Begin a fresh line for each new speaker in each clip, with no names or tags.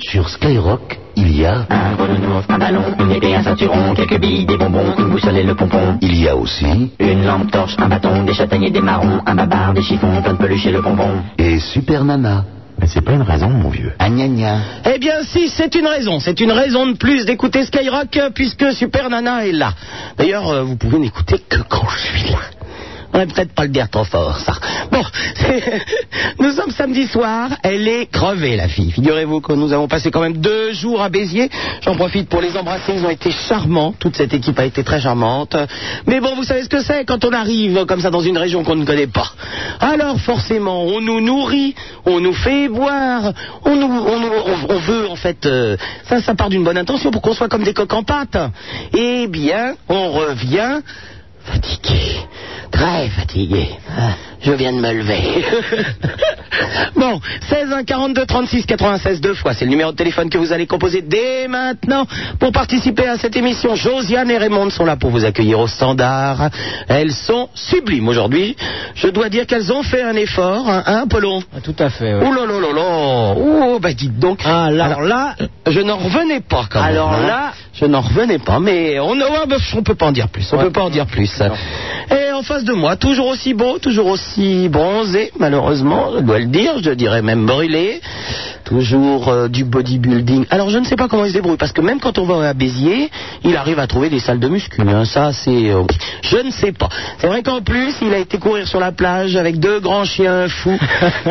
Sur Skyrock, il y a...
Un renounours, un ballon, une épée, un ceinturon, quelques billes, des bonbons, une boussole et le pompon.
Il y a aussi...
Une lampe torche, un bâton, des châtaigniers, des marrons, un babar, des chiffons, plein de peluches et le pompon.
Et Super Nana.
Mais c'est pas une raison, mon vieux.
Ah, gna gna.
Eh bien, si, c'est une raison. C'est une raison de plus d'écouter Skyrock euh, puisque Super Nana est là. D'ailleurs, euh, vous pouvez n'écouter que quand je suis là. On va peut-être pas le dire trop fort, ça. Bon, c'est- nous sommes samedi soir. Elle est crevée, la fille. Figurez-vous que nous avons passé quand même deux jours à Béziers. J'en profite pour les embrasser. Ils ont été charmants. Toute cette équipe a été très charmante. Mais bon, vous savez ce que c'est quand on arrive comme ça dans une région qu'on ne connaît pas. Alors, forcément, on nous nourrit, on nous fait boire, on, nous- on nous- on- on veut, en fait, euh, ça, ça part d'une bonne intention pour qu'on soit comme des coqs en pâte. Eh bien, on revient Fatigué. Très fatigué. Ah, Je viens de me lever. bon, 16 1 42 36 96 deux fois, c'est le numéro de téléphone que vous allez composer dès maintenant pour participer à cette émission. Josiane et Raymond sont là pour vous accueillir au standard. Elles sont sublimes aujourd'hui. Je dois dire qu'elles ont fait un effort, hein, hein Apollon
Tout à fait.
Ouh là là là là Ouh, bah dites donc
Ah, là,
Alors là, je n'en revenais pas quand même.
Alors
hein.
là-
Je n'en revenais pas, mais on ne peut pas en dire plus. On
Ouais.
peut pas en dire plus. Et en face de moi, toujours aussi beau, toujours aussi bronzé, malheureusement, je dois le dire, je dirais même brûlé. Toujours euh, du bodybuilding. Alors je ne sais pas comment il se débrouille, parce que même quand on va à Béziers, il arrive à trouver des salles de muscu. hein. Ça, c'est... euh, je ne sais pas. C'est vrai qu'en plus, il a été courir sur la plage avec deux grands chiens fous,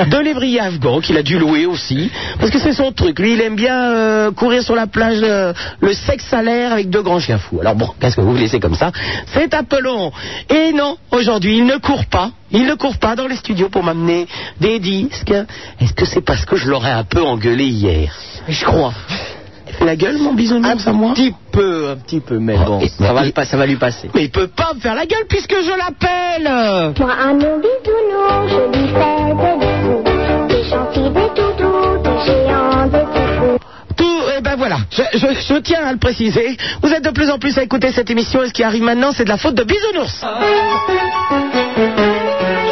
deux lévriers afghans qu'il a dû louer aussi, parce que c'est son truc. Lui, il aime bien euh, courir sur la plage euh, le sexe salaire avec deux grands chiens fous. Alors bon, qu'est-ce que vous voulez, c'est comme ça. C'est Apollon. Et non, aujourd'hui, il ne court pas. Il ne court pas dans les studios pour m'amener des disques. Est-ce que c'est parce que je l'aurais un peu engueulé hier Je crois. Fais la gueule, mon bisounours, à moi
petit peu, un petit peu, mais
Oh,
bon,
et-
ça va,
et-
le pas- ça va lui passer.
Mais il peut pas me faire la gueule puisque je l'appelle
Moi, à mon bisounours, je lui fais des bisous. Des gentils, des toutous, des géants, des toutous.
Tout, eh ben voilà, je, je- je tiens à le préciser. Vous êtes de plus en plus à écouter cette émission et ce qui arrive maintenant, c'est de la faute de Bisounours.
Ah.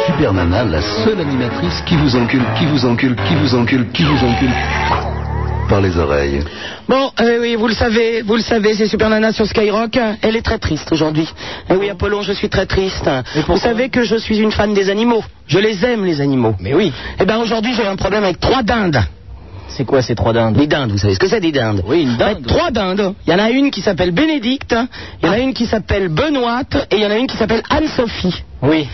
Super Nana, la seule animatrice qui vous encule, qui vous encule, qui vous encule, qui vous encule. Par les oreilles.
Bon, eh oui, vous le savez, vous le savez, c'est Super Nana sur Skyrock. Elle est très triste aujourd'hui. Eh oui, Apollon, je suis très triste. Vous savez que je suis une fan des animaux. Je les aime, les animaux.
Mais oui.
Eh ben aujourd'hui, j'ai un problème avec trois dindes.
C'est quoi ces trois dindes
Des dindes, vous savez ce que c'est des dindes
Oui, une dinde.
Ouais, Trois dindes. Il y en a une qui s'appelle Bénédicte, il y en a une qui s'appelle Benoîte et il y en a une qui s'appelle Anne-Sophie.
Oui.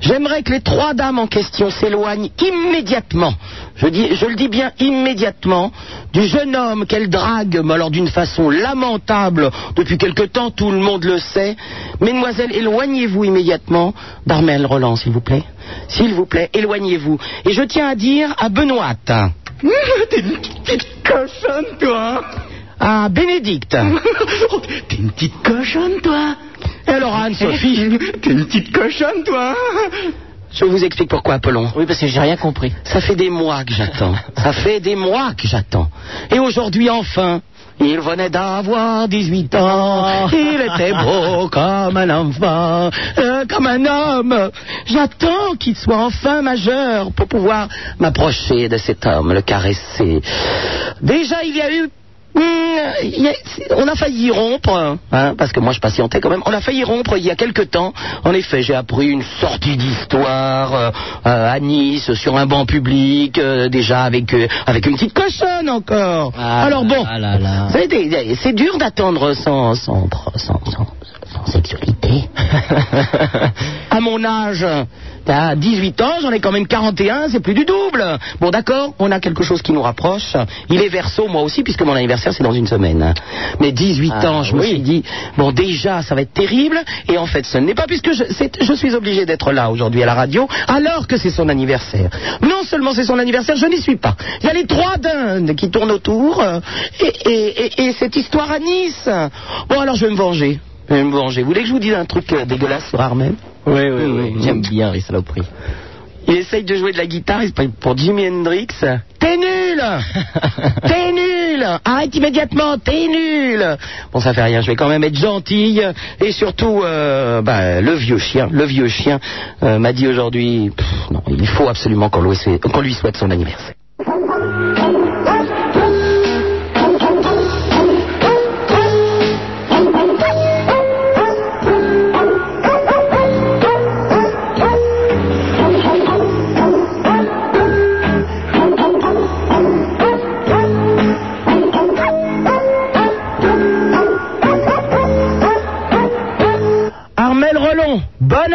J'aimerais que les trois dames en question s'éloignent immédiatement, je, dis- je le dis bien immédiatement, du jeune homme qu'elles draguent, mais alors d'une façon lamentable, depuis quelque temps, tout le monde le sait. Mesdemoiselles, éloignez-vous immédiatement d'Armel Roland, s'il vous plaît. S'il vous plaît, éloignez-vous. Et je tiens à dire à Benoît,
T'es une petite cochonne, toi
à Bénédicte,
Oh, T'es une petite cochonne, toi
et alors à Anne-Sophie,
T'es une petite cochonne, toi
je vous explique pourquoi Apollon.
Oui, parce que j'ai rien compris.
Ça fait des mois que j'attends. Ça fait des mois que j'attends. Et aujourd'hui, enfin, il venait d'avoir 18 ans. Il était beau comme un enfant, euh, comme un homme. J'attends qu'il soit enfin majeur pour pouvoir m'approcher de cet homme, le caresser. Déjà, il y a eu Hmm, il y a- on a failli rompre, hein, parce que moi je patientais quand même, on a failli rompre il y a quelque temps. En effet, j'ai appris une sortie d'histoire euh, euh, à Nice, sur un banc public, euh, déjà avec, euh, avec une petite cochonne encore.
Ah
Alors
là
bon,
là là là.
c'est des- c'est dur d'attendre sans, sans, sans, sans, sans sexualité. à mon âge, t'as 18 ans, j'en ai quand même 41, c'est plus du double. Bon, d'accord, on a quelque chose qui nous rapproche. Il est verso, moi aussi, puisque mon anniversaire, c'est dans une semaine. Mais 18
Ah,
ans, je me
oui.
suis dit, bon, déjà, ça va être terrible. Et en fait, ce n'est pas, puisque je, c'est- je suis obligé d'être là aujourd'hui à la radio, alors que c'est son anniversaire. Non seulement c'est son anniversaire, je n'y suis pas. Il y a les trois dindes qui tournent autour, euh, et, et- et- et cette histoire à Nice. Bon, alors je vais me venger. Je vais me venger. Vous voulez que je vous dise un truc euh, dégueulasse sur Armel
Oui, oui,
oui.
oui. J'aime bien les saloperies.
il essaye de jouer de la guitare, il se prend pour Jimi Hendrix. T'es nul T'es nul Arrête immédiatement, t'es nul Bon, ça fait rien, je vais quand même être gentille. Et surtout, euh, bah, le vieux chien, le vieux chien euh, m'a dit aujourd'hui, pff, non, il faut absolument qu'on lui, sou- qu'on lui souhaite son anniversaire.
Thank you.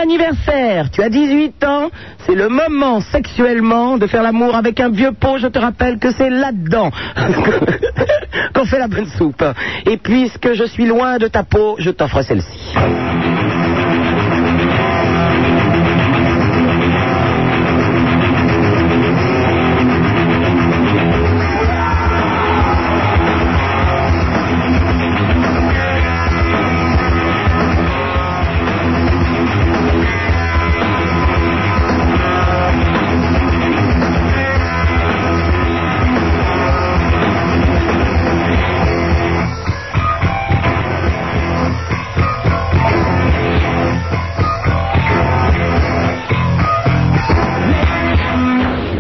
anniversaire, tu as 18 ans, c'est le moment sexuellement de faire l'amour avec un vieux pot, je te rappelle que c'est là-dedans qu'on fait la bonne soupe. Et puisque je suis loin de ta peau, je t'offre celle-ci.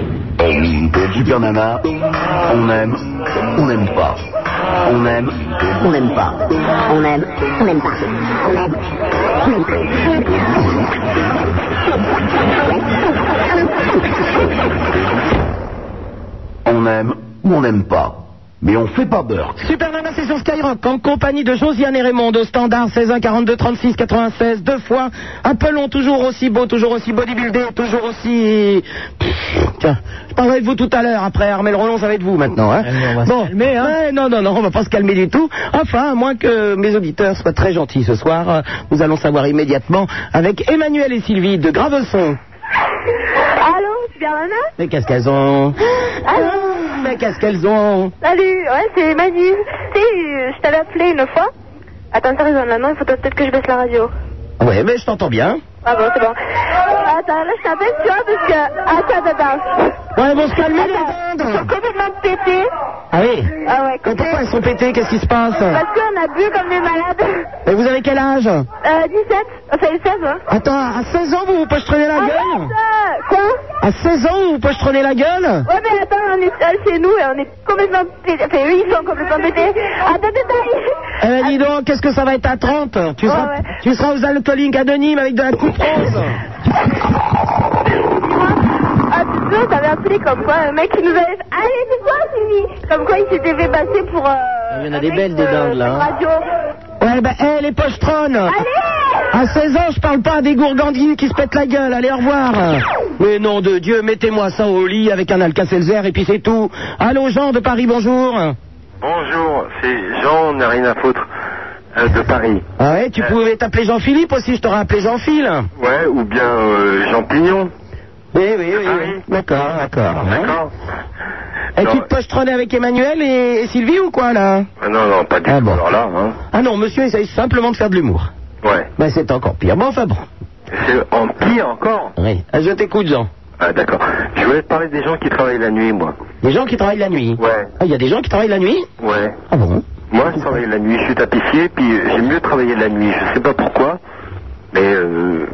Super Nana, on aime, on n'aime pas. On aime, on n'aime pas.
On aime, on n'aime pas. On aime, on n'aime pas.
On aime ou on n'aime pas. Mais on fait pas beurre.
Super Nana, c'est sur Skyrock, en compagnie de Josiane et Raymond, au standard 16 1 42 36 96, deux fois. Appelons toujours aussi beau, toujours aussi bodybuildé, toujours aussi... Pff, tiens, je parlerai de vous tout à l'heure, après Armel Roland, ça va être vous maintenant. Hein.
Allez, on va se
bon,
calmer, hein.
ouais, non, non, non, on va pas se calmer du tout. Enfin, à moins que mes auditeurs soient très gentils ce soir, euh, nous allons savoir immédiatement avec Emmanuel et Sylvie de Graveson.
Allô, Super Nana
Mais qu'est-ce qu'elles ont
Allô
Mais qu'est-ce qu'elles ont
Salut, ouais, c'est Manu. Tu sais, euh, je t'avais appelé une fois. Attends, ça résonne là, non Il faut peut-être que je baisse la radio.
Ouais, mais je t'entends bien.
Ah bon, c'est bon. Attends, là, je t'appelle, tu vois, parce que... Ah, Attends, attends.
Ouais, bon, se calmer les
Attends,
dindes.
sont complètement pétés.
Ah oui
Ah ouais,
Mais pourquoi elles sont pétées Qu'est-ce qui se passe
Parce qu'on a bu comme des malades.
Mais vous avez quel âge
Euh, 17. Enfin, 16, hein.
Attends, à 16 ans, vous vous pochetronnez la gueule
Ah, ça Quoi
À 16 ans, vous vous pochetronnez la gueule
Ouais, mais attends, on est seul chez nous et on est complètement pétés. Enfin, eux, ils sont complètement pétés. Attends,
Eh
attends.
ben, dis donc, qu'est-ce que ça va être à 30 tu
Ouais,
seras,
ouais.
tu seras aux alcooliques anonymes avec de la coupe rose.
Ah, tu sais, t'avais appelé comme quoi un mec qui nous avait. Allez, c'est quoi, Sylvie Comme quoi il s'était fait passer pour. euh,
Il y en a
un
des
mec
belles, des
de-
dingues, là,
de
hein.
Radio.
Ouais, ben, hé, les pochetrons
Allez
À 16 ans, je parle pas à des gourgandines qui se pètent la gueule. Allez, au revoir. Mais nom de Dieu, mettez-moi ça au lit avec un Alka-Seltzer et puis c'est tout. Allô, Jean de Paris, bonjour.
Bonjour, c'est Jean, on n'a rien à foutre euh, de Paris.
Ah ouais, tu pouvais t'appeler Jean-Philippe aussi, je t'aurais appelé Jean-Phil.
Ouais, ou bien euh, Jean Pignon.
Oui, oui, oui. Ah, oui.
Paris.
D'accord, d'accord. hein.
D'accord
Et tu
non,
te pochetronnais avec Emmanuel et, et Sylvie ou quoi, là
ah non, non, pas du
Ah
tout.
bon.
Alors là, hein.
Ah non, monsieur essaye simplement de faire de l'humour.
Ouais.
Ben, c'est encore pire. Bon, enfin bon.
C'est en pire encore.
Oui. Ah, Je t'écoute, Jean.
Ah d'accord. Je voulais te parler des gens qui travaillent la nuit, moi.
Des gens qui travaillent la nuit.
Ouais.
Ah, il y a des gens qui travaillent la nuit
Ouais.
Ah bon
Moi, je travaille la nuit, je suis tapissier, puis euh, j'aime mieux travailler la nuit. Je sais pas pourquoi, mais euh,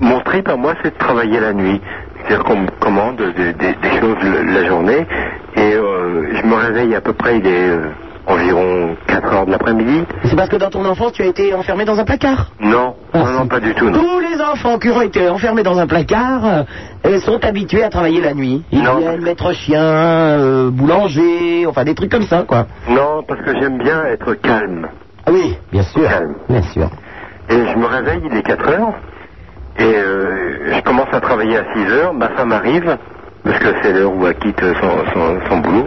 mon trip à moi, c'est de travailler la nuit. C'est-à-dire qu'on me commande des, des- des choses le- la journée, et euh, je me réveille à peu près, il est euh, environ 4 heures de l'après-midi.
C'est parce que dans ton enfance, tu as été enfermé dans un placard.
Non, non,
Ah,
non, pas du tout, non.
Tous les enfants qui ont été enfermés dans un placard euh, euh, sont habitués à travailler la nuit. Ils
Non.
viennent maître chien, euh, boulanger, enfin des trucs comme ça, quoi.
Non, parce que j'aime bien être calme.
Ah oui, bien sûr.
Calme.
Bien sûr.
Et je me réveille, il est 4 heures, et euh, je commence à travailler à 6 heures, ma femme arrive, parce que c'est l'heure où elle quitte son, son, son boulot,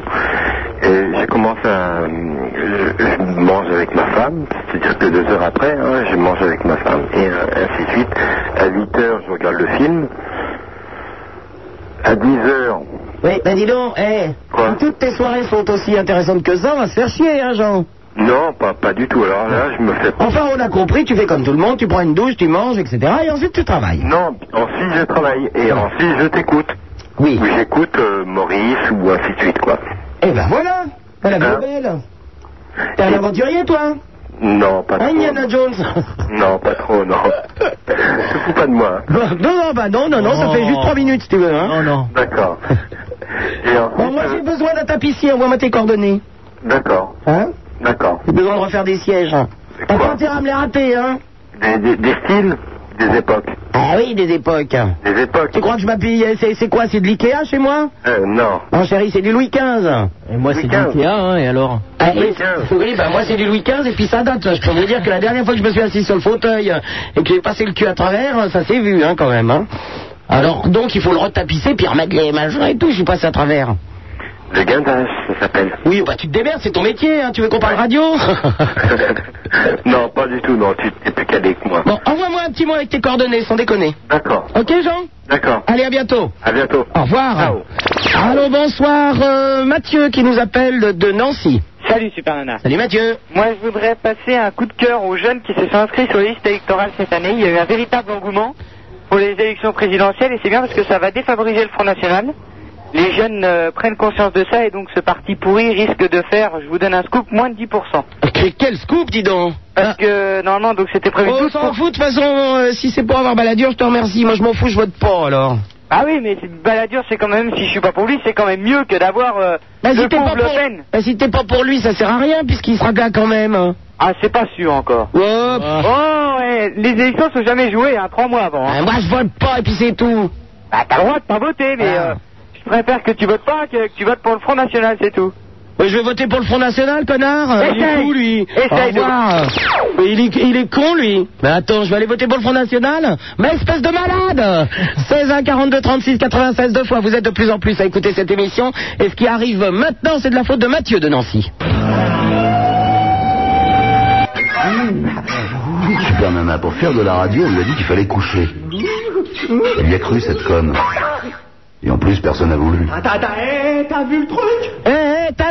et je commence à... Je, je mange avec ma femme, c'est-à-dire que deux heures après, hein, je mange avec ma femme, et euh, ainsi de suite. À 8 heures, je regarde le film. À 10 heures,
Oui, ben dis donc, eh,
Quoi
toutes tes soirées sont aussi intéressantes que ça, on va se faire chier, hein, Jean.
non, pas, pas du tout, alors là, je me fais...
Enfin, on a compris, tu fais comme tout le monde, tu prends une douche, tu manges, etc. Et ensuite, tu travailles.
Non, ensuite je travaille, et ensuite je t'écoute.
Oui.
Ou j'écoute euh, Maurice, ou ainsi de suite, quoi.
Eh ben voilà, voilà la vie
Hein
est belle. T'es un aventurier, toi
Non, pas
Hein,
trop.
Indiana Jones
Non, pas trop, non. Je te fous pas de moi. hein.
Non, non, bah non, non, non, ça
Oh.
fait juste 3 minutes, si tu veux, hein.
Non, non.
D'accord. Et ensuite,
Bon, moi, j'ai
euh,
besoin d'un tapissier, envoie-moi tes coordonnées.
D'accord,
Hein
d'accord.
J'ai besoin de refaire des sièges. T'as
Quoi
pas intérêt à me les rater, hein
Des, des- des styles, des époques.
Ah oui, des époques.
Des époques.
Tu crois que je m'habille eh, C'est c'est quoi C'est de l'IKEA chez moi
Euh, non.
Non, chérie, c'est du Louis XV.
Et moi, c'est
Louis
du
XV.
Ikea, hein, et alors
Ah,
Louis
et-
XV.
oui, bah moi c'est du Louis XV et puis ça date. Je peux vous dire que la dernière fois que je me suis assis sur le fauteuil euh, et que j'ai passé le cul à travers, euh, ça s'est vu hein, quand même. hein. Alors donc il faut le retapisser puis remettre les machins et tout. Je suis passé à travers.
Le guindage, ça s'appelle.
Oui, bah tu te démerdes, c'est ton métier. hein, Tu veux qu'on parle radio
non, pas du tout, non. Tu t'es plus calé que moi.
Bon, envoie-moi un petit mot avec tes coordonnées, sans déconner.
D'accord.
Ok Jean
D'accord.
Allez, à bientôt.
À bientôt.
Ah,
Au revoir.
Ciao.
Allô, bonsoir. euh, Mathieu qui nous appelle de- de Nancy.
Salut Super Nana.
Salut Mathieu.
Moi, je voudrais passer un coup de cœur aux jeunes qui se sont inscrits sur les listes électorales cette année. Il y a eu un véritable engouement pour les élections présidentielles et c'est bien parce que ça va défavoriser le Front National. Les jeunes euh, prennent conscience de ça et donc ce parti pourri risque de faire, je vous donne un scoop, moins de 10%.
Que- Quel scoop, dis donc
Parce que normalement, donc c'était prévu
Oh,
12%.
Euh, on s'en fout, de toute façon, euh, si c'est pour avoir baladure, je te remercie. Moi, je m'en fous, je vote pas, alors.
Ah oui, mais cette baladure, c'est quand même, si je suis pas pour lui, c'est quand même mieux que d'avoir euh,
Bah,
le
si t'es pas,
pauvre Le
pour...
Pen.
bah, si t'es pas pour lui, ça sert à rien, puisqu'il sera là quand même. hein.
Ah, c'est pas sûr encore.
Hop.
Oh, ouais, les élections sont jamais jouées, hein, trois mois avant. hein.
Bah, moi, je vote pas, et puis c'est tout.
Bah, t'as le droit de pas voter, mais
Ah.
euh, je préfère que tu votes pas que, que tu votes pour le Front National, c'est tout.
Ouais, Bah, je vais voter pour le Front National, connard.
Essaye.
Il est fou, lui.
Essaye
Au revoir. Mais Il, est, il est con, lui. Mais attends, je vais aller voter pour le Front National Mais espèce de malade 16 1 42 36 96 deux fois. Vous êtes de plus en plus à écouter cette émission. Et ce qui arrive maintenant, c'est de la faute de Mathieu de Nancy.
Super Nana, pour faire de la radio, on lui a dit qu'il fallait coucher. Elle y a cru, cette conne. Et en plus, personne n'a voulu.
Ah
Eh, eh, t'as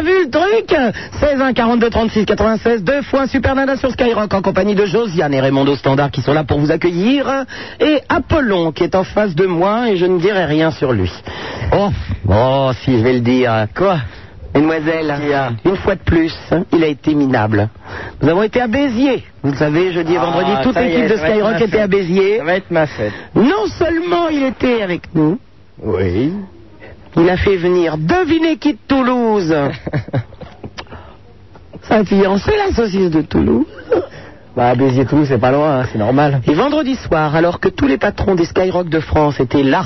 vu le truc 16 1 42 36 96 deux fois Super Nana sur Skyrock en compagnie de Josiane et Raymond au standard qui sont là pour vous accueillir et Apollon qui est en face de moi et je ne dirai rien sur lui. Oh, oh, si je vais le dire. Quoi Mademoiselle, une fois de plus, il a été minable. Nous avons été à Béziers. Vous le savez, jeudi et
Ah,
vendredi, toute
ça y est,
l'équipe de
ça va être
Skyrock
ma
était à
fête.
Béziers.
Ça va être ma fête.
Non seulement il était avec nous,
Oui.
il a fait venir, devinez qui de Toulouse Sa fiancée, la saucisse de Toulouse.
bah, Béziers tout, c'est pas loin, hein, c'est normal.
Et vendredi soir, alors que tous les patrons des Skyrock de France étaient là,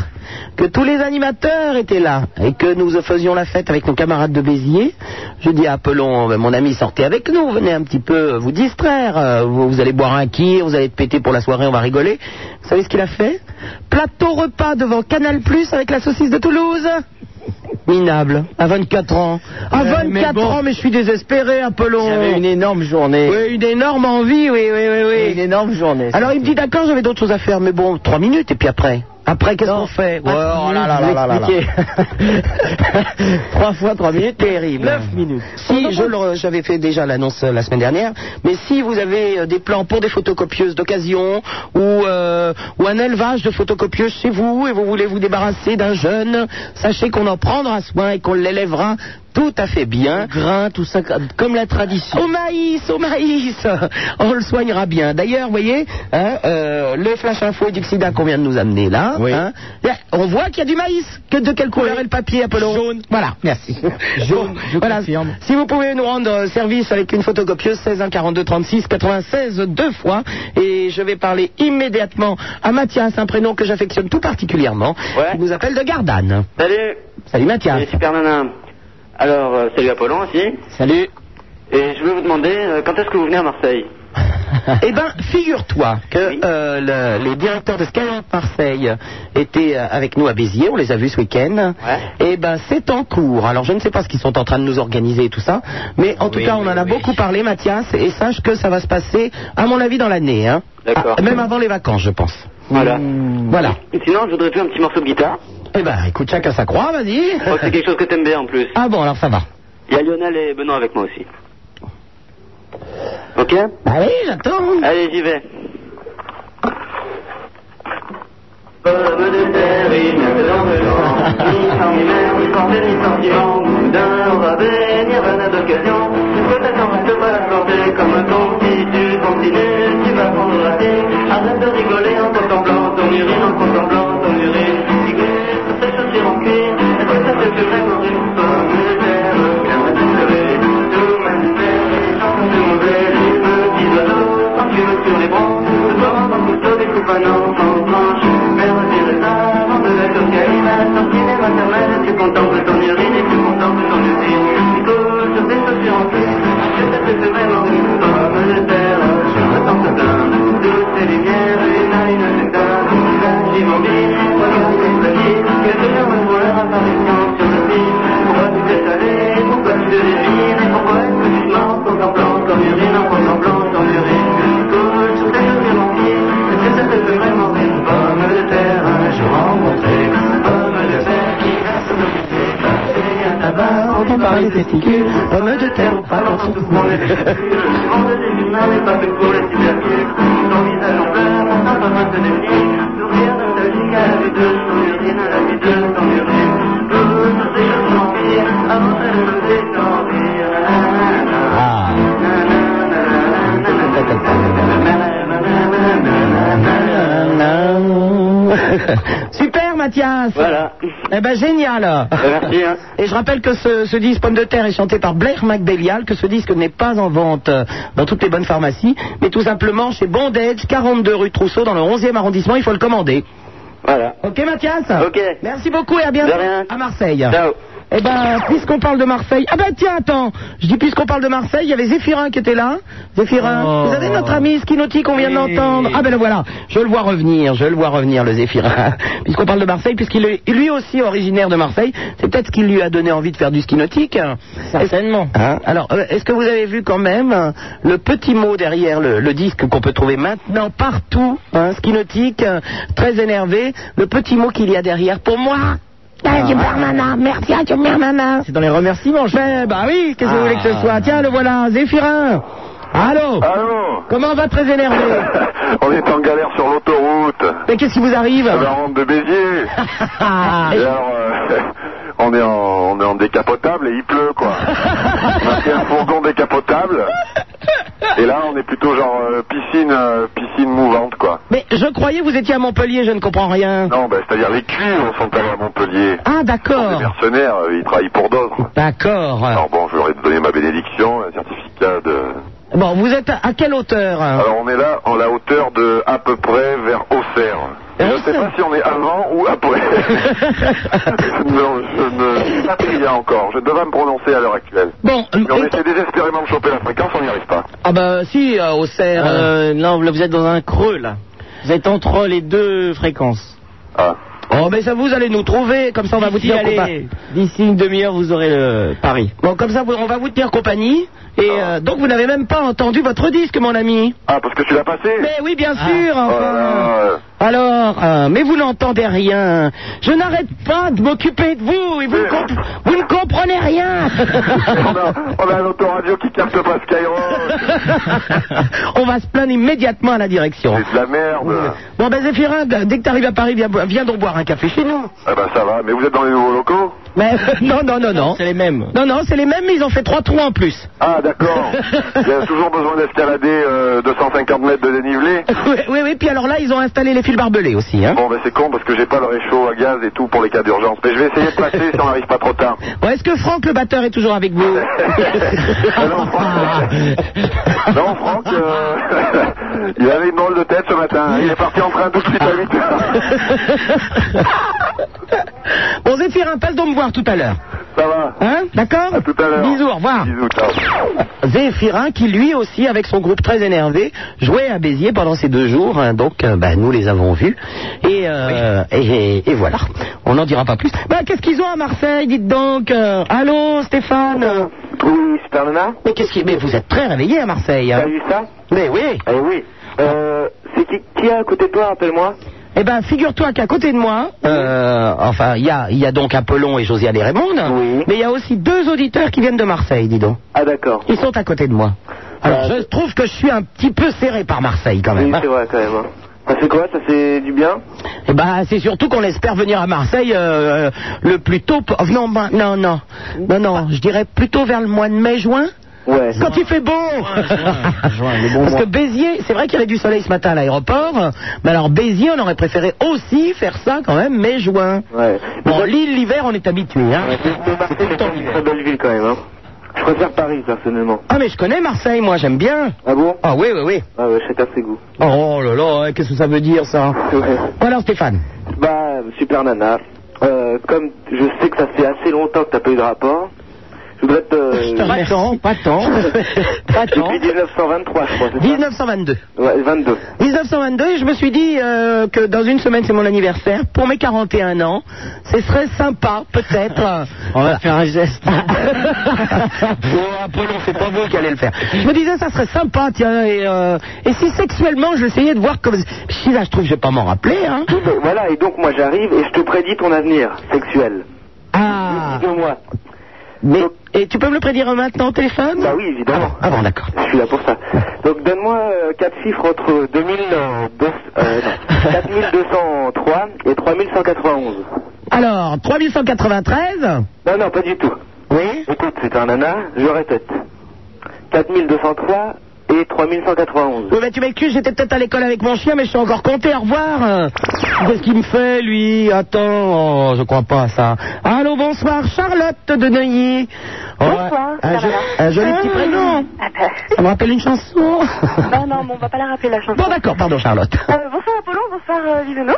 que tous les animateurs étaient là, et que nous faisions la fête avec nos camarades de Béziers, je dis à Apollon, ben, mon ami, sortez avec nous, venez un petit peu vous distraire, euh, vous, vous allez boire un kir, vous allez te péter pour la soirée, on va rigoler. Vous savez ce qu'il a fait Plateau repas devant Canal Plus avec la saucisse de Toulouse Minable, à 24 ans. À
Ouais, mais
24
bon.
ans, mais je suis désespéré, Apollon.
J'avais une énorme journée.
Oui, une énorme envie, oui, oui, oui, oui.
Une énorme journée.
Alors il me dit d'accord, j'avais d'autres choses à faire, mais bon, trois minutes et puis après. Après, qu'est-ce qu'on fait
Ouais, oh là là là là là là.
Trois fois trois minutes, terrible.
Neuf minutes.
Si je le- j'avais fait déjà l'annonce euh, la semaine dernière, mais si vous avez euh, des plans pour des photocopieuses d'occasion ou euh, ou un élevage de photocopieuses chez vous et vous voulez vous débarrasser d'un jeune, sachez qu'on en prendra soin et qu'on l'élèvera tout à fait bien.
grain, tout ça, comme la tradition.
Au maïs, au maïs On le soignera bien. D'ailleurs, vous voyez, hein, euh, le flash info et du sida qu'on vient de nous amener là,
Oui.
hein, là, on voit qu'il y a du maïs. Que de quelle couleur est le papier, Apollo
Jaune.
Voilà, merci.
Jaune, je confirme.
Si vous pouvez nous rendre euh, service avec une photocopieuse 16 1 42 36 96 deux fois, et je vais parler immédiatement à Mathias, un prénom que j'affectionne tout particulièrement,
Ouais.
qui nous appelle de Gardanne.
Salut,
Salut Mathias.
Ah.
c'est Super Nana. Alors, euh, salut Apollon aussi.
Salut.
Et je voulais vous demander, euh, quand est-ce que vous venez à Marseille
Eh ben, figure-toi que
Oui.
euh, le- les directeurs de Skyrock Marseille étaient euh, avec nous à Béziers, on les a vus ce week-end.
Ouais.
Eh ben, c'est en cours. Alors, je ne sais pas ce qu'ils sont en train de nous organiser et tout ça, mais en tout
Oui,
cas, on
oui,
en a
oui.
beaucoup parlé, Mathias, et sache que ça va se passer, à mon avis, dans l'année. Hein.
D'accord.
Ah, même avant les vacances, je pense.
Voilà.
Voilà.
Et Sinon, je voudrais faire un petit morceau de guitare.
Eh ben, écoute, chacun sa croix, vas-y.
Je crois que c'est quelque chose que t'aimes bien en plus.
ah bon, alors ça va.
Il y a Lionel et Benoît avec moi aussi. Ok
Bah oui, j'attends.
Allez, j'y vais. Pomme de terre, il me dans de l'or, ni sans ni cornet, ni sentiment, boudin, rabais, nirvana d'occasion, peut-être en reste pas la santé, comme ton si tu continues, tu vas prendre la tête, arrête de rigoler en contemplant ton urine, en contemplant ton urine, rigoler sur tes chaussures en cuir, est-ce que ça te fait vraiment rire Pomme de terre, plein de soleil, tout m'espère, les gens sont mauvais, les petits oiseaux, en sur les bras, le soir, en couteau, découpe un enfant, branche, pas les testicules, pommes de terre ou pas dans son poumon les testicules. Le monde des humains n'est pas fait pour les tubercules. Son visage en pleurs, on n'a pas mal de défis. Sourire nostalgique à la vie de son urine, à la vie de son urine. Toutes ces choses sont pires, avant de me détendre.
Super Mathias
Voilà.
Eh ben génial
Merci, hein.
Et je rappelle que ce, ce disque Pomme de Terre est chanté par Blair McBelial, que ce disque n'est pas en vente euh, dans toutes les bonnes pharmacies, mais tout simplement chez Bondage, 42 rue Trousseau, dans le 11e arrondissement, il faut le commander.
Voilà.
Ok Mathias
Ok.
Merci beaucoup et à bientôt
De rien.
à Marseille.
Ciao.
Eh ben, puisqu'on parle de Marseille, ah ben tiens, attends, je dis puisqu'on parle de Marseille, il y avait Zéphirin qui était là. Zéphirin,
Oh.
vous avez notre ami Skinotti qu'on vient
Oui.
d'entendre. Ah ben le voilà, je le vois revenir, je le vois revenir le Zéphirin. Puisqu'on parle de Marseille, puisqu'il est lui aussi originaire de Marseille, c'est peut-être ce qui lui a donné envie de faire du ski nautique.
Certainement.
Hein Alors, euh, est-ce que vous avez vu quand même euh, le petit mot derrière le, le disque qu'on peut trouver maintenant partout, hein, ski nautique, euh, très énervé, le petit mot qu'il y a derrière pour moi Ah. Adieu, Bernana. merci à Bernana.
C'est dans les remerciements, je
Ben, bah oui, qu'est-ce que vous voulez que ce soit Tiens, le voilà, Zéphirin Allô
Allô
Comment va très énervé
On est en galère sur l'autoroute.
Mais qu'est-ce qui vous arrive
Ça va rendre ben, de Béziers.
Ah,
Et alors, euh, on, est en, on est en décapotable et il pleut, quoi. Donc, il y a un fourgon décapotable. Et là, on est plutôt genre euh, piscine, euh, piscine mouvante, quoi.
Mais je croyais que vous étiez à Montpellier, je ne comprends rien.
Non, bah, c'est-à-dire les cuivres sont allés à Montpellier.
Ah, Ah.
Les
d'accord.
mercenaires, euh, ils travaillent pour d'autres.
D'accord.
Alors bon, je leur ai donné ma bénédiction, un certificat de...
Bon, vous êtes à, à quelle hauteur
Alors on est là en la hauteur de à peu près vers Auxerre. Et je ne sais pas si on est avant ou après. non, je ne je suis pas très bien encore. Je devrais me prononcer à l'heure actuelle.
Bon, euh,
Mais on
et-
essaie désespérément de choper la fréquence, on n'y arrive pas.
ah bah si, euh, au cerf.
Euh, non, là, vous êtes dans un creux, là. Vous êtes entre les deux fréquences.
Ah.
Oh, mais ça, vous allez nous trouver, comme ça on va vous
D'ici,
tenir
allez,
compagnie.
D'ici une demi-heure, vous aurez le Oh. Paris.
Bon, comme ça, vous- on va vous tenir compagnie. Et euh, donc, vous n'avez même pas entendu votre disque, mon ami. Ah.
ah, parce que tu l'as passé
Mais oui, bien sûr.
Oh
enfin.
là là, euh,
Alors, euh, mais vous n'entendez rien. Je n'arrête pas de m'occuper de vous et vous, ne comp- vous ne comprenez rien.
on, a, on a un autoradio qui capte pas Skyrock.
On va se plaindre immédiatement à la direction.
C'est de la merde.
Bon, ben Zéphirin, dès que tu arrives à Paris, viens, bo- viens donc boire un café chez nous.
Ah ben ça va, mais vous êtes dans les nouveaux locaux
Mais, euh, non, non, non, non.
C'est les mêmes.
Non, non, c'est les mêmes, mais ils ont fait trois trous en plus.
Ah d'accord. Il y a toujours besoin d'escalader euh, 250 mètres de dénivelé.
Oui, oui, oui, puis alors là, ils ont installé les fils barbelés aussi. Hein.
Bon, ben c'est con parce que j'ai pas le réchaud à gaz et tout pour les cas d'urgence. Mais je vais essayer de passer si on n'arrive pas trop tard.
Bon, Est-ce que Franck le batteur est toujours avec vous
non, Franck, non, Franck euh, il avait une drôle de tête ce matin. Il est parti en train tout de suite à 8 heures.
Bon, Zéphirin, passe donc me voir tout à l'heure.
Ça va
Hein D'accord
À tout à l'heure.
Bisous, au revoir.
Bisous, ciao.
Zéphirin, qui lui aussi, avec son groupe très énervé, jouait à Béziers pendant ces deux jours. hein. donc, euh, bah, nous les avons vus. Et, euh, et, et- et voilà. On n'en dira pas plus. Bah, qu'est-ce qu'ils ont à Marseille Dites donc. euh, allô,
Euh,
Stéphane
Oui, Super Nana,
Mais qu'est-ce qui... Mais vous êtes très réveillé à Marseille. hein.
t'as vu ça
Mais oui.
Eh oui. Euh, c'est qui, qui est à côté de toi, rappelle-moi
Eh ben, figure-toi qu'à côté de moi, euh, enfin, il y a, il y a donc Apollon et Josiane et Raymond,
Oui.
mais il y a aussi deux auditeurs qui viennent de Marseille, dis donc.
Ah d'accord.
Ils sont à côté de moi. Alors,
Euh,
je trouve que je suis un petit peu serré par Marseille quand
Oui,
même. hein.
c'est vrai quand même. hein. Ça fait quoi Ça fait du bien
Eh ben, c'est surtout qu'on espère venir à Marseille euh, euh, le plus tôt. po- oh, Non, ben, non, non, non, non. Je dirais plutôt vers le mois de mai-juin.
Ouais.
Quand il fait beau
juin, le bon
Parce
mois.
que Béziers, c'est vrai qu'il y avait du soleil ce matin à l'aéroport, mais alors Béziers, on aurait préféré aussi faire ça quand même mai-juin.
Ouais.
Bon, Lille, l'hiver, on est habitué, hein.
Ouais, c'est- Marseille, c'est une très belle ville quand même. Hein. Je préfère Paris personnellement.
Ah, mais je connais Marseille, moi, j'aime bien.
Ah bon
Ah oui, oui, oui.
Ah ouais, chacun ses goûts.
Oh là là, hein, qu'est-ce que ça veut dire, ça
Ouais.
Bon, alors, Stéphane.
Bah, super nana. Euh, comme je sais que ça fait assez longtemps que t'as pas eu de rapport, je voudrais
Euh,
te. euh,
Pas tant, pas tant. pas tant.
Depuis 1923, je crois. c'est ça
1922.
Ouais, 22.
1922, et je me suis dit euh, que dans une semaine, c'est mon anniversaire. Pour mes 41 ans, ce serait sympa, peut-être. euh,
On va faire un geste.
oh, Apollon, c'est pas vous qui allez le faire. Je me disais, ça serait sympa, tiens, et, euh, et si sexuellement, j'essayais de voir comme... Si là, je trouve que je vais pas m'en rappeler, hein.
Donc, Voilà, et donc moi j'arrive et je te prédis ton avenir sexuel.
Ah,
Dis-le moi.
mais...
Donc,
Et tu peux me le prédire maintenant au téléphone
Bah oui, évidemment.
Ah bon, d'accord.
Je suis là pour ça. Donc donne-moi
euh,
4 chiffres entre 2000, euh, deux- euh, non, 4203 et 3191.
Alors, 3193
Non, non, pas du tout.
Oui
Écoute, c'est un nana, je répète. 4203 et 3191.
Oui, mais tu m'excuses, j'étais peut-être à l'école avec mon chien, mais je suis encore compté. Au revoir. Euh, Qu'est-ce qu'il me fait, lui Attends, oh, je crois pas à ça. Allô, bonsoir, Charlotte de Neuilly. Oh,
Bonsoir,
un,
ça
jo-
va
un joli petit
Ah.
prénom.
Ah bah.
Ça me rappelle une chanson.
Non, non, mais on va pas la rappeler la chanson.
Bon, d'accord, pardon, Charlotte.
Euh, bonsoir Apollon, bonsoir euh, Vivenos.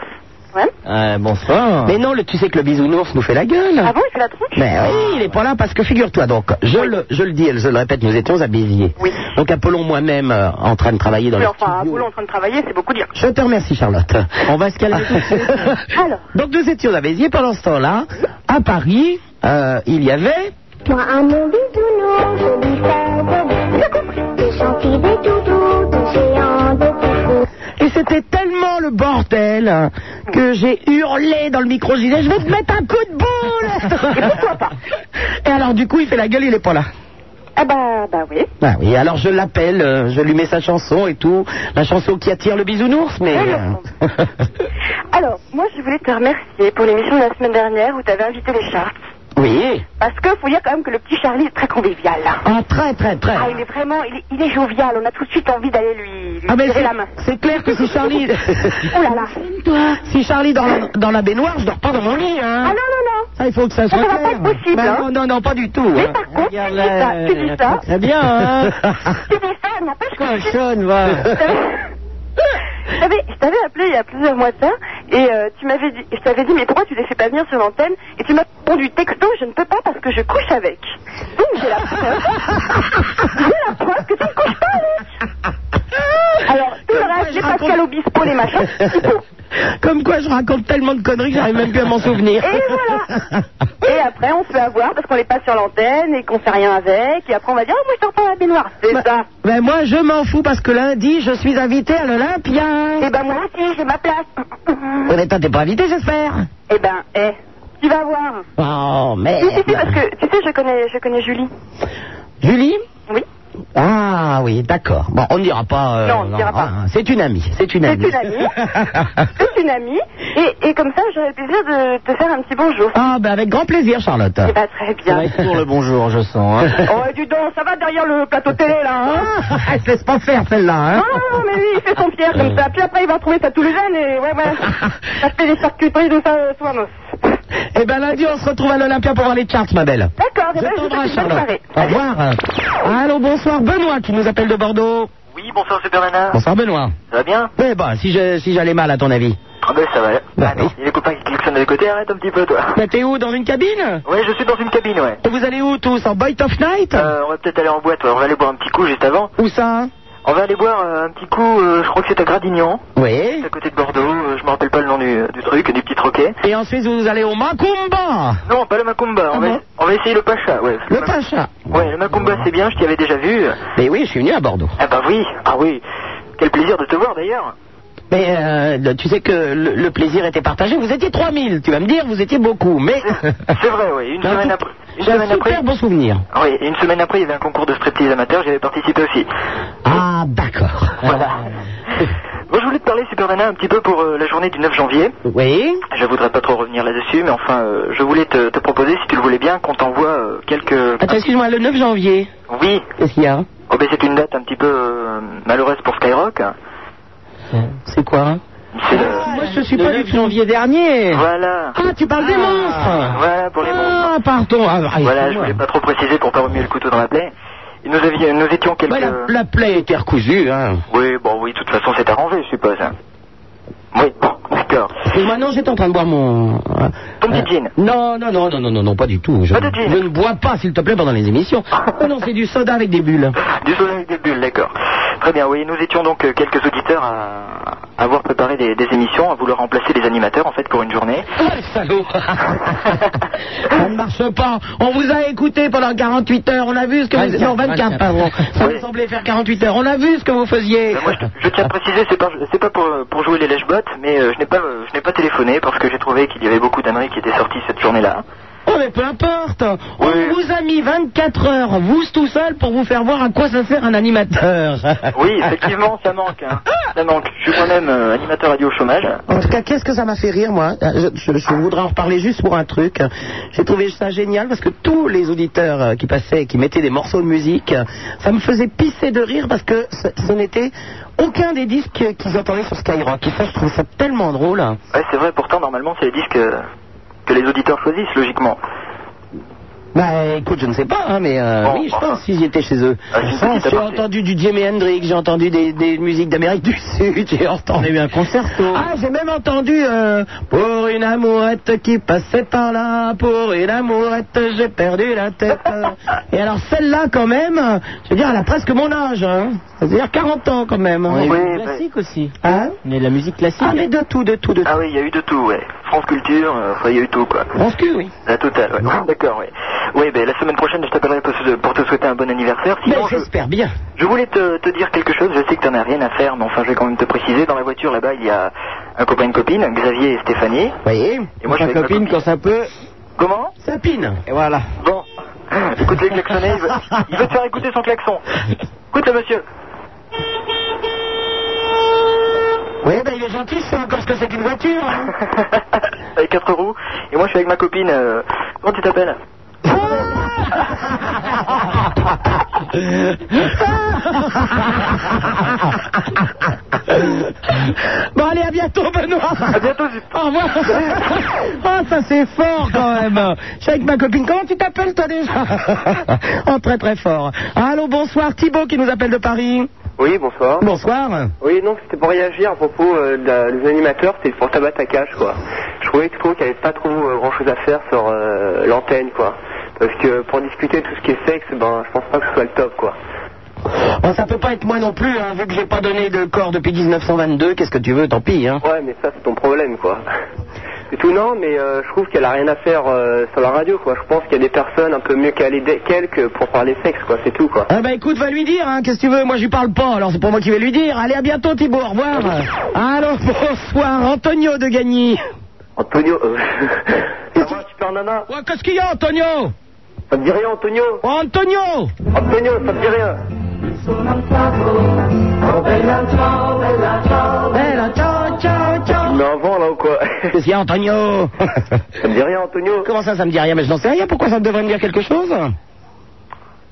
bonsoir. Mais non, le- tu sais que le bisounours nous fait la gueule.
Ah bon, il fait la tronche
Mais oui, il est pas là parce que figure-toi donc, je, le, je le dis et je le répète, nous étions à Béziers. Donc Apollon moi-même euh, en train de travailler dans
Oui,
le
enfin, Apollon en train de travailler, c'est beaucoup dire.
Je te remercie, Charlotte. On va se calmer.
Alors.
Donc, nous étions à Béziers pendant ce temps-là. À Paris, euh, il y avait.
Moi, à mon bisounours, je lui fais des bisous. Des gentils, des toutous, des géants, des toutous.
Et c'était tellement le bordel hein, que j'ai hurlé dans le micro. Je disais, je vais te mettre un coup de boule. Et pourquoi pas Et alors, du coup, il fait la gueule, il est pas là.
Ah bah, bah oui.
Ah oui, alors je l'appelle, euh, je lui mets sa chanson et tout. La chanson qui attire le bisounours, mais. euh,
Alors, moi je voulais te remercier pour l'émission de la semaine dernière où tu avais invité les Charts.
oui.
Parce que faut dire quand même que le petit Charlie est très convivial.
Ah, très, très, très.
Ah, il est vraiment, il est, il est jovial, on a tout de suite envie d'aller lui, lui
Ah, mais
serrer
c'est-
la main.
c'est clair que si Charlie.
Oh là là.
Si Charlie dans la, dans la baignoire, je dors pas dans mon lit, hein.
Ah non, non, non.
Ça, il faut que ça
Ça,
soit
ça va
clair.
pas être possible,
Bah,
hein.
Non, non, non, pas du tout.
Mais
hein.
par contre, tu dis ça, tu dis ça,
Très bien, hein
tu dis ça, n'empêche que tu-
Cochonne, va
Je t'avais- Je t'avais- je t'avais appelé il y a plusieurs mois de ça et euh, tu m'avais dit, je t'avais dit mais pourquoi tu les fais pas venir sur l'antenne et tu m'as répondu texto je ne peux pas parce que je couche avec. Donc j'ai la preuve, j'ai la preuve que tu ne couches pas avec. Alors tu m'aurais appelé Pascal Obispo les machins. c'est tout.
Comme quoi, je raconte tellement de conneries que j'arrive même plus à m'en souvenir.
Et voilà. Et après on se fait avoir parce qu'on les passe sur l'antenne et qu'on fait rien avec et après on va dire oh moi je dors pas à la baignoire c'est ça.
Ben moi, je m'en fous parce que lundi, je suis invité à l'Olympia.
Et ben moi aussi j'ai ma place.
Honnêtement, t'es pas invité, j'espère.
Et ben eh tu vas voir.
Oh,
Si, si, si, parce
merde.
que tu sais, je connais, je connais Julie.
Julie
Oui.
Ah oui, d'accord. Bon, on ne dira pas. euh,
Non, on ne dira pas.
ah, c'est une amie, c'est une
C'est
amie.
une amie. C'est une amie. Et, et comme ça, j'aurais le plaisir de te faire un petit bonjour.
ah, ben avec grand plaisir, Charlotte.
Eh ben, très
Ça
bien.
va être pour le bonjour, je sens. Hein.
Oh, du donc, ça va derrière le plateau télé, là, hein
Ah, elle se laisse pas faire, celle-là. Hein Euh.
Ah, mais oui, il fait son pierre comme ça. Puis après, il va retrouver sa Toulousaine et ouais, ouais. Ça fait des charcuteries de ça, euh, Soamos.
Eh ben lundi, on se retrouve à l'Olympia pour voir les charts, ma belle.
D'accord, eh
Je
ben, je vous
t'embrasse,
souhaite une bonne
Charlotte.
soirée.
Au revoir. Allô, bonsoir, Benoît qui nous appelle de Bordeaux.
Oui, bonsoir Supermana.
Bonsoir, Benoît.
Ça va bien
Eh ben, si je- si j'allais mal, à ton avis.
Ah ben ça va.
Bah oui.
Il y a les copains qui klaxonnent de côté, arrête un petit peu toi.
Bah, t'es où, dans une cabine
Ouais, je suis dans une cabine, ouais.
Et Vous allez où, tous En Boy of Night
Euh, on va peut-être aller en boîte, ouais. on va aller boire un petit coup juste avant.
Où ça hein
On va aller boire euh, un petit coup, euh, je crois que c'est à Gradignan,
Oui.
c'est à côté de Bordeaux, euh, je me rappelle pas le nom du, du truc, du petit troquet.
Et ensuite, vous allez au Macumba.
Non, pas le Macumba, on,
Ah
va,
bon
on va essayer le Pacha, ouais.
Le Pacha.
Ouais, le Macumba c'est bien, je t'y avais déjà vu.
Mais oui, je suis venu à Bordeaux.
Ah bah oui, ah oui. Quel plaisir de te voir d'ailleurs.
Mais euh, le- tu sais que le, le plaisir était partagé. Vous étiez 3000, tu vas me dire, vous étiez beaucoup, mais...
C'est vrai, oui. Une
J'ai un
semaine
tout-
après. Une
j'ai un
semaine
super
après.
bon souvenir.
Oui, une semaine après, il y avait un concours de striptease amateur, j'avais participé aussi.
Ah, d'accord.
Voilà. Bon, je voulais te parler, Super Nana, un petit peu pour euh, la journée du 9 janvier.
Oui
Je voudrais pas trop revenir là-dessus, mais enfin, euh, je voulais te, te proposer, si tu le voulais bien, qu'on t'envoie euh, quelques...
Attends, excuse-moi, le 9 janvier,
Oui,
qu'est-ce qu'il y a
oh, ben, c'est une date un petit peu euh, malheureuse pour Skyrock.
C'est quoi
C'est le-
Moi, je suis
Le
pas
9
du tout...
janvier dernier
Voilà.
Ah, tu parles des monstres
Voilà pour les monstres.
Ah, pardon. Ah, ah,
Voilà, je
excuse-moi.
voulais pas trop préciser pour pas remuer le couteau dans la plaie. Et Nous, avions, nous étions quelques...
Ouais, la, la plaie était recousue, hein.
Oui, bon, oui, de toute façon, c'est arrangé, je suppose. hein. Oui, bon, d'accord.
Excuse-moi, non, j'étais en train de boire mon... euh,
Ton petit gin.
Non, non, non, non, non, non, non, pas du tout. Je,
Pas de gin. Ah.
je ne bois pas, s'il te plaît, pendant les émissions. Oh non, c'est du soda avec des bulles.
Du soleil avec des bulles, d'accord. Très bien, oui, nous étions donc euh, quelques auditeurs à à avoir préparé des, des émissions, à vouloir remplacer les animateurs, en fait, pour une journée.
Ah, salaud Ça ne marche pas. On vous a écouté pendant 48 heures. On a vu ce que vous...
24,
Non, 24, pardon. Ça
Oui.
me semblait faire 48 heures. On a vu ce que vous faisiez.
Ben, moi, je, je tiens à préciser, c'est pas, c'est pas pour, euh, pour jouer les lèche-bottes, mais euh, je n'ai pas, euh, je n'ai pas téléphoné parce que j'ai trouvé qu'il y avait beaucoup d'âneries qui étaient sorties cette journée-là.
Oh
mais peu importe. On vous a mis 24 heures, vous tout seul, pour vous faire voir à quoi ça sert un animateur.
Oui, effectivement, ça manque. hein. Ça manque. Je suis moi-même euh, animateur radio au chômage.
En tout cas, qu'est-ce que ça m'a fait rire, moi Euh, je, je- je voudrais en reparler juste pour un truc. J'ai trouvé ça génial parce que tous les auditeurs euh, qui passaient et qui mettaient des morceaux de musique, euh, ça me faisait pisser de rire parce que ce, ce n'était aucun des disques qu'ils entendaient sur Skyrock. Et ça, je trouve ça tellement drôle.
Ouais, c'est vrai, pourtant, normalement, c'est les disques euh, que les auditeurs choisissent, logiquement.
Bah écoute, je ne sais pas, hein, mais euh,
Oh.
oui, je pense s'ils étaient chez eux.
Ah,
Je pense, j'ai entendu du Jimi Hendrix, j'ai entendu des, des musiques d'Amérique du Sud, j'ai entendu un concerto. Ah, j'ai même entendu euh, pour une amourette qui passait par là, pour une amourette j'ai perdu la tête. Et alors celle-là quand même, euh, je veux dire, elle a presque mon âge, hein. c'est-à-dire 40 ans quand même.
On a
hein.
eu du classique aussi.
Hein
On a eu de la musique classique.
Ah mais de tout, de tout, de tout.
Ah oui, il y a eu de tout, ouais. France Culture, euh, enfin, il y a eu tout, quoi.
France Q, oui.
La totale, ouais. D'accord, ouais. Ouais, ben, la semaine prochaine, je t'appellerai pour, pour te souhaiter un bon anniversaire.
Mais
Sinon, je,
j'espère bien.
je voulais te, te dire quelque chose. Je sais que t'en as rien à faire, mais enfin, je vais quand même te préciser. Dans la voiture, là-bas, il y a un copain et une copine, Xavier et Stéphanie.
voyez
Et moi, je suis avec ma copine.
quand ça peut.
Comment
Ça pine.
Et voilà.
Bon, écoute les klaxonnés, il veut, il veut te faire écouter son klaxon. Écoute le monsieur.
Oui, ben il est gentil, c'est encore ce que c'est qu'une voiture. hein.
avec quatre roues. Et moi, je suis avec ma copine. euh, Comment tu t'appelles
Bon, allez, à bientôt, Benoît. À
bientôt,
Au revoir. Oh, ça, c'est fort, quand même. Je suis avec ma copine. Comment tu t'appelles, toi, déjà Oh, très, très fort. Allô, bonsoir. Thibaut qui nous appelle de Paris.
Oui, bonsoir.
Bonsoir.
Oui, donc c'était pour réagir à propos euh, de la- des animateurs, c'était pour tabac à cache, quoi. Je trouvais que- je trouvais qu'il n'y avait pas trop grand chose à faire sur euh, l'antenne, quoi. Parce que pour discuter de tout ce qui est sexe, ben, je pense pas que ce soit le top, quoi.
Bon, Oh, ça peut pas être moi non plus, hein, vu que j'ai pas donné de corps depuis 1922. Qu'est-ce que tu veux, tant pis, hein.
Ouais, mais ça, c'est ton problème, quoi. C'est tout, non, mais euh, je trouve qu'elle a rien à faire euh, sur la radio, quoi. Je pense qu'il y a des personnes un peu mieux calées d- qu'elle que pour parler sexe, quoi. C'est tout, quoi.
Ah bah écoute, va lui dire, hein, qu'est-ce que tu veux Moi, je lui parle pas, alors c'est pour moi qui vais lui dire. Allez, à bientôt, Thibaut, au revoir. Alors, bonsoir, Antonio de Gagny.
Antonio, euh... ça va, super nana
Ouais, qu'est-ce qu'il y a, Antonio
Ça te dit rien, Antonio
Oh, Antonio
Antonio, ça te dit rien
Bella, Eh, ciao, ciao, ciao.
Mais avant, là, ou quoi
Qu'est-ce qu'il y a, Antonio
Ça me dit rien, Antonio
Comment ça, ça me dit rien Mais je n'en sais rien. Pourquoi ça devrait me dire quelque chose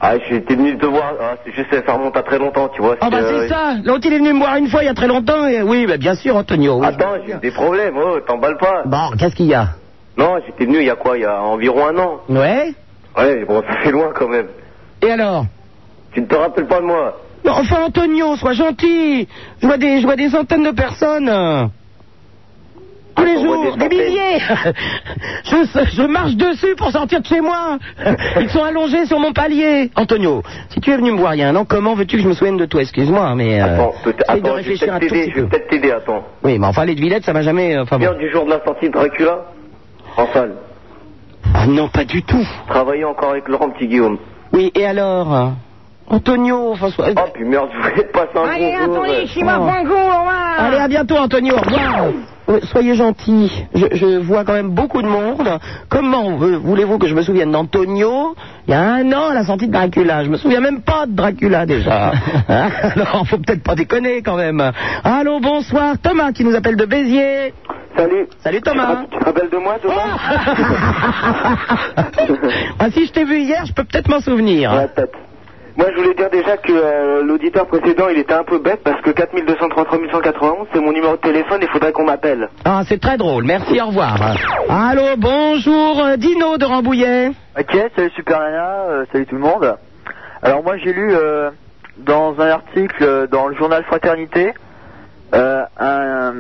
Ah, j'étais venu te voir, ah, c'est juste ça remonte à très longtemps, tu vois.
Ah bah
euh,
c'est ça L'autre, il est venu me voir une fois, il y a très longtemps. Et... Oui, bah, bien sûr, Antonio. oui.
Attends, j'ai eu des problèmes, oh, t'emballes pas.
Bon, qu'est-ce qu'il y a
Non, j'étais venu il y a quoi, il y a environ un an.
Ouais
Ouais, bon, ça fait loin quand même.
Et alors
Tu ne te rappelles pas de moi
Non, enfin, Antonio, sois gentil. Je vois des, je vois des centaines de personnes. euh, Tous les
Ah, On voit
jours,
des
des,
centaines.
milliers. je, je marche dessus pour sortir de chez moi. Ils sont allongés sur mon palier. Antonio, si tu es venu me voir il y a un an, comment veux-tu que je me souvienne de toi Excuse-moi, mais... euh,
Attends, peut
essaye de
attends, je
réfléchir
vais peut-être
un tout
t'aider,
petit
je vais
peu.
peut-être t'aider, attends.
Oui, mais enfin, les Villette, ça m'a jamais... euh, Enfin, bon.
Viens du jour de la sortie de Dracula En salle.
Ah non, pas du tout.
Travaillais encore avec Laurent Petit Guillaume.
Oui, et alors euh, Antonio, François...
Oh, puis merde, je voulais te passer un
Allez,
gros jour, ouais.
Anthony, suis-moi Franco, au revoir.
Oh. Allez, à bientôt, Antonio. Au revoir. Oui, Euh, Soyez gentil. Je, je vois quand même beaucoup de monde. Comment veut- voulez-vous que je me souvienne d'Antonio Il y a un an, à la sortie de Dracula. Je me souviens même pas de Dracula déjà. Hein Alors, faut peut-être pas déconner quand même. Allô, bonsoir. Thomas qui nous appelle de Béziers.
Salut.
Salut
Hein
Thomas.
Ah, Tu te rappelles de moi, Thomas
Ah, si je t'ai vu hier, je peux peut-être m'en souvenir.
Ouais, peut-être. Moi, je voulais dire déjà que euh, l'auditeur précédent, il était un peu bête parce que 4233 191, c'est mon numéro de téléphone, il faudrait qu'on m'appelle.
Ah, c'est très drôle. Merci, au revoir. Allô, bonjour. euh, Dino de Rambouillet.
Ok, salut Super Nana, euh, salut tout le monde. Alors moi j'ai lu euh, dans un article euh, dans le journal Fraternité euh, un,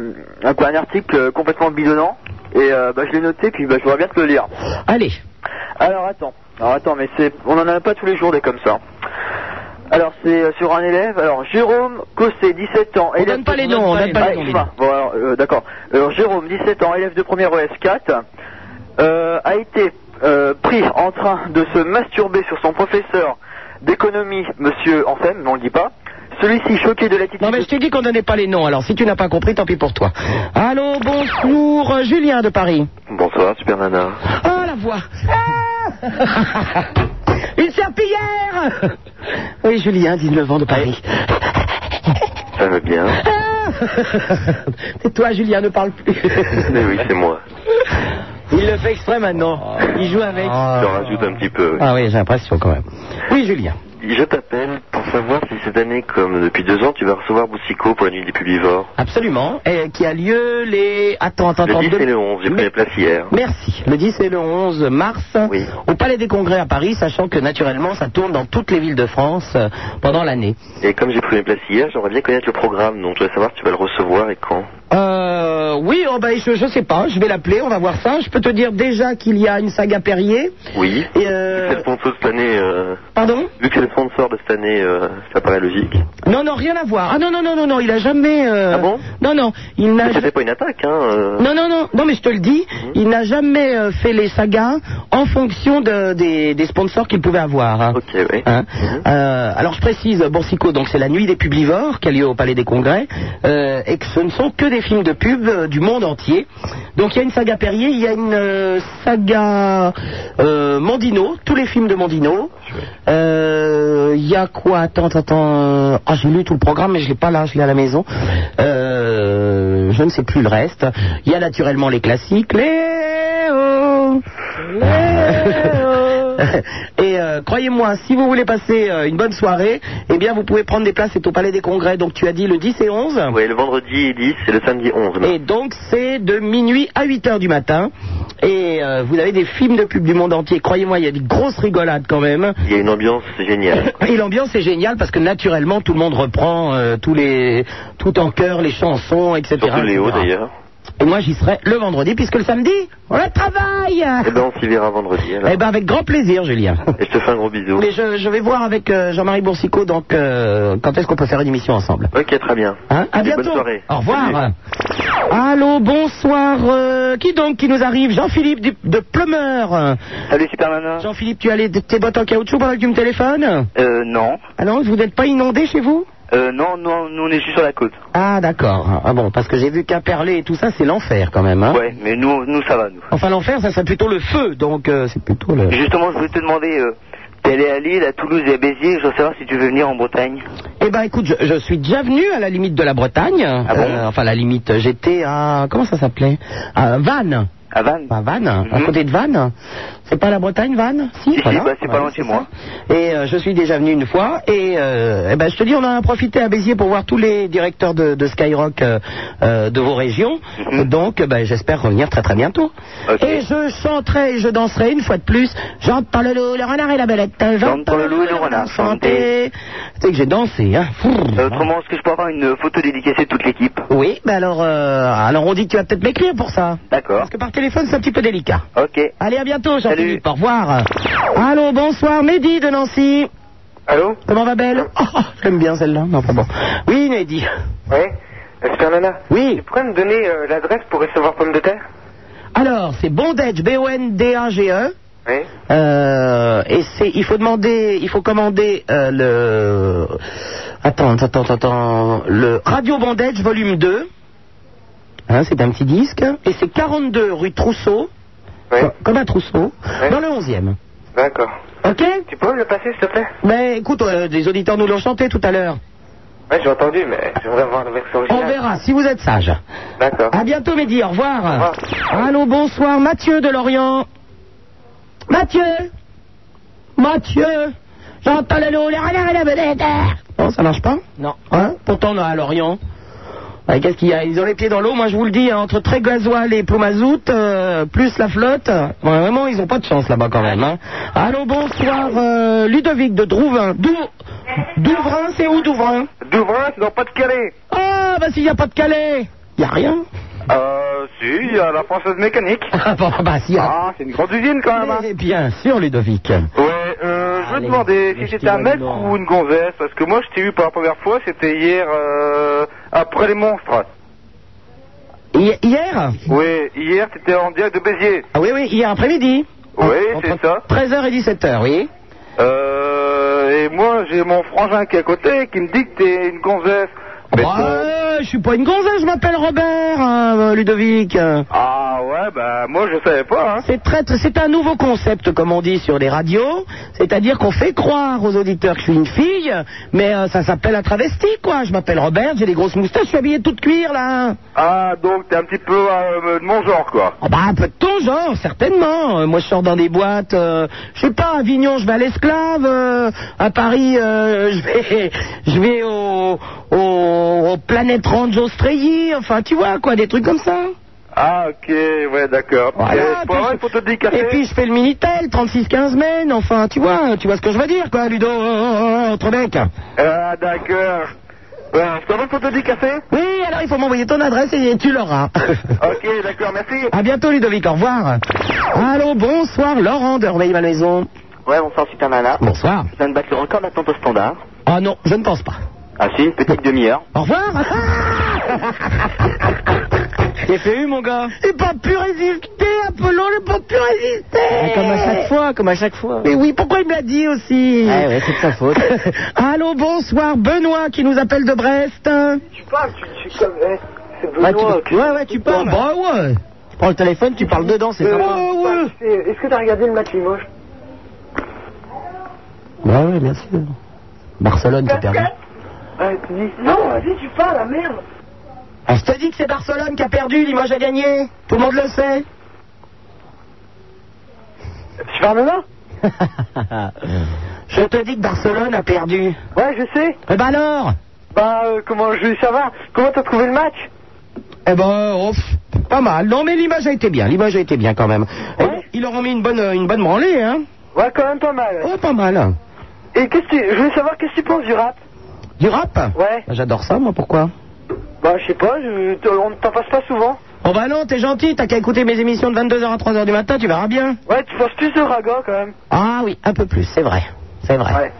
un quoi, un article euh, complètement bidonnant et euh, bah, je l'ai noté puis bah, je voudrais bien te le lire.
Allez.
Alors attends, alors attends mais c'est on en a pas tous les jours des comme ça. Alors c'est euh, sur un élève, alors Jérôme Cossé, 17 ans,
On donne pas les noms, on donne pas les
ah,
noms. Dino.
excuse-moi. Bon, alors, euh, d'accord. Alors, Jérôme, 17 ans, élève de première ES4, euh, a été euh, pris en train de se masturber sur son professeur d'économie, monsieur Ansem, mais on le dit pas,
Celui-ci choqué de l'attitude.
Non, mais je t'ai dit qu'on donnait pas les noms, alors si tu n'as pas compris, tant pis pour toi. Allô, bonjour, euh, Julien de Paris.
Bonsoir, Super Nana.
Oh, la voix Ah Une serpillière Oui, Julien, 19 ans de Paris.
Ça va bien
Tais-toi, Julien, ne parle plus.
Mais oui, c'est moi.
Il le fait exprès maintenant. Il joue avec.
Je rajoute un petit peu.
Ah oui, j'ai l'impression quand même. Oui, Julien.
Je t'appelle pour savoir si cette année, comme depuis deux ans, tu vas recevoir Boussico pour la nuit des publivores.
Absolument. Et qui a lieu les. Attends, attends,
Le
attends.
10
deux-
et le 11, j'ai pris les places hier.
Merci. Le 10 et le 11 mars au Palais des Congrès à Paris, sachant que naturellement ça tourne dans toutes les villes de France euh, pendant l'année.
Et comme j'ai pris mes places hier, j'aimerais bien connaître le programme, donc je voulais savoir si tu vas le recevoir et quand.
Euh, oui, oh ben, je, je sais pas, je vais l'appeler, on va voir ça. Je peux te dire déjà qu'il y a une saga Perrier.
Oui.
Et
Vu que c'est le sponsor de cette année. euh,
Pardon
Vu que c'est le sponsor de cette année, euh, ça paraît logique.
Non, non, rien à voir. Ah non, non, non, non, non, il a jamais. euh, Non, non, il n'a.
Mais C'était pas une attaque, hein. euh.
Non, non, non, non, mais je te le dis, il n'a jamais euh, fait les sagas en fonction de- des, des sponsors qu'il pouvait avoir. hein. Hein. Euh, alors je précise, Borsico, donc c'est la nuit des publivores qui a lieu au Palais des Congrès, euh, et que ce ne sont que des films de pub euh, du monde entier. Donc il y a une saga Perrier, il y a une euh, saga euh, Mandino, tous les films de Mandino. Euh, Il y a quoi Attends, attends, attends. euh, Ah, j'ai lu tout le programme, mais je l'ai pas là, je l'ai à la maison. Euh, je ne sais plus le reste. Il y a naturellement les euh, classiques, Léo. Et euh, croyez-moi, si vous voulez passer euh, une bonne soirée, eh bien vous pouvez prendre des places, c'est au Palais des Congrès. Donc tu as dit le 10 et 11
Ouais, le vendredi 10 et le samedi 11.
et donc c'est de minuit à 8 heures du matin. Et euh, vous avez des films de pub du monde entier. Croyez-moi, il y a des grosses rigolades quand même.
Il y a une ambiance géniale.
Et l'ambiance est géniale parce que naturellement tout le monde reprend euh, tous les tout en chœur les chansons, etc.
Surtout Léo
etc.
d'ailleurs.
Et moi j'y serai le vendredi puisque le samedi on le travaille.
Eh ben on s'y verra vendredi. alors.
Eh ben avec grand plaisir Julien.
Et je te fais un gros bisou.
Mais je, je vais voir avec euh, Jean-Marie Boursicot donc euh, quand est-ce qu'on peut faire une émission ensemble.
Ok, très bien.
Hein à
Et
bientôt.
Bonne soirée.
Au revoir. Allô, bonsoir. euh, qui donc qui nous arrive Jean-Philippe du- de Plumeur.
Salut Superman.
Jean-Philippe, tu as les, tes bottes en caoutchouc pendant que tu me téléphones
Euh, non.
Ah non, vous n'êtes pas inondé chez vous
Euh, non, non, nous on est juste sur la côte.
Ah d'accord. Ah bon, parce que j'ai vu qu'un perlé et tout ça, c'est l'enfer quand même. Hein
Ouais, mais nous, nous ça va, nous.
Enfin l'enfer, ça serait plutôt le feu, donc euh, c'est plutôt le...
Justement, je voulais te demander, euh, t'es allé à Lille, à Toulouse et à Béziers, je veux savoir si tu veux venir en Bretagne.
Eh ben écoute, je, je suis déjà venu à la limite de la Bretagne. Euh, enfin la limite, j'étais à comment ça s'appelait À Vannes.
À Vannes.
Ah,
À Vannes, hein. à côté de Vannes. C'est pas la Bretagne, Vannes Si.
Mhm. Si,
voilà.
bah, c'est pas
Voilà,
loin de chez
ça.
moi.
Et euh, je suis déjà venu une fois. Et euh, eh ben je te dis, on en a profité à Béziers pour voir tous les directeurs de, de Skyrock euh, euh, de vos régions.
Mhm.
Donc euh, ben, j'espère revenir très très bientôt. Et je chanterai et je danserai une fois de plus. J'entends le loup, le renard et la belette. J'entends le loup et le renard chanter. C'est que j'ai dansé, hein. Fou.
Euh, autrement, est-ce que je peux avoir une photo dédicacée de toute l'équipe
Oui, ben alors, euh, alors on dit que tu vas peut-être m'écrire pour ça.
D'accord.
Parce que par téléphone, c'est un petit peu délicat.
Ok.
Allez, à bientôt, Jean-Philippe. Au revoir. Allô, bonsoir, Mehdi de Nancy.
Allô
Comment va Belle Oh, oh, j'aime bien celle-là. Non, pas bon. Oui, Mehdi.
Ouais. Euh, Super Nana
Oui.
Tu pourrais me donner euh, l'adresse pour recevoir Pomme de Terre
Alors, c'est Bondage, B-O-N-D-A-G-E.
Oui.
E. Euh, et c'est, il faut demander, il faut commander euh, le. Attends, attends, attends, le Radio Bondage Volume 2. Hein, c'est un petit disque. Et c'est 42 rue Trousseau. Co- Comme un trousseau. Dans le 11e.
D'accord.
Ok
Tu peux me le passer, s'il te plaît
Mais écoute, euh, des auditeurs nous l'ont chanté tout à l'heure.
Ouais, j'ai entendu, mais j'aimerais voir la version
On
originale.
verra si vous êtes sage.
D'accord.
À bientôt, Mehdi. Au revoir. Allô, bonsoir. Mathieu de Lorient. Mathieu Mathieu J'entends le loup, le renard et la vedette. Non, ça marche pas Non. Hein Pourtant, on est à Lorient. Ouais, Qu'est-ce qu'il y a Ils ont les pieds dans l'eau, moi je vous le dis, hein, entre Trégasoil et Plomazout, euh, plus la flotte. ouais, vraiment, ils n'ont pas de chance là-bas quand même. Hein. Allô, bonsoir, euh, Ludovic de Drouvin. Dou- Douvrin, c'est où Douvrin
Douvrin, c'est dans Pas-de-Calais.
Ah, bah s'il n'y a pas de Calais, il n'y a rien.
Euh, si, il y a la française mécanique.
Ah, bon, bah si.
Ah, c'est une grande usine quand même. hein.
Eh bien sûr, Ludovic.
Ouais, euh, je me demandais si c'était un mec ou une gonzesse, parce que moi je t'ai eu pour la première fois, c'était hier, euh, après les monstres.
Hi- Hier
Oui, hier t'étais en direct de Béziers.
Ah oui, oui, hier après-midi.
Oui, c'est ça.
13h et 17h, oui.
Euh, et
Et moi, j'ai mon frangin qui est à côté qui me dit que t'es une gonzesse. Mais
Euh, je suis pas une gonzesse, je m'appelle Robert, euh, Ludovic.
Ah ouais, bah moi je savais pas. Hein.
C'est très, très- c'est un nouveau concept, comme on dit sur les radios. C'est-à-dire qu'on fait croire aux auditeurs que je suis une fille, mais euh, ça s'appelle un travesti, quoi. Je m'appelle Robert, j'ai des grosses moustaches, je suis habillé toute cuir, là.
Ah, donc t'es un petit peu euh, de mon genre, quoi.
Ah bah, un peu de ton genre, certainement. Euh, moi, je sors dans des boîtes, euh, je sais pas, à Avignon, je vais à l'esclave. euh, à Paris, euh, je vais, je vais au, au, au Planète Range Australie. Enfin, tu vois, quoi, des trucs comme ça.
Ah, ok, ouais, d'accord.
Voilà,
Et, bah, ouais, faut te décasser.
Ah, Et puis je fais le Minitel, 36-15 mènes, enfin tu vois, hein, tu vois ce que je veux dire quoi, Ludo, entre mec.
Ah, d'accord. Ouais, je t'envoie une photo décafé
Oui, alors il faut m'envoyer ton adresse et tu l'auras.
Ok, d'accord, merci.
à bientôt Ludovic, au revoir. Allô, bonsoir Laurent de Reveille Malmaison.
Ouais, bonsoir Super Nana.
Bonsoir.
Je viens de battre le record d'attente au standard.
Ah non, je ne pense pas.
Ah si, une petite demi-heure.
Au revoir. T'es fait eu mon gars J'ai pas pu résister, Apollon, j'ai pas pu résister Ah, Comme à chaque fois, comme à chaque fois. Eh Mais oui, pourquoi il me l'a dit aussi
Ouais, ouais, c'est de sa faute.
Allô, bonsoir, Benoît qui nous appelle de Brest.
Tu parles, tu, tu comme. eh, C'est
Ouais, tu,
Benoît. tu-
ouais, ouais, tu parles. Bah ouais. Tu prends le téléphone, tu parles dedans, c'est
Euh,
sympa.
bah, c'est- Est-ce que t'as regardé le match Limoges
Bah ouais, bien sûr. Barcelone qui a perdu.
Ouais, tu Euh, dis. Non, vas-y, tu parles, la merde.
Ah, je te dis que c'est Barcelone qui a perdu, Limoges a gagné. Tout le monde le sait.
Super Nana
Je te dis que Barcelone a perdu.
Ouais, je sais.
Eh ben alors
Bah, euh, comment je ça va Comment t'as trouvé le match
Eh ben, oh, pff, pas mal. Non, mais l'image a été bien. L'image a été bien quand même. Eh, Ils leur ont mis une bonne, euh, une bonne branlée, hein.
Ouais, quand même pas mal.
Oh, pas mal.
Et qu'est-ce que tu- je voulais savoir qu'est-ce que tu penses du rap
Du rap
Ouais.
J'adore ça, moi, pourquoi
Bah, je sais pas, je- t- on t'en passe pas souvent.
Oh bah non, t'es gentil, t'as qu'à écouter mes émissions de 22h à 3h du matin, tu verras bien.
Ouais, tu penses plus de Raga quand même.
Ah oui, un peu plus, c'est vrai. C'est vrai.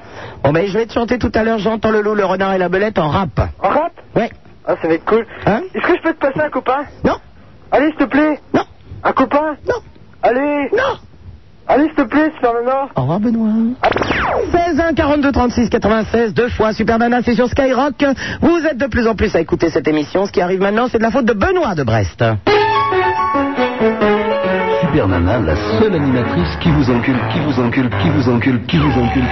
Bon, ben je vais te chanter tout à l'heure J'entends le loup, le renard et la belette en rap.
En rap
Ouais.
Ah, ça va être cool.
Hein
Est-ce que je peux te passer un copain
Non.
Allez, s'il te plaît.
Non.
Un copain
Non.
Allez.
Non.
Allez, s'il te plaît, Super Nana.
Au revoir, Benoît. 16 1 42 36 96 deux fois Super Nana c'est sur Skyrock. Vous êtes de plus en plus à écouter cette émission. Ce qui arrive maintenant c'est de la faute de Benoît de Brest.
Super Nana, la seule animatrice qui vous encule, qui vous encule, qui vous encule, qui vous encule.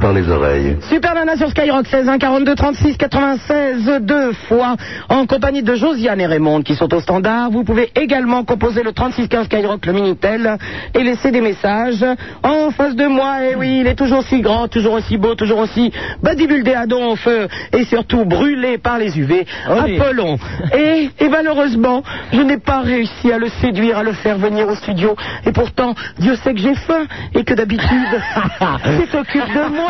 Par les oreilles.
Super Nana sur Skyrock 16 1 42 36 96 deux fois en compagnie de Josiane et Raymond qui sont au standard. Vous pouvez également composer le 36 15 Skyrock le minitel et laisser des messages en face de moi. Et oui, il est toujours aussi grand, toujours aussi beau, toujours aussi bodybuildé à don au feu et surtout brûlé par les UV. Apollon. Et, et malheureusement, je n'ai pas réussi à le séduire, à le faire venir au studio. Et pourtant, Dieu sait que j'ai faim et que d'habitude, tu t'occupes de moi.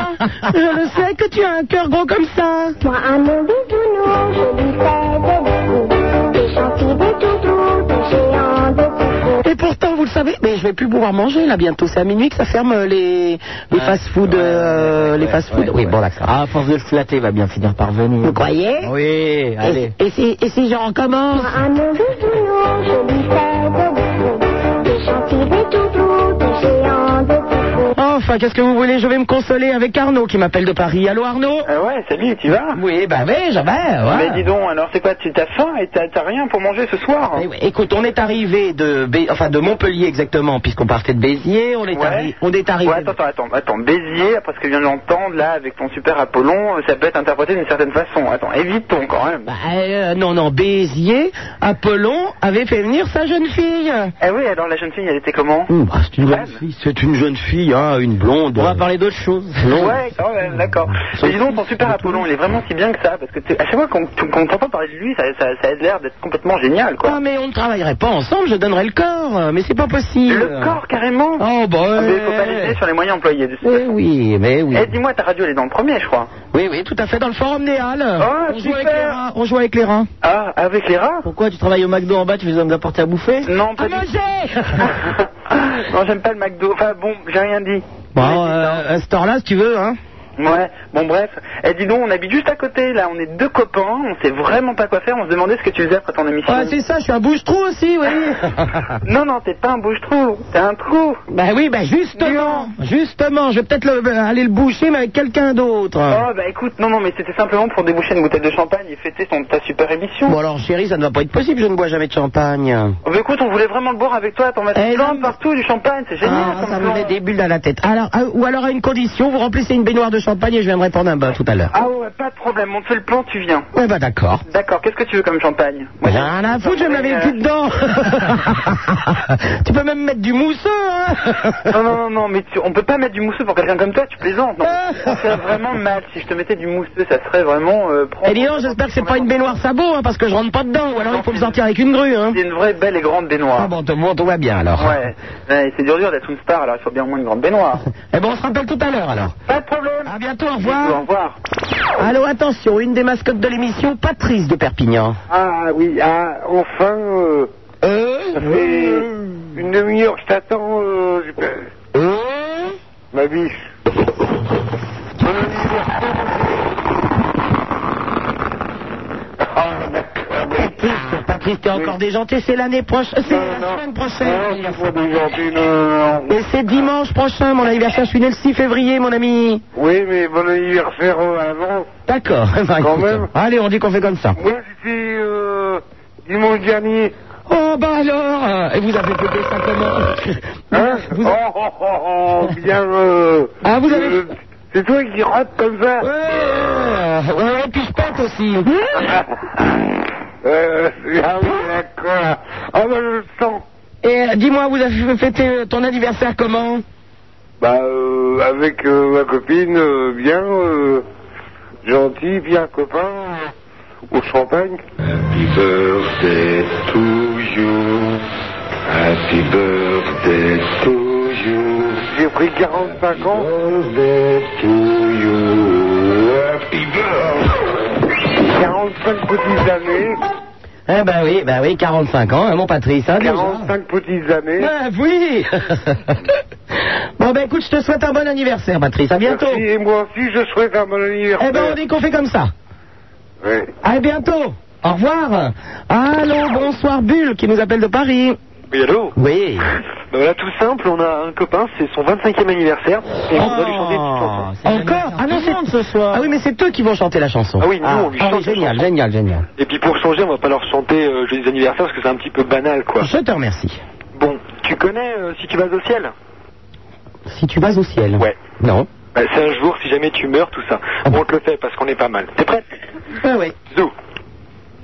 Je le sais que tu as un cœur gros comme ça.
Moi, à mon bisounours, je lui fais des bisous. Des gentils, des toutous, des géants, des coucous.
Et pourtant, vous le savez, mais je vais plus pouvoir manger là bientôt. C'est à minuit que ça ferme euh, les, les fast-food. euh, les fast-food. oui, bon, d'accord.
Ah, à force de le flatter, il va bien finir par venir.
Vous croyez Oui, allez. Et, si, et si je recommence
Moi, à mon bisounours, je lui fais des bisous. Des gentils, des toutous, des géants, des coucous.
Enfin, qu'est-ce que vous voulez Je vais me consoler avec Arnaud qui m'appelle de Paris. Allô, Arnaud
Ah ouais, salut, tu vas
Oui, bah oui, jamais.
Ah.
Mais dis donc, alors c'est quoi Tu t'as faim et t'as t'as rien pour manger ce soir
Eh ouais, Écoute, on est arrivé de, Bé- enfin, de Montpellier exactement, puisqu'on partait de Béziers, on est, arri- on est arrivé.
Ouais, attends, attends, attends, attends. Béziers, après ce que je viens d'entendre, là, avec ton super Apollon, euh, ça peut être interprété d'une certaine façon. Attends, évitons quand même.
Bah, euh, non, non, Béziers, Apollon avait fait venir sa jeune fille.
Eh oui, alors la jeune fille, elle était comment
bah, c'est une jeune fille, c'est une jeune fille, hein, une blonde.
On va parler d'autre chose.
Ouais, quand même, d'accord. Mais dis donc, ton super Apollon, il est vraiment si bien que ça, parce que tu- à chaque fois qu'on qu'on t'entend parler de lui, ça, ça, ça a l'air d'être complètement génial, quoi.
Ah, mais on ne travaillerait pas ensemble, je donnerais le corps, euh, mais c'est pas possible.
Le corps, carrément
Oh, bah.
Ah, Mais faut pas
ouais.
laisser sur les moyens employés. de toute
Eh
façon.
oui, mais oui.
Eh, dis-moi, ta radio, elle est dans le premier, je crois.
Oui, oui, tout à fait, dans le forum Néal.
Oh,
on, joue avec les
super.
rats, on joue avec les rats.
Ah, avec les rats
Pourquoi tu travailles au McDo en bas, tu fais hommes d'apporter à bouffer
Non, pas
À
du
manger
non, j'aime pas le McDo. Enfin bon, j'ai rien dit.
Bon, euh, à ce temps-là, si tu veux, hein.
Ouais, bon bref. Eh dis donc, on habite juste à côté, là, on est deux copains, on sait vraiment pas quoi faire, on se demandait ce que tu faisais après ton émission.
Ah, c'est ça, je suis un bouche-trou aussi, oui.
non, non, t'es pas un bouche-trou, t'es un trou.
Bah oui, bah justement, justement, je vais peut-être le- euh, aller le boucher, mais avec quelqu'un d'autre.
Oh bah écoute, non, non, mais c'était simplement pour déboucher une bouteille de champagne et fêter ton, ta super émission.
Bon alors chérie, ça ne va pas être possible, je ne bois jamais de champagne.
Oh, bah écoute, on voulait vraiment le boire avec toi, t'en mets plein partout du champagne, c'est génial.
Eh Ah,
comme
ça me
plan.
met des bulles dans la tête. Alors, euh, ou alors à une condition, vous remplissez une baignoire de champagne et je viendrai prendre un bain tout à l'heure.
Ah ouais, pas de problème, on te fait le plan, tu viens.
Ouais, bah d'accord.
D'accord, qu'est-ce que tu veux comme champagne
Bah, j'ai rien à foutre, je vais me laver les pieds dedans.
euh.
tu peux même mettre du mousseux, hein.
Non, non, non, non, mais tu- on peut pas mettre du mousseux pour quelqu'un comme toi, tu plaisantes. Non, ça serait vraiment mal. Si je te mettais du mousseux, ça serait vraiment. euh, prendre-
Eh dis donc, j'espère que c'est pas une baignoire sabot, hein, parce que je rentre pas dedans, ou alors il faut me sortir avec une grue, hein.
C'est une vraie belle et grande baignoire.
Ah bon, tout bon, tout va bien alors.
Ouais, Ouais, c'est dur dur d'être une star, alors il faut bien au moins une grande baignoire.
Eh bon, on se rappelle tout à l'heure alors.
Pas de problème.
À bientôt, au revoir.
Au revoir.
Allô, attention, une des mascottes de l'émission, Patrice de Perpignan.
Ah oui, ah, enfin, euh, ça fait une demi-heure que je t'attends, euh, j'ai pas- ma biche. Bon anniversaire. Ah, d'accord, mais-
Ah, Patrice, t'es encore déjanté, c'est l'année prochaine, c'est la
non.
semaine prochaine.
Ah, c'est euh, pas déjanté, non, non, non.
Mais c'est dimanche prochain, mon anniversaire, je suis né le 6 février, mon ami.
Oui, mais bon anniversaire euh, avant.
D'accord. Bah,
Quand
écoute,
même.
Allez, on dit qu'on fait comme ça.
Moi, c'était euh, dimanche dernier.
Oh, bah alors euh, Et vous avez fêté ça comment
Hein oh, oh, oh, oh, bien. euh,
Ah, vous avez-
euh, C'est toi qui rappe comme ça
Euh, Ouais, et puis je pète aussi.
Euh, ah oui, d'accord. Ah, bah, je le sens.
Et euh, dis-moi, vous avez fêté euh, ton anniversaire comment
Bah, euh, avec euh, ma copine, euh, bien euh, gentil, bien copain, euh, au champagne. Happy birthday to you. Happy birthday to you. J'ai pris 45 ans. birthday to you. Happy birthday. 45 petites années.
Eh ben oui, ben oui, 45 ans, hein, mon Patrice, hein, déjà.
45 petites années.
Ah, oui Bon, ben écoute, je te souhaite un bon anniversaire, Patrice, à bientôt.
Merci, et moi aussi, je souhaite un bon anniversaire.
Eh ben, on dit qu'on fait comme ça.
Ouais.
À bientôt. Au revoir. Allô, bonsoir, Bulle, qui nous appelle de Paris.
Oui, allô
Oui.
Ben voilà, tout simple, on a un copain, c'est son 25e anniversaire,
Oh.
et on doit lui chanter une petite chanson.
Encore Ah non, c'est ce soir. Ah oui, mais c'est eux qui vont chanter la chanson.
Ah oui, nous, on lui
ah oui,
chante la
génial,
chanson.
génial, génial.
Et puis pour changer, on va pas leur chanter euh, Joyeux anniversaire parce que c'est un petit peu banal, quoi.
Je te remercie.
Bon, tu connais euh, Si tu vas au ciel
Si tu vas au ciel. Ouais. Non.
Ben, C'est un jour, si jamais tu meurs, tout ça. On te le fait parce qu'on est pas mal. T'es prêt
Ah oui.
Zou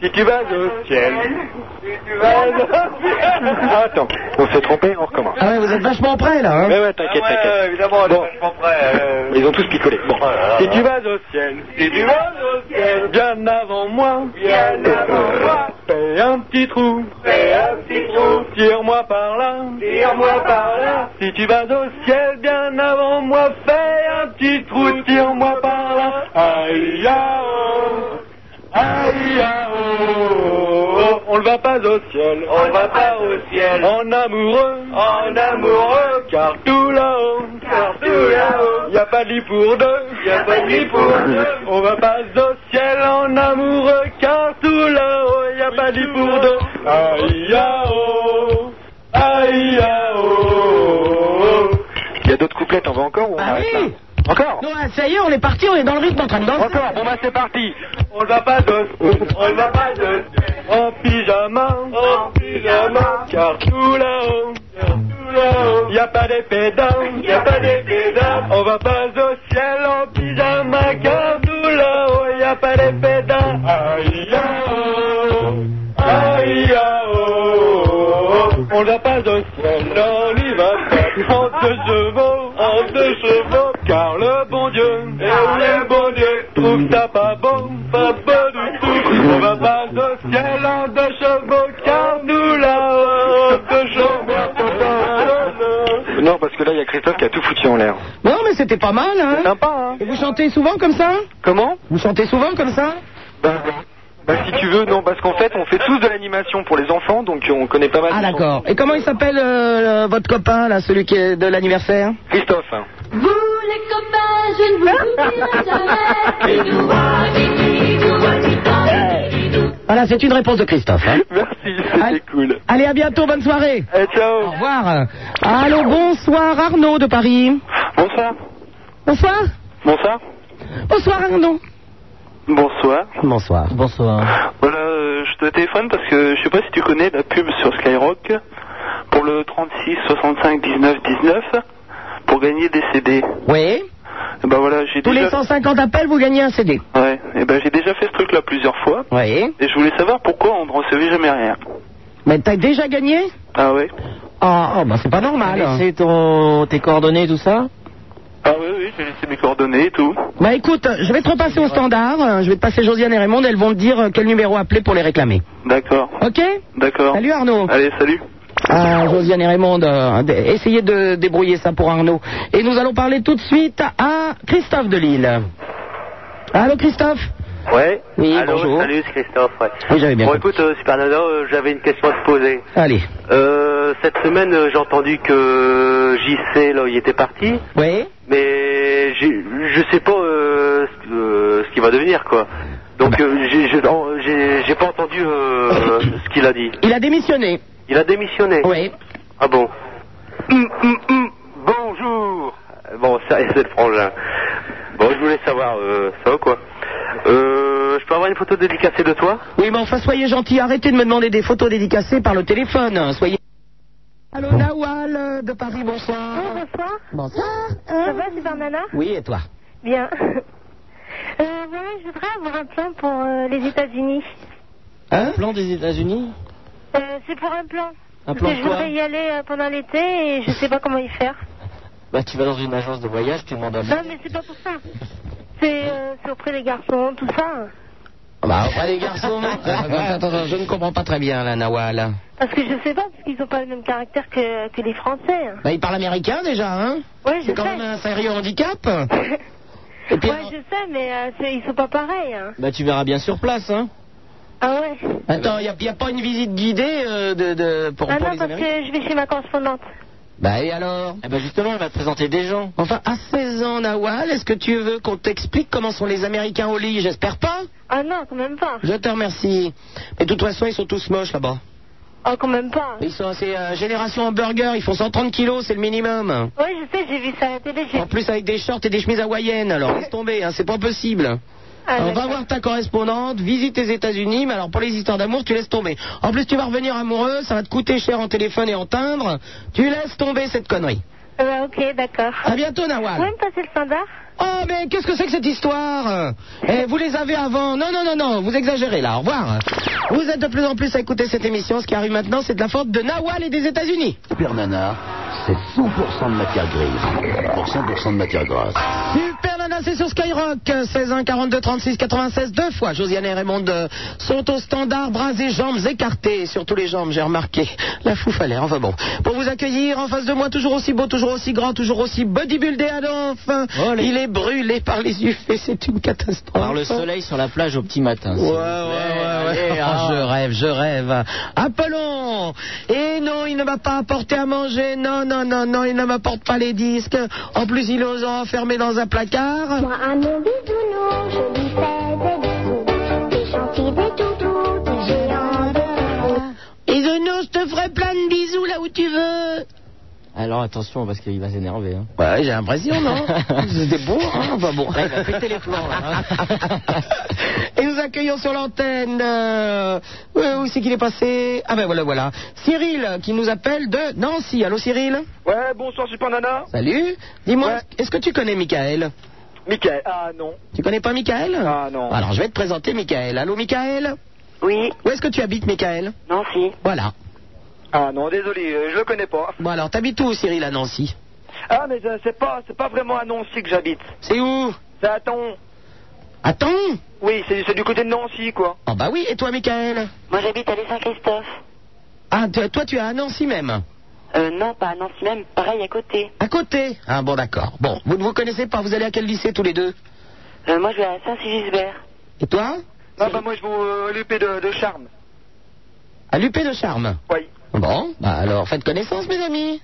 Si tu vas au ciel. Ah, Attends, on s'est trompé, on recommence.
Ah ouais, vous êtes vachement prêts, là, hein
Ouais, ouais, t'inquiète, t'inquiète. évidemment, on est vachement prêts. Ils ont tous picolé. Bon, si tu vas au ciel, si tu vas au ciel, bien avant moi, bien avant moi, fais un petit trou, fais un petit trou, tire-moi par là, tire-moi par là. Si tu vas au ciel, bien avant moi, fais un petit trou, tire-moi par là. Aïe, yao. Aïe, yao. On ne va pas au ciel, on ne va pas au ciel, en amoureux, en amoureux, car tout là-haut, car tout là-haut, y a pas de lit pour deux, y a pas de lit pour deux, on va pas au ciel en amoureux, car tout là-haut, y a pas de lit pour deux, aïe, yao. Aïe, yao. Il y a d'autres couplets, t'en veux encore
Ah
ou on arrête là Encore
Bah Non, ah, ça y est, on est parti, on est dans le rythme en train de danser.
encore, bon bah c'est parti. On ne va pas de, on ne va pas de, en pyjama, en pyjama, car tout là-haut, car tout là-haut, y a pas des pédales, y a pas des pédales. On va pas au ciel en pyjama, car tout là-haut, y a pas des pédales. Aïe, yao, aïe, yao. On ne va pas au ciel, on n'y va pas, en deux chevaux, en deux chevaux, car le bon Dieu, car le bon Dieu, trouve ça pas bon, pas bon du tout. On va pas au ciel en deux chevaux, car nous là, en deux chevaux. Euh, Non, parce que là, il y a Christophe qui a tout foutu en l'air.
Non, mais c'était pas mal, hein
Sympa, hein
Et vous chantez souvent comme ça
Comment
Vous chantez souvent comme ça
bah, bah, si tu veux, non, parce qu'en fait, on fait tous de l'animation pour les enfants, donc euh, on connaît pas mal.
Ah
de chansons.
euh,
d'accord. Et comment il s'appelle euh, le- votre copain là, celui qui est de l'anniversaire
Christophe. hein.
Vous
les copains, je ne vous oublierai jamais. Didouba, dididouba, dididouba.
Voilà, c'est une réponse de Christophe. hein.
Merci, c'était cool.
Allez, à bientôt, bonne soirée.
Eh,
ciao.
Au revoir. Allô, bonsoir Arnaud de Paris.
Bonsoir.
Bonsoir.
Bonsoir.
Bonsoir Arnaud.
Bonsoir.
Bonsoir. Bonsoir.
Voilà, euh, je te téléphone parce que je sais pas si tu connais la pub sur Skyrock pour le 36 65 19 19 pour gagner des CD.
Oui.
Et ben voilà, j'ai
Tous
déjà...
les 150 appels, vous gagnez un CD.
Ouais, et ben j'ai déjà fait ce truc là plusieurs fois.
Oui.
Et je voulais savoir pourquoi on ne recevait jamais rien.
Mais t'as déjà gagné
Ah ouais.
Ah, oh, bah c'est pas normal.
C'est ton... tes coordonnées, tout ça
Ah oui, oui, j'ai laissé mes coordonnées et tout.
Bah écoute, je vais te repasser au standard, euh, je vais te passer Josiane et Raymond, elles vont te dire euh, quel numéro appeler pour les réclamer.
D'accord.
Ok
D'accord.
Salut Arnaud.
Allez, salut.
Ah, Josiane et Raymond, euh, d- essayez de débrouiller ça pour Arnaud. Et nous allons parler tout de suite à Christophe de Lille. Allô Christophe
Ouais.
Oui,
Allô,
bonjour.
Salut, c'est Christophe. Ouais.
Oui, j'avais bien
Bon,
compris.
écoute, euh, Super Nana, euh, j'avais une question à te poser.
Allez.
Euh, cette semaine, euh, j'ai entendu que JC, là, il était parti.
Oui.
Mais j'ai- je sais pas euh, ce- euh, ce qu'il va devenir, quoi.
Ah bah.
Donc, euh, j'ai- j'ai en- j'ai j'ai pas entendu euh, euh, ce qu'il a dit.
Il a démissionné.
Il a démissionné.
Oui.
Ah bon. Hum, hum, hum. Bonjour. Euh, Bon, ça, c'est le frangin. Bon, je voulais savoir, euh, ça va quoi euh, Je peux avoir une photo dédicacée de toi
Oui, mais enfin soyez gentil, arrêtez de me demander des photos dédicacées par le téléphone. Soyez. Allô Nawal euh, de Paris, bonsoir.
Bonsoir. euh.
Bonsoir.
Ça va, Super Nana
Oui, et toi
Bien. Euh, voilà, je voudrais avoir un plan pour euh, les États-Unis.
Hein
Un plan des États-Unis
Euh, c'est pour un plan.
Un
Parce
plan
que je
quoi
voudrais y aller euh, pendant l'été et je sais pas comment y faire.
Bah, tu vas dans une agence de voyage, tu demandes un
Non, mais c'est pas pour ça. C'est euh, c'est auprès des garçons, tout ça.
Bah, ouais, les garçons. attends, attends, je ne comprends pas très bien, là, Nawal.
Parce que je sais pas, parce qu'ils ont pas le même caractère que, que les Français. hein.
Bah, il parle américain déjà, hein
Ouais, je
C'est quand
sais.
même un sérieux handicap. Et puis,
ouais, je sais, mais euh, c'est- ils sont pas pareils. hein.
Bah, tu verras bien sur place, hein.
Ah ouais
attends, il n'y a, pas une visite guidée euh, de, de- pour,
Ah
pour
non,
les
parce que
Américains
je vais chez ma correspondante.
Bah, et alors
Eh ben justement, elle va te présenter des gens.
Enfin, à 16 ans, Nawal, est-ce que tu veux qu'on t'explique comment sont les Américains au lit J'espère pas.
Ah non, quand même pas.
Je te remercie. Mais de toute façon, ils sont tous moches là-bas.
Ah, quand même pas.
Ils sont, c'est euh, génération hamburger, ils font 130 kilos, c'est le minimum.
Ouais, je sais, j'ai vu ça à la télé. j'ai-
En plus, avec des shorts et des chemises hawaïennes, alors laisse tomber, hein, c'est pas possible.
Ah,
on va
d'accord.
voir ta correspondante, visite les États-Unis, mais alors pour les histoires d'amour, tu laisses tomber. En plus, tu vas revenir amoureux, ça va te coûter cher en téléphone et en timbre. Tu laisses tomber cette connerie.
Ah bah, ok, d'accord.
À bientôt,
Vous
Nawal.
pouvez me passer le standard
Oh, mais qu'est-ce que c'est que cette histoire Eh, Vous les avez avant. Non, non, non, non, vous exagérez là, au revoir. Vous êtes de plus en plus à écouter cette émission. Ce qui arrive maintenant, c'est de la faute de Nawal et des États-Unis.
Super Nana, c'est 100% de matière grise pour 100% de matière grasse.
Super Nana, c'est sur Skyrock. 16 1 42 36 96 deux fois. Josiane et Raymond euh, sont au standard, bras et jambes écartés. Surtout les jambes, j'ai remarqué. La fouf à l'air. Enfin bon. Pour vous accueillir en face de moi, toujours aussi beau, toujours aussi grand, toujours aussi bodybuildé. Alors enfin, il est brûlé par les UV. C'est une catastrophe.
Par le soleil sur la plage au petit matin.
Ouais, ouais, ouais, ouais.
Allez,
Oh,
ah.
je rêve, je rêve. Apollon Et non, il ne m'a pas apporté à manger. Non, non, non, non, il ne m'apporte pas les disques. En plus, il les a enfermés dans un placard.
Moi, à mon bisounours, je lui fais des bisous. Des gentils, des toutous, des géants de la
Et non, je te ferai plein de bisous là où tu veux.
Alors attention, parce qu'il va s'énerver. Hein.
Ouais, j'ai l'impression, non C'était beau, hein Enfin bon.
Là, il va péter les plans. Là, hein.
Et nous accueillons sur l'antenne. euh, euh, où c'est qu'il est passé Ah ben voilà, voilà. Cyril, qui nous appelle de Nancy. Allô, Cyril
Ouais, bonsoir Super Nana.
Salut. Dis-moi, est-ce que tu connais Michael
Michael. Ah non.
Tu connais pas Michael
Ah non.
Alors je vais te présenter Michael. Allô Michael
Oui.
Où est-ce que tu habites Michael
Nancy.
Voilà.
Ah non, désolé, euh, je le connais pas.
Bon alors t'habites où Cyril à Nancy
Ah mais euh, c'est pas c'est pas vraiment à Nancy que j'habite.
C'est où
C'est à Thon.
Attends
Oui, c'est c'est du côté de Nancy quoi.
Oh bah oui, et toi Michael
Moi, j'habite à l'île Saint-Christophe.
Ah t- toi tu es à Nancy même
Euh, non, pas à Nancy même, pareil à côté.
À côté Ah bon d'accord. Bon, vous ne vous connaissez pas, vous allez à quel lycée tous les deux
Euh, moi, je vais à Saint-Sigisbert.
Et toi
Ah bah moi je vais au l'UP de, de Charme.
À l'UP de Charme
Oui.
Bon, bah alors faites connaissance mes amis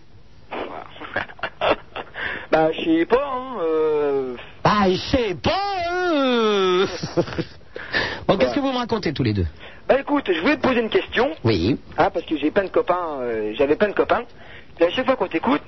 Bah, je sais pas, hein. euh,
Ah, je sais pas. euh. bon, qu'est-ce que vous me racontez tous les deux
Bah, écoute, je voulais te poser une question.
Oui.
Ah, parce que j'ai plein de copains, euh, j'avais plein de copains. Et à chaque fois qu'on t'écoute,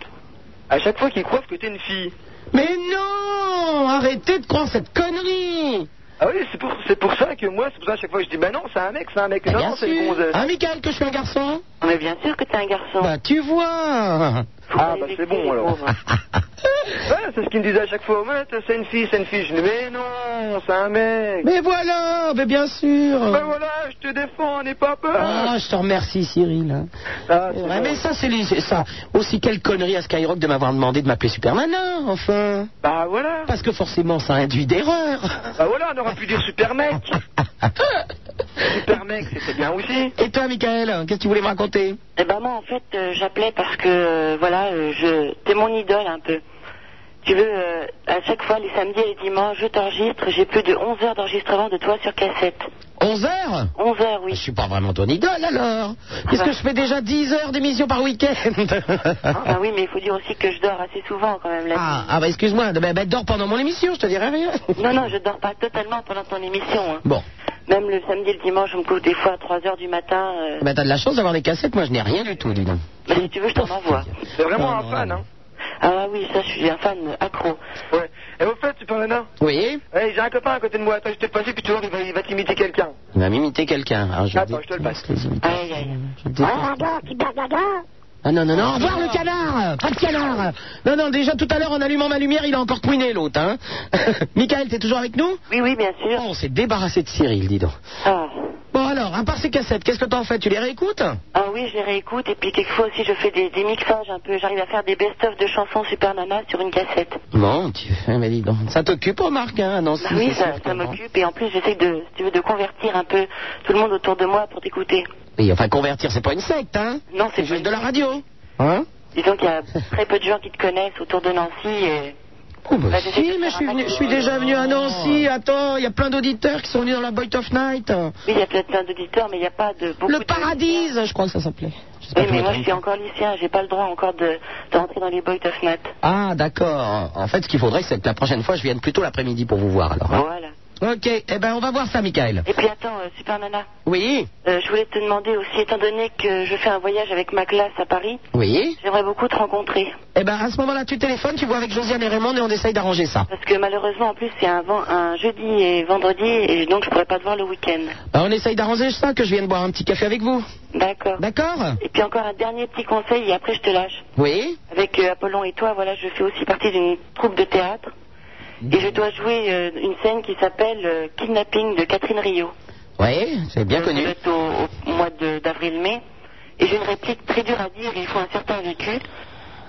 à chaque fois qu'ils croient que t'es une fille.
Mais non Arrêtez de croire cette connerie
Ah oui, c'est pour, c'est pour ça que moi, c'est pour ça à chaque fois que je dis, bah non, c'est un mec, c'est un mec,
Bah,
non,
bien
c'est une
sûr.
gonzesse.
Hein, Michael, que je suis un garçon
Mais bien sûr que t'es un garçon.
Bah, tu vois
Ah, bah c'est bon alors. Ouais, c'est ce qu'il me disait à chaque fois, mais c'est une fille, c'est une fille. Je dis, mais non, c'est un mec.
Mais voilà Mais bien sûr
Ben voilà, je te défends, n'aie pas peur. Ah,
Ah, je te remercie, Cyril.
Ah,
C'est vrai, mais ça, c'est les- c'est ça. Aussi, quelle connerie à Skyrock de m'avoir demandé de m'appeler Supermana, enfin.
Bah voilà.
Parce que forcément, ça induit d'erreur.
Bah voilà, on aurait pu dire super mec. super mec, c'était bien aussi.
Et toi, Michael, qu'est-ce que tu voulais me raconter
Eh ben moi en fait euh, j'appelais parce que euh, voilà euh, je t'es mon idole un peu. Tu veux euh, à chaque fois les samedis et les dimanches je t'enregistre, j'ai plus de 11 heures d'enregistrement de toi sur cassette.
11 heures Ah,
11 heures oui. bah.
Je suis pas vraiment ton idole, alors. Puisque je fais déjà 10 heures d'émission par week-end.
Ah oui mais il faut dire aussi que je dors assez souvent quand même là.
Ah, ah, bah, excuse-moi. Ben, ben, dors pendant mon émission, je te dirai rien.
Non non je dors pas totalement pendant ton émission. hein.
Bon.
Même le samedi et le dimanche je me couche des fois à 3 heures du matin. euh,
Ben, t'as de la chance d'avoir des cassettes. Moi, je n'ai rien du tout, dis donc.
bah, si tu veux je t'en envoie.
C'est vraiment un fan, hein.
Ah oui ça je suis un fan accro.
Ouais. Et au fait, super nana.
Oui
Ouais, j'ai un copain à côté de moi. Attends, je te le passe, puis tu vois, il va, il va t'imiter quelqu'un.
Il va m'imiter quelqu'un. Alors, je
Attends, je te le passe.
Aïe aïe.
bah, Ah non, non, non, au revoir le canard Pas de canard Non, non, déjà tout à l'heure en allumant ma lumière, il a encore couiné l'autre, hein Michael, t'es toujours avec nous Oh,
Oui, oui, bien sûr.
on s'est débarrassé de Cyril, dis donc.
Ah.
Bon alors, à part ces cassettes, qu'est-ce que t'en fais Tu les réécoutes
Ah oui, je les réécoute et puis quelquefois aussi je fais des, des mixages un peu. J'arrive à faire des best-of de chansons Super Nana sur une cassette.
Bon, tu fais, hein, mais dis donc. Ça t'occupe, Marc, hein Non,
Bah oui, ça, ça m'occupe et en plus j'essaie de, si tu veux, de convertir un peu tout le monde autour de moi pour t'écouter.
Oui, enfin, convertir, c'est pas une secte, hein
Non, c'est juste
de la radio. Hein
Disons qu'il y a très peu de gens qui te connaissent autour de Nancy et.
Oh, bah,
Bah, j'essaie
si,
de
mais
faire
je suis,
un
venu- je
maximum.
suis déjà venu à Nancy. Attends, il y a plein d'auditeurs qui sont venus dans la Boy of Night.
Oui, il y a peut-être plein d'auditeurs, mais il n'y a pas de beaucoup.
Le
de-
Paradise, je crois que ça s'appelait. Je sais pas
Oui, mais
comment
moi
on
je
dit.
suis encore lycéen, j'ai pas le droit encore de, de rentrer dans les boys of night.
Ah, d'accord. En fait, ce qu'il faudrait, c'est que la prochaine fois, je vienne plutôt l'après-midi pour vous voir, alors. hein.
Voilà.
Ok, eh ben, on va voir ça, Michael.
Et puis attends, euh, Super Nana.
Oui
Euh, je voulais te demander aussi, étant donné que je fais un voyage avec ma classe à Paris,
Oui
j'aimerais beaucoup te rencontrer.
Eh ben, à ce moment-là, tu téléphones, tu vois avec Josiane et Raymond et on essaye d'arranger ça.
Parce que malheureusement, en plus, c'est un, ven- un jeudi et vendredi, et donc je pourrais pas te voir le week-end.
Ben, on essaye d'arranger ça, que je vienne boire un petit café avec vous.
D'accord.
D'accord
Et puis encore un dernier petit conseil, et après je te lâche.
Oui
Avec euh, Apollon et toi, voilà, je fais aussi partie d'une troupe de théâtre. Et je dois jouer euh, une scène qui s'appelle euh, Kidnapping de Catherine Rio.
Oui, c'est bien
Euh,
connu.
ça doit être au, au mois de- d'avril-mai. Et j'ai une réplique très dure à dire, et il faut un certain vécu.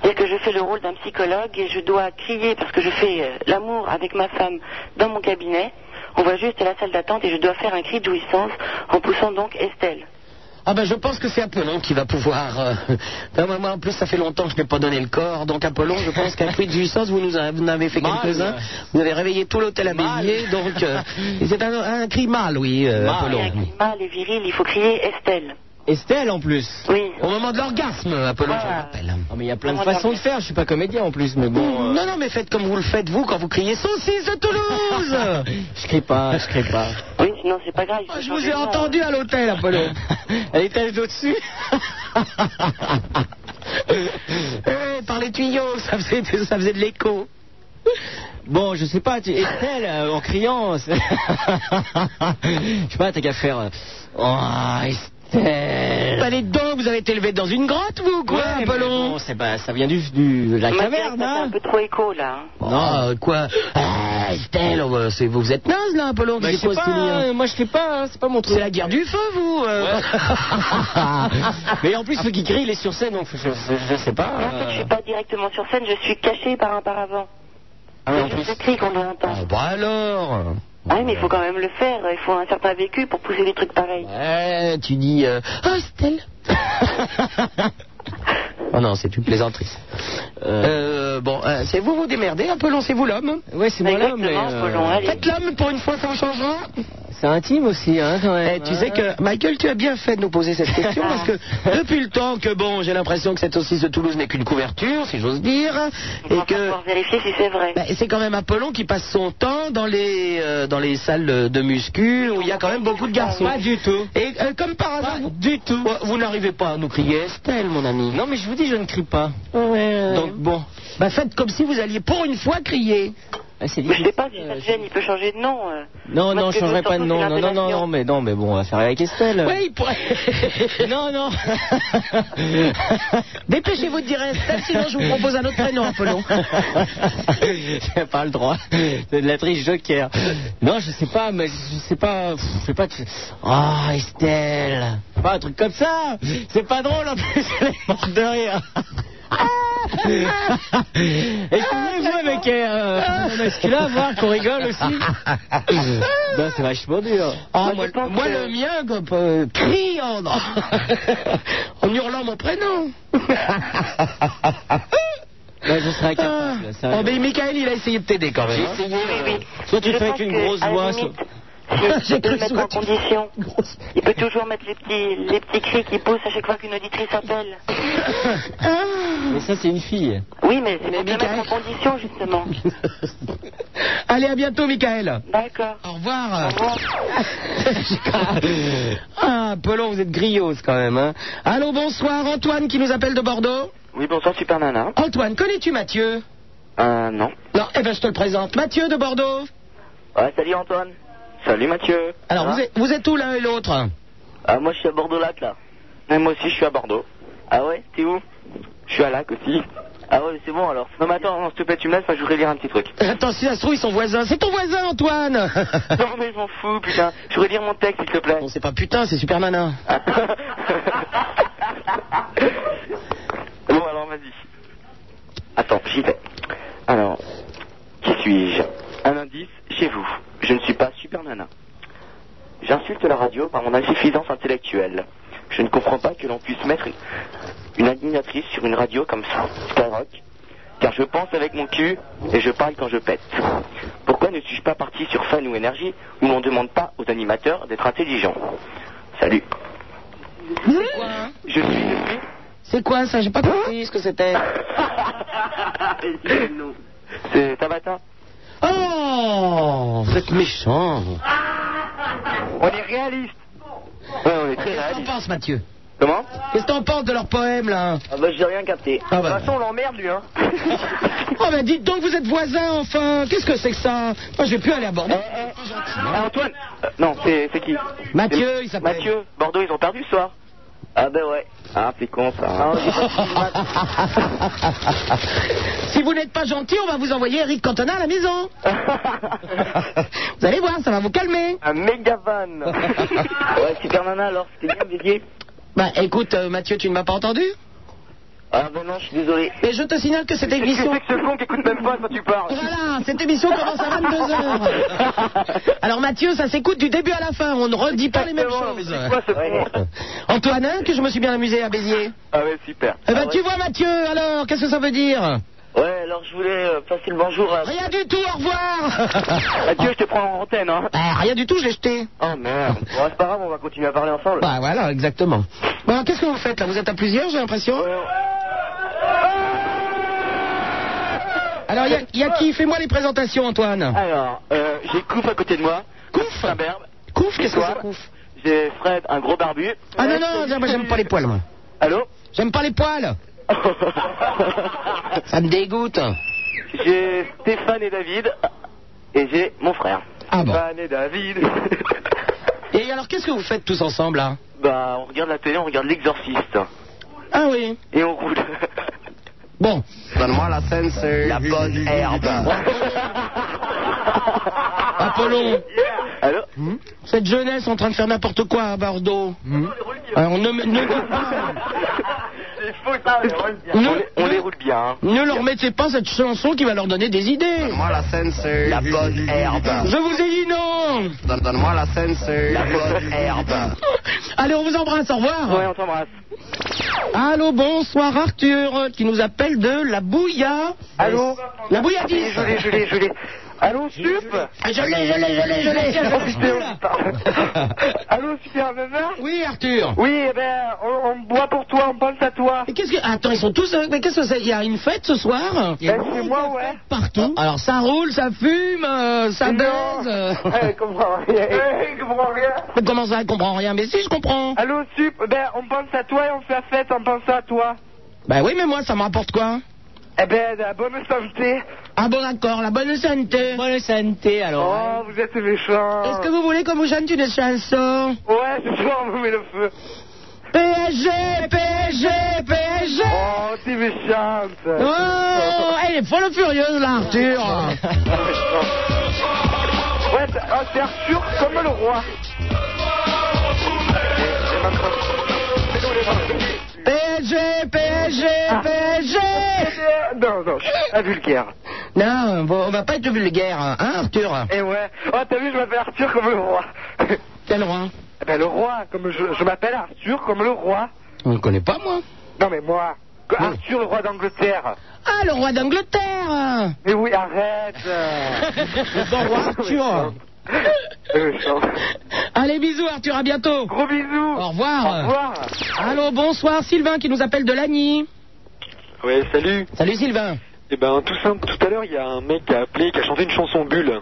C'est-à-dire que je fais le rôle d'un psychologue et je dois crier parce que je fais euh, l'amour avec ma femme dans mon cabinet. On voit juste la salle d'attente et je dois faire un cri de jouissance en poussant donc Estelle.
Ah ben, je pense que c'est Apollon qui va pouvoir... euh, ben, moi, moi, en plus, ça fait longtemps que je n'ai pas donné le corps, donc Apollon, je pense qu'un prix de jouissance, vous nous a- vous en avez fait
Mal.
quelques-uns. Vous avez réveillé tout l'hôtel à Bélier, donc... euh, c'est un, un cri mal, oui, euh,
Il y a
Apollon.
un cri mâle et viril, Ah, il faut crier Estelle.
Estelle en plus.
Oui.
Au moment de l'orgasme, Apollon, je
Voilà.
rappelle.
Non, mais il y a plein de façons de faire. Je suis pas comédien en plus, mais bon. euh,
Non, non, mais faites comme vous le faites, vous, quand vous criez Saucisse de Toulouse
Je crie pas, je crie pas.
Oui, sinon c'est pas grave. il faut
Ah, Je
changer
vous ai
de voix.
entendu à l'hôtel, Apollon.
À l'étage d'au-dessus
Eh, par les tuyaux, ça faisait, ça faisait de l'écho.
Bon, je sais pas, tu... Estelle, euh, en criant. c'est- je sais pas, t'as qu'à faire. euh, Oh, Estelle
Bah, les dents, vous avez été élevé dans une grotte, vous, quoi,
Ouais, mais
Apollon
bon, c'est pas, ça vient du, du- de la
Moi, je dirais que
caverne,
ça fait
hein
un peu trop écho là. hein.
Non, euh, quoi Ah, Estelle, oh, bah, c'est- vous, vous êtes naze, là, Apollon
Bah,
qu'est-ce
je sais
que
pas,
c'est, hein
euh, moi je sais pas, hein, c'est pas mon truc.
C'est la guerre du feu, vous euh.
Mais en plus, ceux qui crient, il est sur scène, donc je, je- je sais pas.
Non, c'est que je
euh.
suis pas directement sur scène, je suis cachée par un paravent.
Ah, en
C'est
plus.
juste le cri qu'on doit entendre.
Ah, bah alors
Ah oui, mais il faut quand même le faire, il faut un certain vécu pour pousser des trucs pareils.
Ouais, tu dis euh, Oh, Estelle Oh non, c'est une plaisanterie. Euh, euh, bon, euh, c'est vous vous démerdez un peu, lancez-vous l'homme.
Ouais, c'est moi l'homme, mais. euh,
Faites l'homme pour une fois, ça vous changera.
C'est intime aussi, hein, quand même.
Eh, tu sais que, Michael, tu as bien fait de nous poser cette question parce que depuis le temps que, bon, j'ai l'impression que cette saucisse de Toulouse n'est qu'une couverture, si j'ose dire, et que.
vérifier si c'est vrai.
Bah, c'est quand même Apollon qui passe son temps dans les, euh, dans les salles de muscu où il y a quand même beaucoup de garçons.
Pas du tout.
Et euh, comme par hasard. vous-
Du tout.
Ouais, Vous n'arrivez pas à nous crier Estelle, mon ami.
Non, mais je vous dis, je ne crie pas.
Donc bon, bah faites comme si vous alliez pour une fois crier.
Ah, c'est
Mais je sais
difficile.
pas si
Euh,
ça te gêne, il peut changer de nom. euh.
Non,
Moi,
non,
ce
je
que
changerai
veux,
pas de
surtout,
nom.
c'est
Non, non, non,
l'appellation.
non, mais non, mais bon, on va faire avec Estelle.
Oui, il pourrait.
Non, non.
Dépêchez-vous de dire Estelle, sinon je vous propose un autre prénom, Apollon.
J'ai pas le droit. C'est de la triche joker. Non, je sais pas, mais je sais pas. pff, Je sais pas. tu- Ah, Estelle. Pas un truc comme ça. C'est pas drôle en plus. Elle est morte de rire. Et pouvez-vous avec euh, un masculin voir qu'on rigole aussi Non, c'est vachement dur.
Ah, moi, moi, le mien, comme, euh, crie en, en hurlant mon prénom.
Non, Ben, je serais incapable.
Oh,
sérieux.
mais Michael, il a essayé de t'aider quand même. hein.
Soit tu
Je
fais avec
pense
une
que,
grosse
à la
voix.
limite,
soit-
Je
J'ai
peux
cru
le
que
mettre en condition. Il peut toujours mettre les petits, les petits cris qui poussent à chaque fois qu'une auditrice appelle.
Mais ça, c'est une fille.
Oui, mais c'est pour le mettre en condition, justement.
Allez, à bientôt, Michael.
D'accord.
Au revoir.
Au revoir.
ah, Apollon, vous êtes grillose quand même. Hein. Allô, bonsoir. Antoine qui nous appelle de Bordeaux.
Oui, bonsoir, Super Nana.
Antoine, connais-tu Mathieu
Euh, non.
Non, eh ben je te le présente. Mathieu de Bordeaux.
Ouais, salut Antoine. Salut Mathieu.
Alors, vous êtes, vous êtes où l'un et l'autre
moi, je suis à Bordeaux-Lac, là. Mais moi aussi, je suis à Bordeaux. Ah ouais T'es où Je suis à Lac aussi. Ah ouais, c'est bon alors. Non, mais attends, non, s'il te plaît, tu me laisses, moi, je voudrais lire un petit truc.
Attends, si ça se trouve, ils sont voisins. C'est ton voisin, Antoine
non, mais je m'en fous, putain. Je voudrais lire mon texte, s'il te plaît.
Non, c'est pas putain, c'est super nana.
bon, alors vas-y. Attends, j'y vais. Alors, qui suis-je Un indice, chez vous. Je ne suis pas super nana. J'insulte la radio par mon insuffisance intellectuelle. Je ne comprends pas que l'on puisse mettre une animatrice sur une radio comme ça, Skyrock, car je pense avec mon cul et je parle quand je pète. Pourquoi ne suis-je pas parti sur Fun ou Énergie où l'on ne demande pas aux animateurs d'être intelligents Salut. Je suis, je suis.
C'est quoi ça J'ai pas compris ce que c'était.
C'est Tabata.
Oh, vous êtes méchant. vous.
On est réaliste. Ouais, on est très
Qu'est-ce que t'en
réaliste.
penses, Mathieu
Comment
Qu'est-ce que t'en penses de leur poème, là
Ah bah j'ai rien capté.
Ah bah.
De toute façon, on l'emmerde lui, hein.
Oh, ben dites donc, vous êtes voisins, enfin Qu'est-ce que c'est que ça Moi, je vais plus aller à Bordeaux.
Ah, Antoine Euh, Non, c'est c'est qui
Mathieu, il s'appelle.
Mathieu, Bordeaux, ils ont perdu ce soir. Ah bah ouais. Ah, c'est con ça.
si vous n'êtes pas gentil, on va vous envoyer Eric Cantona à la maison. vous allez voir, ça va vous calmer.
Un méga van. ouais, super nana alors, c'était bien dédié.
Bah, écoute, euh, Mathieu, tu ne m'as pas entendu
Ah bah non, je suis désolé.
Et je te signale que cette émission...
que ce con qui écoute même pas quand tu parles
Voilà, cette émission commence à 22h. Alors Mathieu, ça s'écoute du début à la fin, on ne redit pas les mêmes choses. Antoine, hein, que je me suis bien amusé à Béziers.
Ah ouais, super.
Eh ben, tu vois Mathieu, alors, qu'est-ce que ça veut dire
Ah Ouais, alors je voulais euh, passer le bonjour à...
Rien du tout, au revoir
Mathieu, je te prends en antenne, hein.
Bah, rien du tout, je l'ai jeté.
Oh merde. Bon, c'est pas grave, on va continuer à parler ensemble.
Bah voilà, exactement. Bon, alors, qu'est-ce que vous faites là Vous êtes à plusieurs, j'ai l'impression Alors, il y a- il y, a qui Fais-moi les présentations, Antoine.
Alors, euh, j'ai Couf à côté de moi. Couf Un berbe.
Couf, qu'est-ce que
Ah, Toi
c'est Couf
J'ai Fred, un gros barbu.
Ah non, non, non, moi j'aime pas les poils, moi.
Allô
J'aime pas les poils Ça me dégoûte.
J'ai Stéphane et David. Et j'ai mon frère.
Ah bon
Stéphane et David.
Et alors, qu'est-ce que vous faites tous ensemble, là
bah, on regarde la télé, on regarde l'exorciste.
Ah oui.
Et on roule.
Bon.
Donne-moi la scène, c'est la bonne herbe.
Ah, Apollon, Hmm
Allô
cette hein, Hmm jeunesse en train de faire n'importe quoi à Bordeaux. Alors, on ne, ne-
les putains, les roule bien.
Ne-
On les roule bien. hein.
Ne leur mettez pas cette chanson qui va leur donner des idées.
Donne-moi la scène, c'est la bonne herbe.
Je vous ai dit non
Donne- Donne-moi la scène, c'est la bonne herbe.
Allez, on vous embrasse, au revoir.
Ouais, on t'embrasse.
Allô, bonsoir Arthur, euh, qui nous appelle de la Bouilla.
Allô
La Bouillardise.
Je l'ai, je l'ai, je l'ai. Allô, Sup
Ah, je l'ai, je l'ai, je l'ai, je l'ai.
Oh, putain, putain. Allô, Super Nana
Oui, Arthur.
Oui, eh ben, on, on boit pour toi, on pense à toi.
Mais qu'est-ce que. Attends, ils sont tous. euh, Mais qu'est-ce que c'est Il y a une fête ce soir
Ben, c'est moi, ouais.
Partout. Alors, ça roule, ça fume, euh, ça
Non.
baise. euh.
Eh, comprends
hein.
rien. Eh, il comprend rien.
Mais Comment ça, je comprends rien Mais si, je comprends.
Allô, Sup Ben, on pense à toi et on fait la fête, on pense à toi.
Bah oui, mais moi, ça me rapporte quoi
Eh ben, la bonne santé.
Ah bon, d'accord, la bonne santé.
Bonne santé, alors.
Oh, vous êtes méchants.
Est-ce que vous voulez qu'on vous chante une chanson
Ouais, ce soir, on vous met le feu.
PSG, PSG, PSG
Oh, t'es méchante.
Oh, elle est folle furieuse là, Arthur
Ouais, t'es- ah, t'es Arthur comme le roi.
PSG, PSG, PSG
Non, non, je suis pas vulgaire.
Non, bon, on va pas être vulgaire, hein, Arthur
Eh ouais. Oh, t'as vu, je m'appelle Arthur comme le roi.
Quel roi
Eh ben, le roi, comme je, je m'appelle Arthur comme le roi.
On ne connaît pas, moi
Non, mais moi, que- Arthur, le roi d'Angleterre.
Ah, le roi d'Angleterre
Mais oui, arrête. Le
roi Arthur. Allez, bisous, Arthur, à bientôt
Gros bisous.
Au revoir
Au revoir.
Allô, bonsoir, Sylvain qui nous appelle de Lagny.
Ouais, salut.
Salut, Sylvain
Eh ben, tout simple, tout à l'heure, il y a un mec qui a appelé, qui a chanté une chanson bulle.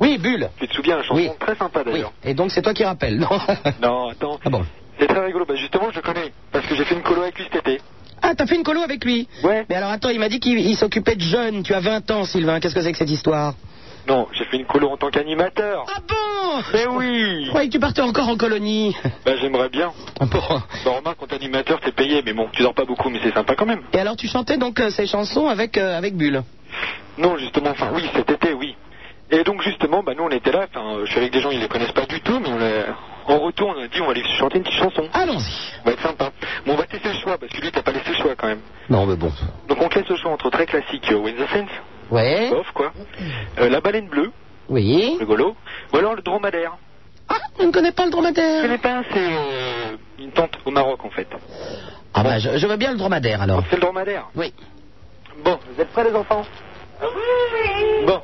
Oui, Bulle
Tu te souviens, une chanson
Oui.
très sympa d'ailleurs.
Et donc, c'est toi qui rappelles, non
Non, attends.
Ah bon
C'est très rigolo. Bah, justement, je le connais. Parce que j'ai fait une colo avec lui cet été.
Ah, t'as fait une colo avec lui
Ouais.
Mais alors, attends, il m'a dit qu'il il s'occupait de jeunes. Tu as 20 ans, Sylvain. Qu'est-ce que c'est que cette histoire
Non, j'ai fait une colo en tant qu'animateur.
Ah bon Je
Mais Eh oui
croyais que tu partais encore en colonie.
Bah, j'aimerais bien.
Ah Bon.
Bah, remarque, en tant qu'animateur, t'es payé, mais bon, tu dors pas beaucoup, mais c'est sympa quand même.
Et alors, tu chantais donc euh, ces chansons avec, euh, avec Bulle
Non, justement, enfin, oui, cet été, oui. Et donc, justement, bah, nous, on était là, enfin, euh, je suis avec des gens, ils les connaissent pas du tout, mais on l'a- en retour, on a dit, on va aller chanter une petite chanson.
Allons-y.
Ça va être sympa. Bon, on va te laisser le choix, parce que lui, t'as pas laissé le choix quand même.
Non, mais bon.
Donc, on te laisse le choix entre très classique, euh, With the Sense,
Ouais.
bof, quoi, euh, La baleine bleue,
Oui.
rigolo, ou alors le dromadaire.
Ah, on ne connaît pas le
Je connais
dromadaire.
pas, c'est euh, une tente au Maroc, en fait.
Ah bah, je, je veux bien le dromadaire alors.
C'est le dromadaire.
Oui.
Bon, vous êtes prêts les enfants Bon.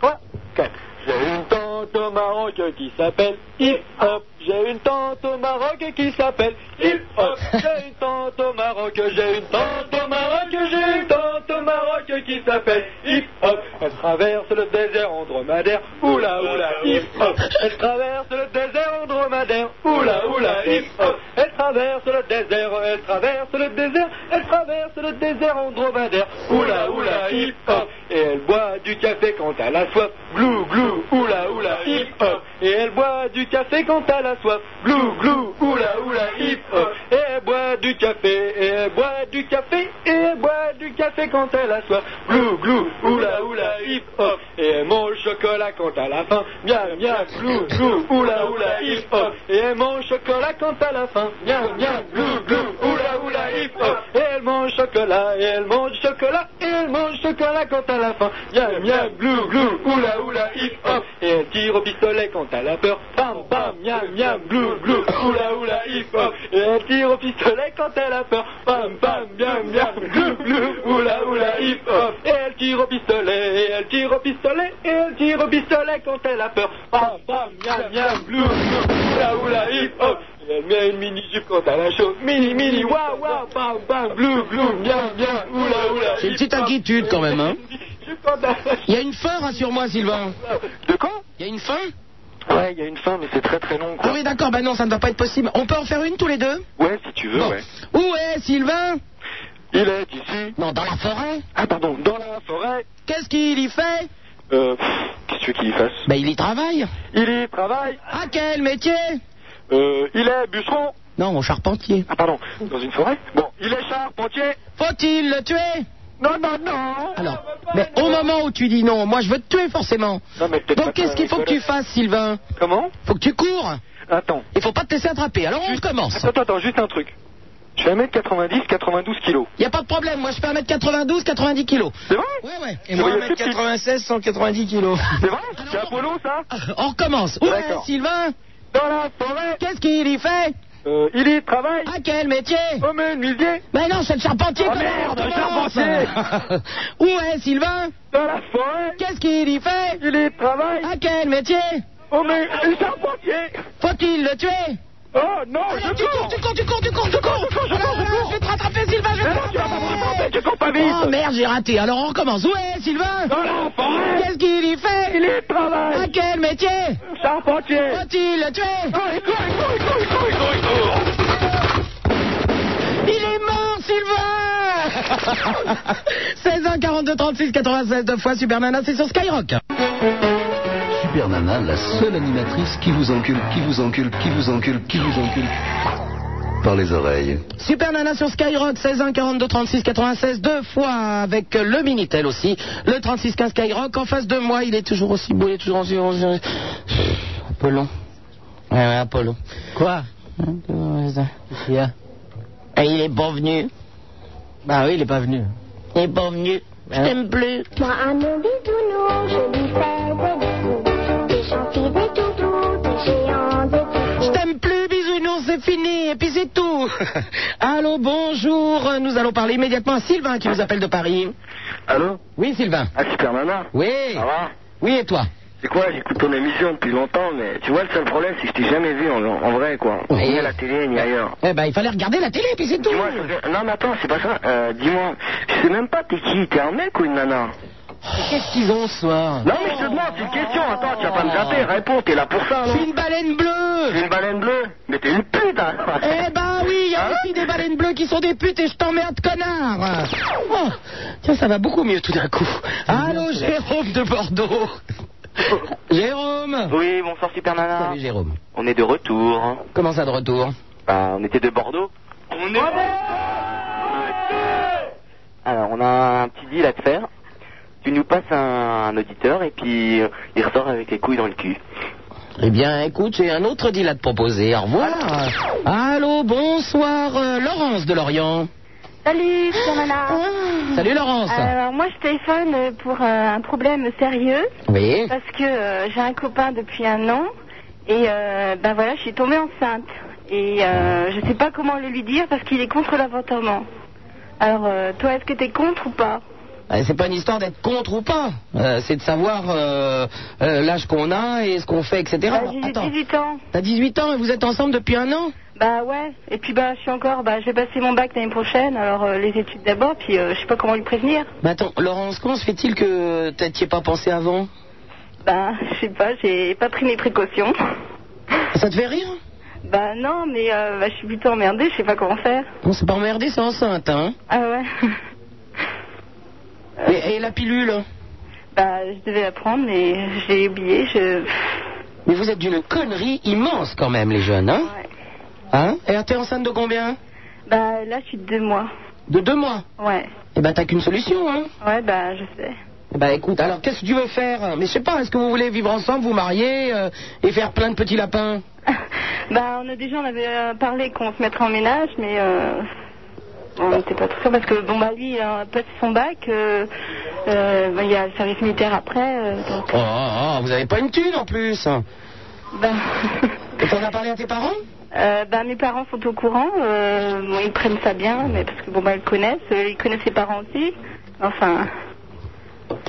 3, 4. J'ai une tante au Maroc qui s'appelle Hip Hop. J'ai une tante au Maroc qui s'appelle Hip Hop. J'ai une tante au Maroc, j'ai une tante au Maroc, j'ai une tante au Maroc qui s'appelle Hip Hop. Elle traverse le désert en dromadaire. Oula oula hip hop. Elle traverse le désert en dromadaire. Oula oula hip hop. Elle traverse le désert, elle traverse le désert, elle traverse le désert en dromadaire. Oula oula hip hop. Et elle boit du café quand elle a soif. Glou glou oula oula hip hop. Et elle boit du café quand elle a soif. Glou glou oula oula hip hop. Et elle boit du café et elle boit du café et elle boit du café quand elle a soif. Glou glou oula oula hip hop. Et elle mange chocolat quand elle a faim. Miam miam glou glou oula oula hip hop. Et elle mange chocolat quand elle a faim. Miam miam glou glou oula oula hip hop. Et elle mange chocolat et elle mange chocolat et elle mange chocolat quand elle a faim. Miam miam glou glou oula oula hip hop. Et elle tire au pistolet quand elle a peur. Bam bam miam miam glou glou oula oula hip hop. Et elle tire au pistolet quand elle a peur. Bam bam miam miam glou glou oula oula hip hop. Et elle tire au pistolet et elle tire au pistolet et elle tire au pistolet quand elle a peur. Bam bam miam miam glou glou oula oula hip hop. Et elle met une mini jupe quand elle a chaud. Mini mini waouh waouh bam bam glou glou miam miam oula oula.
C'est une
hip-hop.
petite inquiétude quand même, hein.
Jupe quand elle a chaud.
Il y a une fin, rassure-moi, Sylvain.
De quoi
Il y a une fin
Ouais, il y a une fin, mais c'est très très long.
Ah
Quoi.
oui, d'accord, bah non, ça ne va pas être possible. On peut en faire une tous les deux
Ouais, si tu veux,
Bon.
ouais.
Où est Sylvain
Il est ici.
Non, dans la forêt.
Ah, pardon, dans la forêt.
Qu'est-ce qu'il y fait
Euh, pff, qu'est-ce que tu veux qu'il y fasse
Bah, il y travaille.
Il y travaille.
Ah, quel métier
Euh, il est bûcheron.
Non, au charpentier.
Ah, pardon, dans une forêt Bon, il est charpentier.
Faut-il le tuer
Non, non, non.
Alors, mais au moment où tu dis non, moi je veux te tuer forcément.
Non, mais peut-être pas
Donc qu'est-ce qu'il faut que tu
rigolo.
fasses, Sylvain
Comment
Faut que tu cours.
Attends.
Il faut pas te laisser attraper. Alors on
Juste-
recommence.
Attends, attends, juste un truc.
Je fais 1m90, 92 kilos.
Il n'y a pas de problème, moi je fais 1m92, 90 kilos.
C'est vrai
Ouais, ouais.
Et moi, 1m96,
190 kilos. Ah,
C'est vrai C'est Apollo ça
On recommence. Où est
D'accord.
Sylvain
Dans la forêt
Qu'est-ce qu'il y fait
euh, Il y travaille
À quel métier
Au menuisier
Mais non, c'est le charpentier
Ah,
connard,
merde,
recommence.
charpentier.
Où est Sylvain
Dans la forêt
Qu'est-ce qu'il y fait
Il y travaille
À quel métier
Au menuisier Charpentier
Faut-il le tuer
Oh non,
Alors,
je
tu cours,
cours
tu cours, tu cours, tu cours, tu cours Alors, alors, Je vais te rattraper, Sylvain, je vais te rattraper
Tu cours pas vite
Oh merde, j'ai raté. Alors on recommence. Où est Sylvain
Dans la forêt
Qu'est-ce qu'il y fait
Il y travaille
À quel métier
Charpentier
Faut-il le tuer
Oh, il court, il court, il court, il court, il court, il court
Il est mort, Sylvain 16 1 42 36 96 deux fois Super Nana, c'est sur Skyrock.
Super Nana, la seule animatrice qui vous encule, qui vous encule, qui vous encule, qui vous encule. Par les oreilles.
Super Nana sur Skyrock, 16 1 42 36 96 deux fois avec le Minitel aussi, le 36 15 Skyrock. En face de moi, il est toujours aussi beau, il est toujours aussi... aussi- Un peu long. Ouais, Hein, euh, ouais, un peu long. Quoi Et il est bon venu. Bah oui, il est pas venu. Hein? Il est bon venu. Je t'aime plus.
Moi, à mon bisounours, je lui fais des bisous. Des gentils, des toutous, des géants, des
Je t'aime plus, bisounours, c'est fini, et puis c'est tout. Allô, bonjour, nous allons parler immédiatement à Sylvain qui nous appelle de Paris.
Allô
Oui, Sylvain.
Ah, Super Nana
Oui.
Ça va
Oui, et toi
C'est quoi J'écoute ton émission depuis longtemps, mais tu vois, le seul problème, c'est que je t'ai jamais vu en, en vrai, quoi.
Oui.
Ni à la télé, ni ailleurs.
Eh ben, il fallait regarder la télé, puis c'est tout.
Dis-moi, ça fait- non, mais attends, c'est pas ça. Euh, Dis-moi, je sais même pas, t'es qui T'es un mec ou une nana
Qu'est-ce qu'ils ont ce soir
Non, mais je te demande, c'est une question. Attends, tu vas pas me zapper. Réponds, t'es là pour ça,
Je suis
non
une baleine bleue
T'es une baleine bleue Mais t'es une pute, hein
Eh ben oui, il y a
Hein
aussi des baleines bleues qui sont des putes et je t'emmerde, connard Oh, Tiens, ça va beaucoup mieux tout d'un coup. Allô, Jérôme de Bordeaux Oh. Jérôme
Oui, bonsoir Super Nana.
Salut, Jérôme.
On est de retour.
Comment ça de retour
Bah, on était de Bordeaux. On est Alors, on a un petit deal à te faire. Tu nous passes un, un auditeur et puis euh, il ressort avec les couilles dans le cul.
Eh bien, écoute, j'ai un autre deal à te proposer. Au revoir. Ah. Allô, bonsoir, euh, Laurence de Lorient.
Salut, c'est Nana.
Salut, Laurence.
Euh, Alors moi je téléphone euh, pour euh, un problème sérieux
Oui.
parce que euh, j'ai un copain depuis un an et euh, ben voilà je suis tombée enceinte et euh, je sais pas comment le lui dire parce qu'il est contre l'avortement. Alors euh, toi est-ce que t'es contre ou pas
Euh, C'est pas une histoire d'être contre ou pas. Euh, c'est de savoir euh, euh, l'âge qu'on a et ce qu'on fait, etc.
Bah,
Alors,
J'ai
attends,
18 ans.
t'as 18 ans et vous êtes ensemble depuis un an
Bah ouais et puis bah je suis encore bah je vais passer mon bac l'année prochaine alors euh, les études d'abord puis euh, je sais pas comment lui prévenir.
Mais Bah attends, Laurence, comment se fait-il que t'as- t'y aies pas pensé avant
Bah je sais pas j'ai pas pris mes précautions.
Ça te fait rire
Bah non mais euh, bah, je suis plutôt emmerdée je sais pas comment faire.
On s'est pas emmerdé, c'est enceinte, hein
Ah ouais
et, et la pilule
Bah, je devais la prendre, mais j'ai oublié. Je...
Mais vous êtes d'une connerie immense quand même, les jeunes, hein
Ouais.
Hein Et alors, t'es enceinte de combien
Bah, là, je suis de deux mois.
De deux mois
Ouais.
Eh ben, t'as qu'une solution, hein
Ouais, bah, je sais.
Eh ben, écoute, alors, qu'est-ce que tu veux faire Mais je sais pas, est-ce que vous voulez vivre ensemble, vous marier euh, et faire plein de petits lapins
Bah, on a déjà on avait euh, parlé qu'on se mettrait en ménage, mais euh, on n'était pas trop sûr parce que, bon, bah, lui, euh, après son bac, euh, euh, bah, il y a le service militaire après, euh, donc,
Oh, oh, oh, vous avez pas une thune en plus
bah.
Et t'en as parlé à tes parents
Euh, bah, mes parents sont au courant, euh, bon, ils prennent ça bien, mais parce que bon, bah, ils le connaissent, euh, ils connaissent ses parents aussi. Enfin,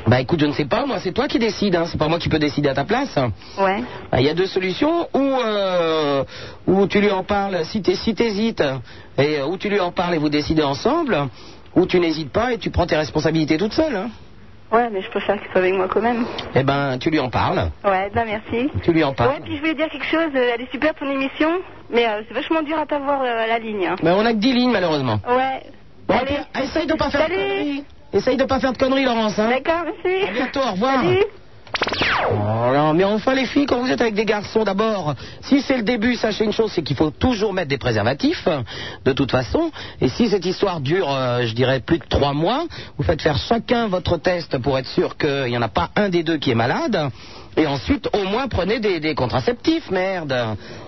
Bah écoute, je ne sais pas, moi c'est toi qui décides, hein. c'est pas moi qui peux décider à ta place. Bah,
ouais.
Il y a deux solutions, ou, euh, ou tu lui en parles si t'es- si t'hésites, et euh, ou tu lui en parles et vous décidez ensemble, ou tu n'hésites pas et tu prends tes responsabilités toute seule. hein.
Ouais, mais je préfère qu'il soit avec moi quand même.
Eh ben, tu lui en parles,
Ouais, bah merci.
tu lui en
Ouais,
parles.
puis je voulais dire quelque chose, euh, elle est super ton émission, mais euh, c'est vachement dur à t'avoir euh, à la ligne. hein.
Mais on a que 10 lignes malheureusement.
Ouais.
Bon,
Allez.
puis, essaye de pas faire de
Salut.
conneries. Essaye de pas faire de conneries, Laurence. Hein.
D'accord, merci.
À bientôt, au revoir.
Salut.
Oh là, mais enfin les filles, quand vous êtes avec des garçons, d'abord, si c'est le début, sachez une chose, c'est qu'il faut toujours mettre des préservatifs, euh, de toute façon. Et si cette histoire dure, euh, je dirais, plus de trois mois, vous faites faire chacun votre test pour être sûr qu'il n'y en a pas un des deux qui est malade. Et ensuite, au moins, prenez des, des contraceptifs, merde.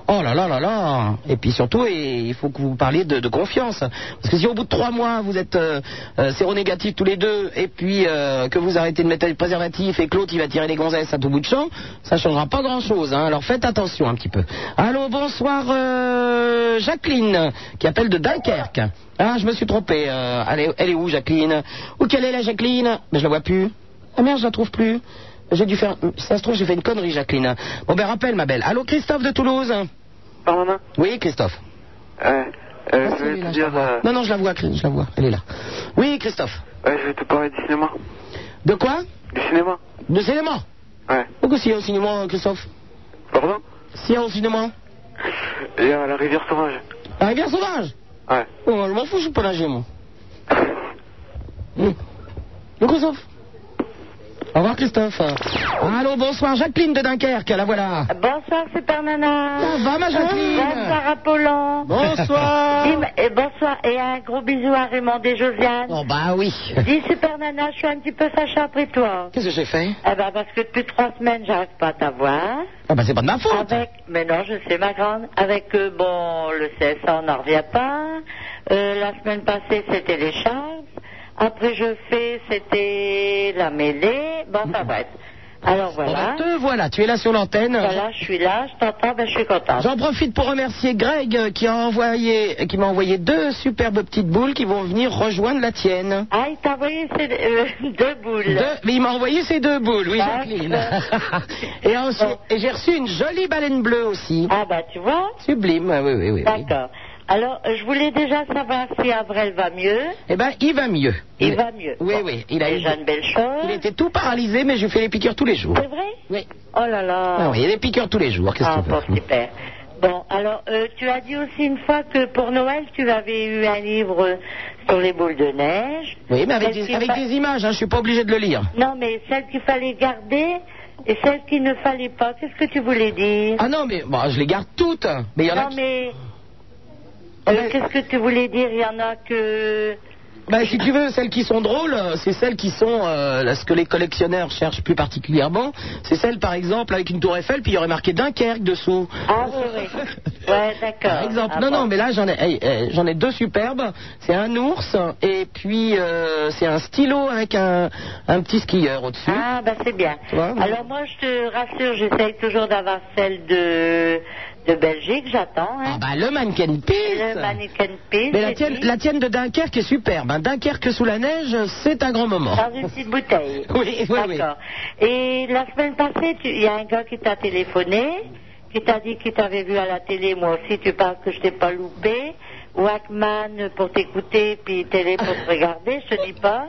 Oh là là là là. Et puis surtout, et- il faut que vous parliez de, de confiance. Parce que si au bout de trois mois, vous êtes euh, euh, séronégatifs tous les deux, et puis euh, que vous arrêtez de mettre des préservatifs et que l'autre, il va tirer les gonzesses à tout bout de champ, ça changera pas grand-chose. hein. Alors faites attention un petit peu. Allô, bonsoir, euh, Jacqueline, qui appelle de Dunkerque. Ah, je me suis trompé. euh, elle, est, elle est où, Jacqueline Où qu'elle est, la Jacqueline Mais je la vois plus. Ah merde, je la trouve plus. J'ai dû faire. Ça se trouve, j'ai fait une connerie, Jacqueline. Bon, ben rappelle, ma belle. Allô, Christophe de Toulouse
Pardon
Oui, Christophe.
euh,
Ah,
euh, Je vais
oui,
te
là,
dire. euh,
Non, non, je la vois, Chris- je la vois. Elle est là. Oui, Christophe.
ouais, je vais te parler du cinéma.
De quoi
Du cinéma
De cinéma
Ouais.
Pourquoi s'il y a au cinéma, Christophe
Pardon
S'il y a au cinéma
Il y a la rivière sauvage.
La rivière sauvage
Ouais.
Oh, je m'en fous, je suis pas nager, moi. Hum. Le Christophe Au revoir, Christophe. Allô, bonsoir, Jacqueline de Dunkerque, la voilà.
Bonsoir Super Nana.
Ça va ma Jacqueline
Bonsoir Apollon.
Bonsoir.
Dis- et bonsoir et un gros bisou à Raymond et Josiane.
Oh bah oui.
Dis Super Nana, je suis un petit peu fâchée après toi.
Qu'est-ce que j'ai fait
Eh ben parce que depuis trois semaines j'arrive pas à t'avoir. ben,
Ah bah c'est pas de ma faute.
Avec, mais non, je sais ma grande. Avec euh, bon le CSA on n'en revient pas. Euh, la semaine passée c'était les charges. Après je fais c'était la mêlée. Bon enfin bref. Alors voilà.
Te voilà, tu es là sur l'antenne.
Voilà, je suis là, je t'entends, ben je suis contente.
J'en profite pour remercier Greg euh, qui a envoyé, qui m'a envoyé deux superbes petites boules qui vont venir rejoindre la tienne.
Ah, il t'a envoyé ces euh, deux boules.
Deux- mais il m'a envoyé ces deux boules, oui,
Ah,
Jacqueline. et ensuite- et j'ai reçu une jolie baleine bleue aussi.
Ah bah tu vois.
Sublime, oui, oui, oui. oui.
D'accord. Alors, euh, je voulais déjà savoir si Avril va mieux.
Eh ben, il va mieux.
Il va mieux.
Oui, oui. Il a
déjà une belle chose.
Il était tout paralysé, mais je lui fais les piqûres tous les jours.
C'est vrai Oui. Oh là là.
Ah oui, il y a des piqûres tous les jours. Qu'est-ce
Ah,
que tu
bon,
veux
super. Bon, alors, euh, tu as dit aussi une fois que pour Noël, tu avais eu un livre euh, sur les boules de neige.
Oui, mais avec
Celle
des,
qu'il
avec
fa-
des images, hein, je suis pas obligé de le lire.
Non, mais celle qu'il fallait garder et celle qu'il ne fallait pas. Qu'est-ce que tu voulais dire
Ah non, mais bon, je les garde toutes. Mais il y en a
Non,
qui- Ah,
mais... euh, Qu'est-ce que tu voulais dire Il y en a que...
Bah, si tu veux, celles qui sont drôles, euh, c'est celles qui sont euh, là, ce que les collectionneurs cherchent plus particulièrement. C'est celles, par exemple, avec une tour Eiffel, puis il y aurait marqué Dunkerque dessous.
Ah oui, oui. Ouais, d'accord.
Par exemple.
Ah
non, non,
bon.
mais là, j'en ai, eh, eh, j'en ai deux superbes. C'est un ours, et puis euh, c'est un stylo avec un, un petit skieur au-dessus.
Ah, bah c'est bien.
Tu vois,
Alors moi, je te rassure, j'essaye toujours d'avoir celle de, de Belgique, j'attends. Hein.
bah, le mannequin pisse.
Le mannequin pisse.
Mais la
j'ai
tienne,
dit,
la tienne de Dunkerque est superbe. hein. Dunkerque sous la neige, c'est un grand moment.
Dans une petite bouteille.
Oui, oui, oui.
Ah, D'accord. Et la semaine passée, tu- il y a un gars qui t'a téléphoné, qui t'a dit qu'il t'avait vu à la télé. Moi aussi, tu parles que je t'ai pas loupé. Walkman pour t'écouter, puis télé pour te regarder, je te dis pas.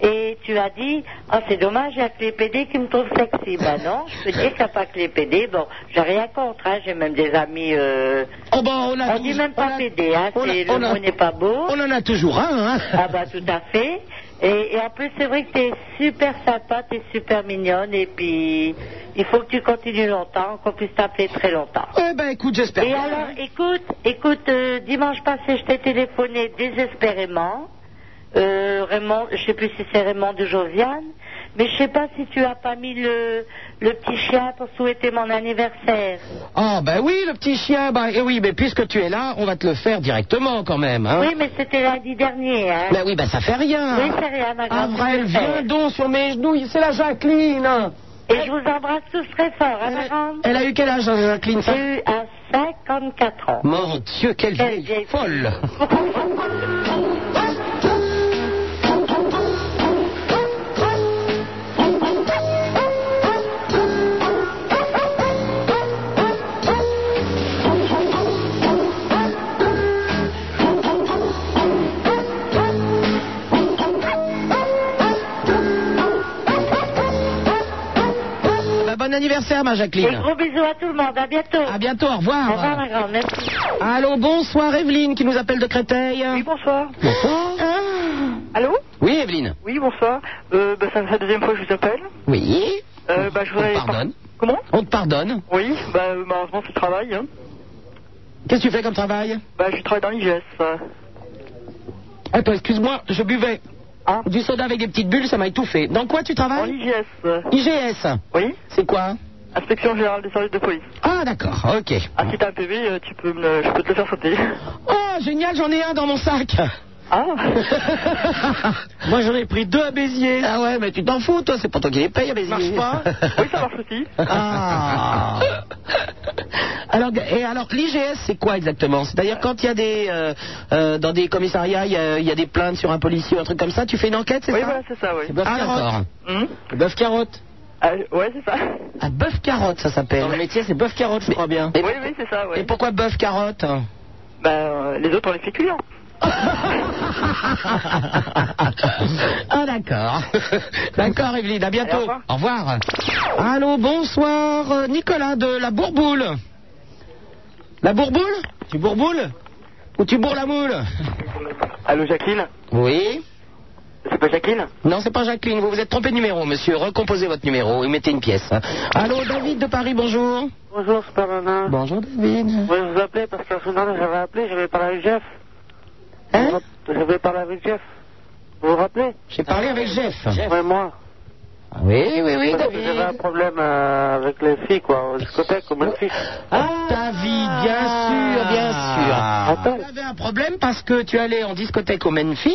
Et tu as dit, ah c'est dommage, il y a que les PD qui me trouvent sexy. Bah non, je peux dire qu'il n'y a pas que les PD. Bon, j'ai rien contre, hein, j'ai même des amis... euh,
Oh ben, on a
on dit même pas PD, hein,
on a-
c'est-
on
le
a-
mot n'est pas beau.
On en a toujours un. Hein.
Ah bah tout à fait. Et, et en plus, c'est vrai que t'es super sympa, t'es super mignonne, et puis il faut que tu continues longtemps, qu'on puisse t'appeler très longtemps.
Eh ben écoute, j'espère.
Et alors, écoute, écoute, euh, dimanche passé, je t'ai téléphoné désespérément. Euh, Raymond, je sais plus si c'est Raymond de Josiane, mais je sais pas si tu as pas mis le, le petit chien pour souhaiter mon anniversaire.
Ah ben oui, le petit chien. Ben eh oui, mais puisque tu es là, on va te le faire directement quand même. Hein.
Oui, mais c'était lundi dernier, hein.
Ben oui, ben ça fait rien.
Oui, c'est rien, ma grande.
Avril,
je le fais.
Ah, viens donc sur mes genoux. C'est la Jacqueline. hein.
Et je vous embrasse tous très fort, hein, ma grande.
Elle a eu quel âge, euh, Jacqueline ça
J'ai eu à 54 ans.
Mon Dieu, quelle vieille folle. Ben, bon anniversaire, ma
Et
Jacqueline.
gros bisous à tout le monde, à bientôt.
À bientôt, au revoir.
Au revoir, ma grande, merci.
Allô, bonsoir Evelyne qui nous appelle de Créteil. Oui,
bonsoir.
Bonsoir.
Allô
Oui, Evelyne.
Oui, bonsoir. Euh, bah, c'est la deuxième fois que je vous appelle.
Oui.
Euh, bah, je voudrais...
On te pardonne.
Comment
On te pardonne.
Oui, bah, euh, malheureusement, c'est le travail. Hein.
Qu'est-ce que tu fais comme travail
Bah, je travaille dans l'IGS. euh.
Attends, Eh, excuse-moi, je buvais
Ah.
du soda avec des petites bulles, ça m'a étouffé. Dans quoi tu
En
travailles
IGS. euh.
IGS.
Oui.
C'est quoi
Inspection générale des services de police.
Ah, d'accord, ok.
Ah, si t'as un PV, euh, tu peux me le- je peux te le faire sauter.
Oh, génial, j'en ai un dans mon sac.
Ah.
Ah
Moi, j'en ai pris deux à Béziers. Ah ouais, mais tu t'en fous, toi, c'est pas toi qui les paye à Béziers.
marche pas. Oui, ça marche aussi.
Ah Alors, et alors l'IGS, c'est quoi exactement C'est-à-dire, quand il y a des. euh, euh, dans des commissariats, il y, a- il y a des plaintes sur un policier ou un truc comme ça, tu fais une enquête, c'est
Oui,
ça
voilà, c'est ça, oui.
C'est bœuf
Ah,
carotte.
Hum
Bœuf carotte.
Ah, ouais, c'est ça.
Ah, bœuf carotte, ça s'appelle. Dans le métier, c'est bœuf carotte, je crois bien.
oui, oui, c'est ça, ouais.
Et pourquoi bœuf carotte
Bah, euh, les autres, on les fait clients.
Ah, d'accord. D'accord, Evelyne, à bientôt. au, revoir. Allô, bonsoir, euh, Nicolas de la Bourboule. La Bourboule Tu bourboules Ou tu bourres la moule
Allô, Jacqueline
Oui
C'est pas Jacqueline
Non, c'est pas Jacqueline, vous vous êtes trompé de numéro, monsieur. Recomposez votre numéro et mettez une pièce. hein. Allô, David de Paris, bonjour.
Bonjour, c'est pas Nana.
Bonjour, David.
Moi, je vous appelais parce que la semaine dernière, j'avais appelé, j'avais parlé avec Jeff.
Hein
J'avais parlé avec Jeff. Vous vous rappelez
J'ai parlé avec Jeff. Ah
Ouais, moi.
Oui, oui, oui,
Parce que J'avais un problème euh, avec les filles, quoi, au discothèque, comme une fille.
David, Ah, bien sûr, bien sûr. Tu avais un problème parce que tu allais en discothèque au Memphis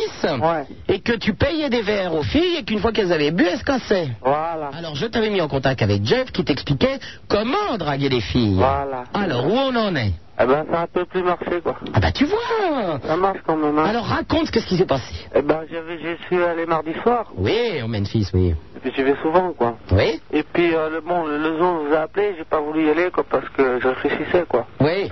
et que tu payais des verres aux filles et qu'une fois qu'elles avaient bu, elles se cassaient.
Voilà.
Alors je t'avais mis en contact avec Jeff qui t'expliquait comment draguer les filles.
Voilà.
Alors où on en est
Eh ben, ça a un peu plus marché, quoi.
Ah bah tu vois
Ça marche quand même. hein.
Alors raconte qu'est-ce qui s'est passé.
Eh ben, j'avais, je suis allé mardi soir.
Oui, au Memphis, oui.
Et puis, j'y vais souvent, quoi.
Oui
Et puis, euh, le, bon, le, le jour où je vous ai appelé, j'ai pas voulu y aller, quoi, parce que je réfléchissais, quoi.
Oui.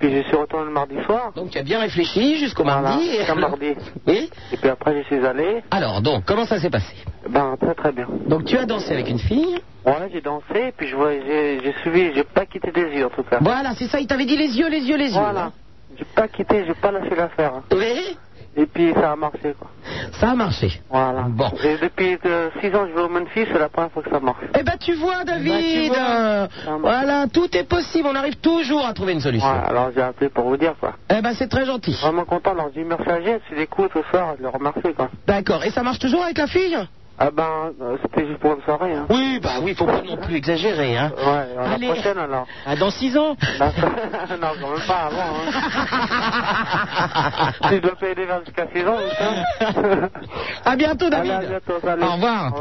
Puis, je suis retourné le mardi soir.
Donc tu as bien réfléchi jusqu'au
Voilà,
mardi. et-
jusqu'à mardi.
Oui
Et puis après, je suis allé.
Alors donc, comment ça s'est passé
Ben, très très bien.
Donc tu as dansé avec une fille
Ouais, j'ai dansé, puis je vois, j'ai j'ai suivi, j'ai pas quitté des yeux en tout cas.
Voilà, c'est ça, il t'avait dit les yeux, les yeux, les yeux. hein.
Voilà. J'ai pas quitté, j'ai pas lâché l'affaire. hein.
Oui
Et puis ça a marché quoi.
Ça a marché.
Voilà.
Bon.
Et depuis 6 ans, je vais au Memphis, c'est la première fois que ça marche.
Eh ben tu vois David,
vois.
euh, voilà, tout est possible, on arrive toujours à trouver une solution.
Ouais, alors j'ai appelé pour vous dire quoi.
Eh ben c'est très gentil.
Vraiment content, alors j'ai merci à Jess, je l'écoute ce soir, je le remercie quoi.
D'accord, et ça marche toujours avec la fille
Ah ben, euh, c'était juste pour une soirée hein.
Oui, bah oui, faut pas non plus exagérer hein.
Ouais, alors,
Allez.
la prochaine alors.
Ah, dans 6 ans
non, quand même pas avant hein. si je dois payer des verres jusqu'à 6 ans, putain.
À bientôt David.
Allez, à bientôt, salut.
Au revoir.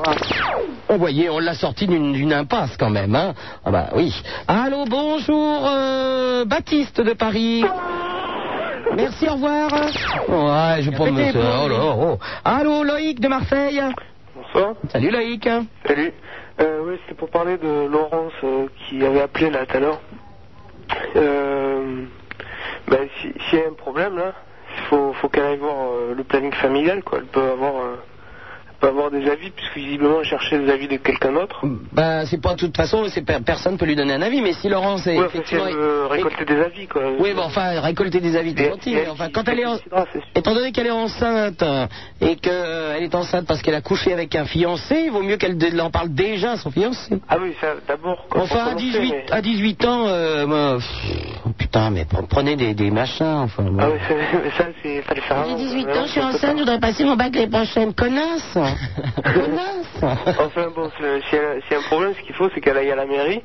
On voyait, Oh, on l'a sorti d'une d'une impasse quand même hein. Ah bah oui. Allô, bonjour euh, Baptiste de Paris. Merci, au revoir. Ouais, je vais prendre
pété,
monsieur.
pour
Oh là, oh. Allô, Loïc de Marseille.
Bonsoir.
Salut Loïc.
Salut. Euh, oui, c'était pour parler de Laurence euh, qui avait appelé là tout à l'heure. Euh, ben, si- S'il y a un problème là, il faut, faut qu'elle aille voir euh, le planning familial. Quoi. Elle, peut avoir, euh, elle peut avoir des avis, puisque visiblement elle cherchait des avis de quelqu'un d'autre.
Ben, c'est pas de toute façon, c'est per- personne peut lui donner un avis, mais si Laurence est
Ouais, enfin, si
effectivement.
elle veut récolter des avis. Quoi.
Oui, bon, enfin, récolter des avis,
Et-
c'est gentil,
et
mais
elle
enfin,
qui-
quand elle est en- Étant donné qu'elle est enceinte euh, et qu'elle est enceinte parce qu'elle a couché avec un fiancé, il vaut mieux qu'elle dé- en parle déjà à son fiancé.
Ah oui, ça d'abord. quoi,
Enfin,
pour
à
commencer,
18,
mais-
à 18 ans, euh, moi, pff, putain, mais pre- prenez des, des machins, enfin.
Ah
bon.
oui, ça, mais ça c'est fallait faire avant.
J'ai 18
Vraiment,
ans, je suis
ça peut
enceinte, je voudrais passer mon bac l'année prochaine. Connasse Connasse
Enfin bon, c'est- s'il y, a- s'il y a un problème, ce qu'il faut, c'est qu'elle aille à la mairie.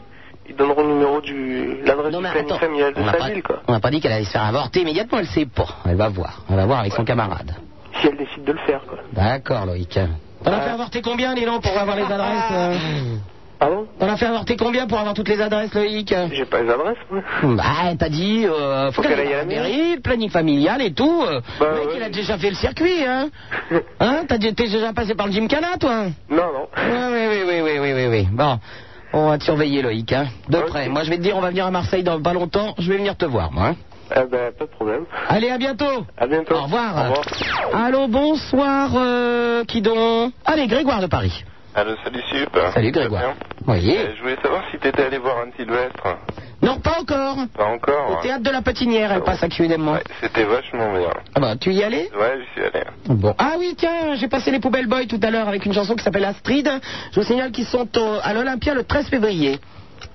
Ils donneront le numéro du l'adresse du planning familial de
on n'a
sa
pas-
ville, quoi.
On n'a pas dit qu'elle allait se faire avorter immédiatement, elle sait pas. Elle va voir. Elle va voir avec son camarade.
Si elle décide de le faire, quoi.
D'accord, Loïc. T'en
Ah.
as fait avorter combien, Léon, pour avoir les adresses euh
Pardon
T'en as fait avorter combien pour avoir toutes les adresses, Loïc
J'ai pas les adresses, moi.
Bah, t'as dit, euh, faut qu'elle aille à la mairie, le planning familial et tout. euh,
Bah,
le mec,
ouais.
il a déjà fait le circuit, hein Hein T'as dé- t'es déjà passé par le gymkhana, toi hein.
Non, non.
Oui, oui, oui, oui, oui, oui, oui. Bon, on va te surveiller, Loïc, hein, de près. Moi, je vais te dire, on va venir à Marseille dans pas longtemps, je vais venir te voir, moi. hein.
Eh ben, pas de problème.
Allez, à bientôt
À bientôt.
Au revoir.
Au revoir.
Allô, bonsoir, euh, qui donc Allez, Grégoire de Paris.
Allô, salut Sup.
Salut, Grégoire. Oui.
Euh, je voulais savoir si t'étais allé voir Anne-Sylvestre.
Non, pas encore.
Pas encore.
Au théâtre de la Patinière,
Ah
elle passe actuellement.
C'était vachement bien.
Ah bah, tu y allais
Ouais, j'y suis allé.
Bon. Ah oui, tiens, j'ai passé les Poubelles Boys tout à l'heure avec une chanson qui s'appelle Astrid. Je vous signale qu'ils sont au- à l'Olympia le 13 février.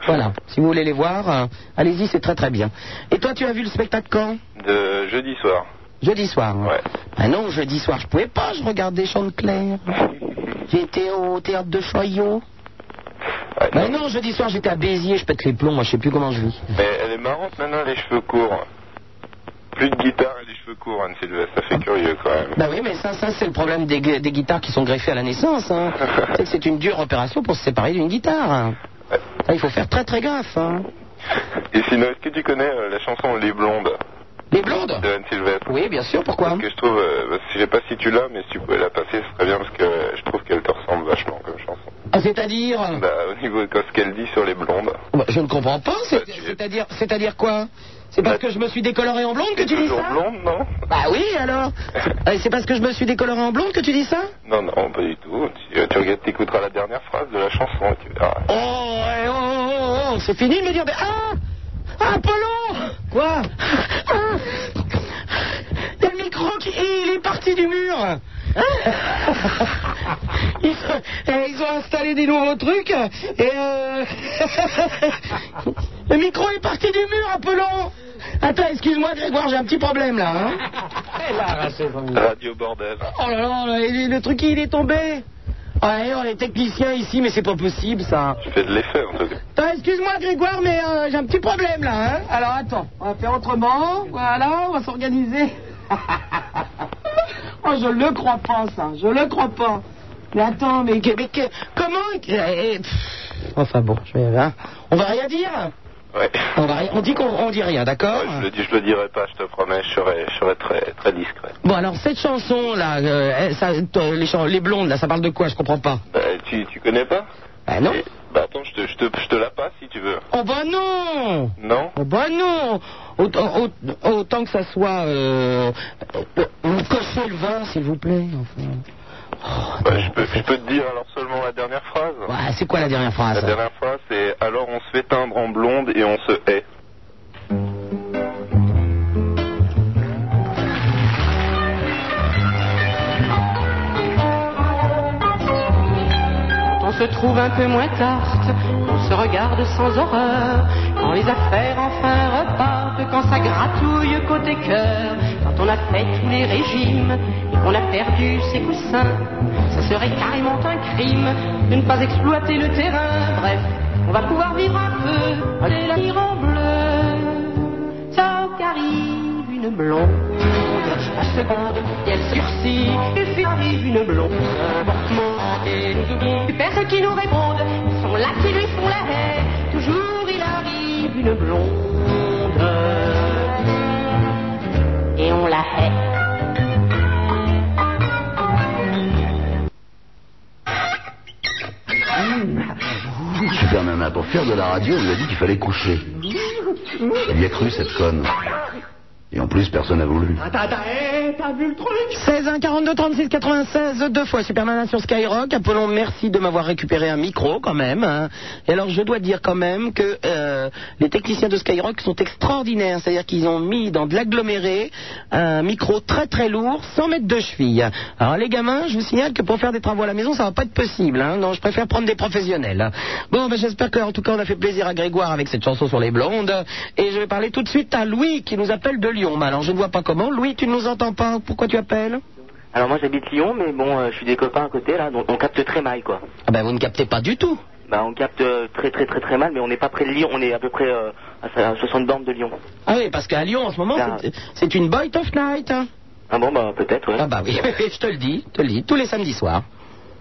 Voilà, si vous voulez les voir, euh, allez-y, c'est très très bien. Et toi, tu as vu le spectacle quand
De jeudi soir.
Jeudi soir. hein. Ah non, jeudi soir, je pouvais pas, je regardais Chanteclair. J'étais au théâtre de Chaillot. Mais non, jeudi soir, j'étais à Béziers, je pète les plombs, moi, je sais plus comment je vis.
Mais elle est marrante maintenant, les cheveux courts. Plus de guitare et les cheveux courts, Anne Sylvestre, ça fait curieux quand même.
Bah oui, mais ça, ça c'est le problème des, gu- des guitares qui sont greffées à la naissance. hein. C'est que c'est une dure opération pour se séparer d'une guitare. hein. Ça, il faut faire très très gaffe. hein.
Et sinon, est-ce que tu connais euh, la chanson Les Blondes
Les Blondes
De Anne Sylvestre.
Oui, bien sûr, pourquoi
Euh, Parce que je trouve, euh, parce que je sais pas si tu l'as, mais si tu pouvais la passer, ce serait bien parce que euh, je trouve qu'elle te ressemble vachement comme chanson.
Ah, c'est-à-dire
Bah, au niveau de ce qu'elle dit sur les blondes.
Bah, Je ne comprends pas, c'est-
Bah,
c'est-à-dire c'est-à-dire quoi C'est parce que je me suis décoloré en blonde que tu dis
Toujours
ça
blonde, non
Bah oui, alors Euh, C'est parce que je me suis décoloré en blonde que tu dis ça
Non, non, pas du tout. Tu, euh, tu regardes, t'écouteras la dernière phrase de la chanson et tu verras.
Oh, eh, oh, oh, oh, oh, c'est fini de me dire. mais- Ah Ah, Polo Quoi Ah Il y a le micro qui. Il est parti du mur Hein ils, sont- eh, ils ont installé des nouveaux trucs et euh, le micro est parti du mur, Apollon. Attends, excuse-moi Grégoire, j'ai un petit problème là. hein.
Radio bordel.
Oh là là, là, et le truc il est tombé. Ah, et on est technicien ici, mais c'est pas possible ça.
Tu fais de l'effet en tout cas.
Attends, Euh, excuse-moi Grégoire, mais euh, j'ai un petit problème là. hein. Alors attends, on va faire autrement. Voilà, on va s'organiser. oh, je le crois pas ça, je le crois pas. Mais attends, mais, que- mais que- comment eh, eh, pff, Enfin bon, je vais là. On va rien dire.
Ouais.
On, va, rien- on dit qu'on on dit rien, d'accord
Je le, dis- je le dirai pas, je te promets, je serai, je serai très, très discret.
Bon alors cette chanson là, euh, elle- ça- t- les, chan- les blondes là, ça parle de quoi Je comprends pas.
Bah, tu, tu connais pas
Bah non.
Bah attends, je te, je, te, je te la passe si tu veux.
Oh bah non
Non
Oh bah non Autant, au- autant que ça soit... Euh, euh, euh, cochez le vin, s'il vous plaît. enfin.
Bah, je, peux, je peux te dire alors seulement la dernière phrase
Ouais, c'est quoi la dernière phrase
La dernière phrase, c'est alors on se fait teindre en blonde et on se hait.
On se trouve un peu moins tarte, on se regarde sans horreur, quand les affaires enfin repartent, quand ça gratouille côté cœur, quand on a fait tous les régimes et qu'on a perdu ses coussins, ça serait carrément un crime de ne pas exploiter le terrain. Bref, on va pouvoir vivre un peu, aller la vie en bleu, ça qu'arrive une blonde. La seconde, et elle sursit, et puis arrive une blonde. Un portement et nous oublions plus personne qui nous réponde. Ils sont là qui lui font la haie. Toujours il arrive une blonde. Et on la hait.
Super Nana, pour faire de la radio, on lui a dit qu'il fallait coucher. Elle y a cru, cette conne. Et en plus, personne n'a voulu.
Attends, attends, hé, t'as vu le truc 16 1 42 36 96 deux fois
Superman sur Skyrock, Apollon, merci de m'avoir récupéré un micro quand même. hein. Et alors je dois dire quand même que euh, les techniciens de Skyrock sont extraordinaires, c'est-à-dire qu'ils ont mis dans de l'aggloméré un micro très très lourd, 100 mètres de cheville. Alors les gamins, je vous signale que pour faire des travaux à la maison, ça va pas être possible. hein. Non, je préfère prendre des professionnels. Bon, ben, j'espère qu'en tout cas on a fait plaisir à Grégoire avec cette chanson sur les blondes. Et je vais parler tout de suite à Louis qui nous appelle de Lyon. Mais alors je ne vois pas comment. Louis, tu ne nous entends pas Pourquoi tu appelles
Alors moi j'habite Lyon, mais bon, euh, je suis des copains à côté là, donc on capte très mal quoi.
Ah ben vous ne captez pas du tout.
Bah on capte euh, très très très très mal, mais on n'est pas près de Lyon, on est à peu près euh, à 60 bornes de Lyon.
Ah oui, parce qu'à Lyon en ce moment, c'est- c'est une boy of night. hein.
Ah bon bah peut-être ouais.
Ah bah oui, je te le dis, je te le dis, tous les samedis soirs.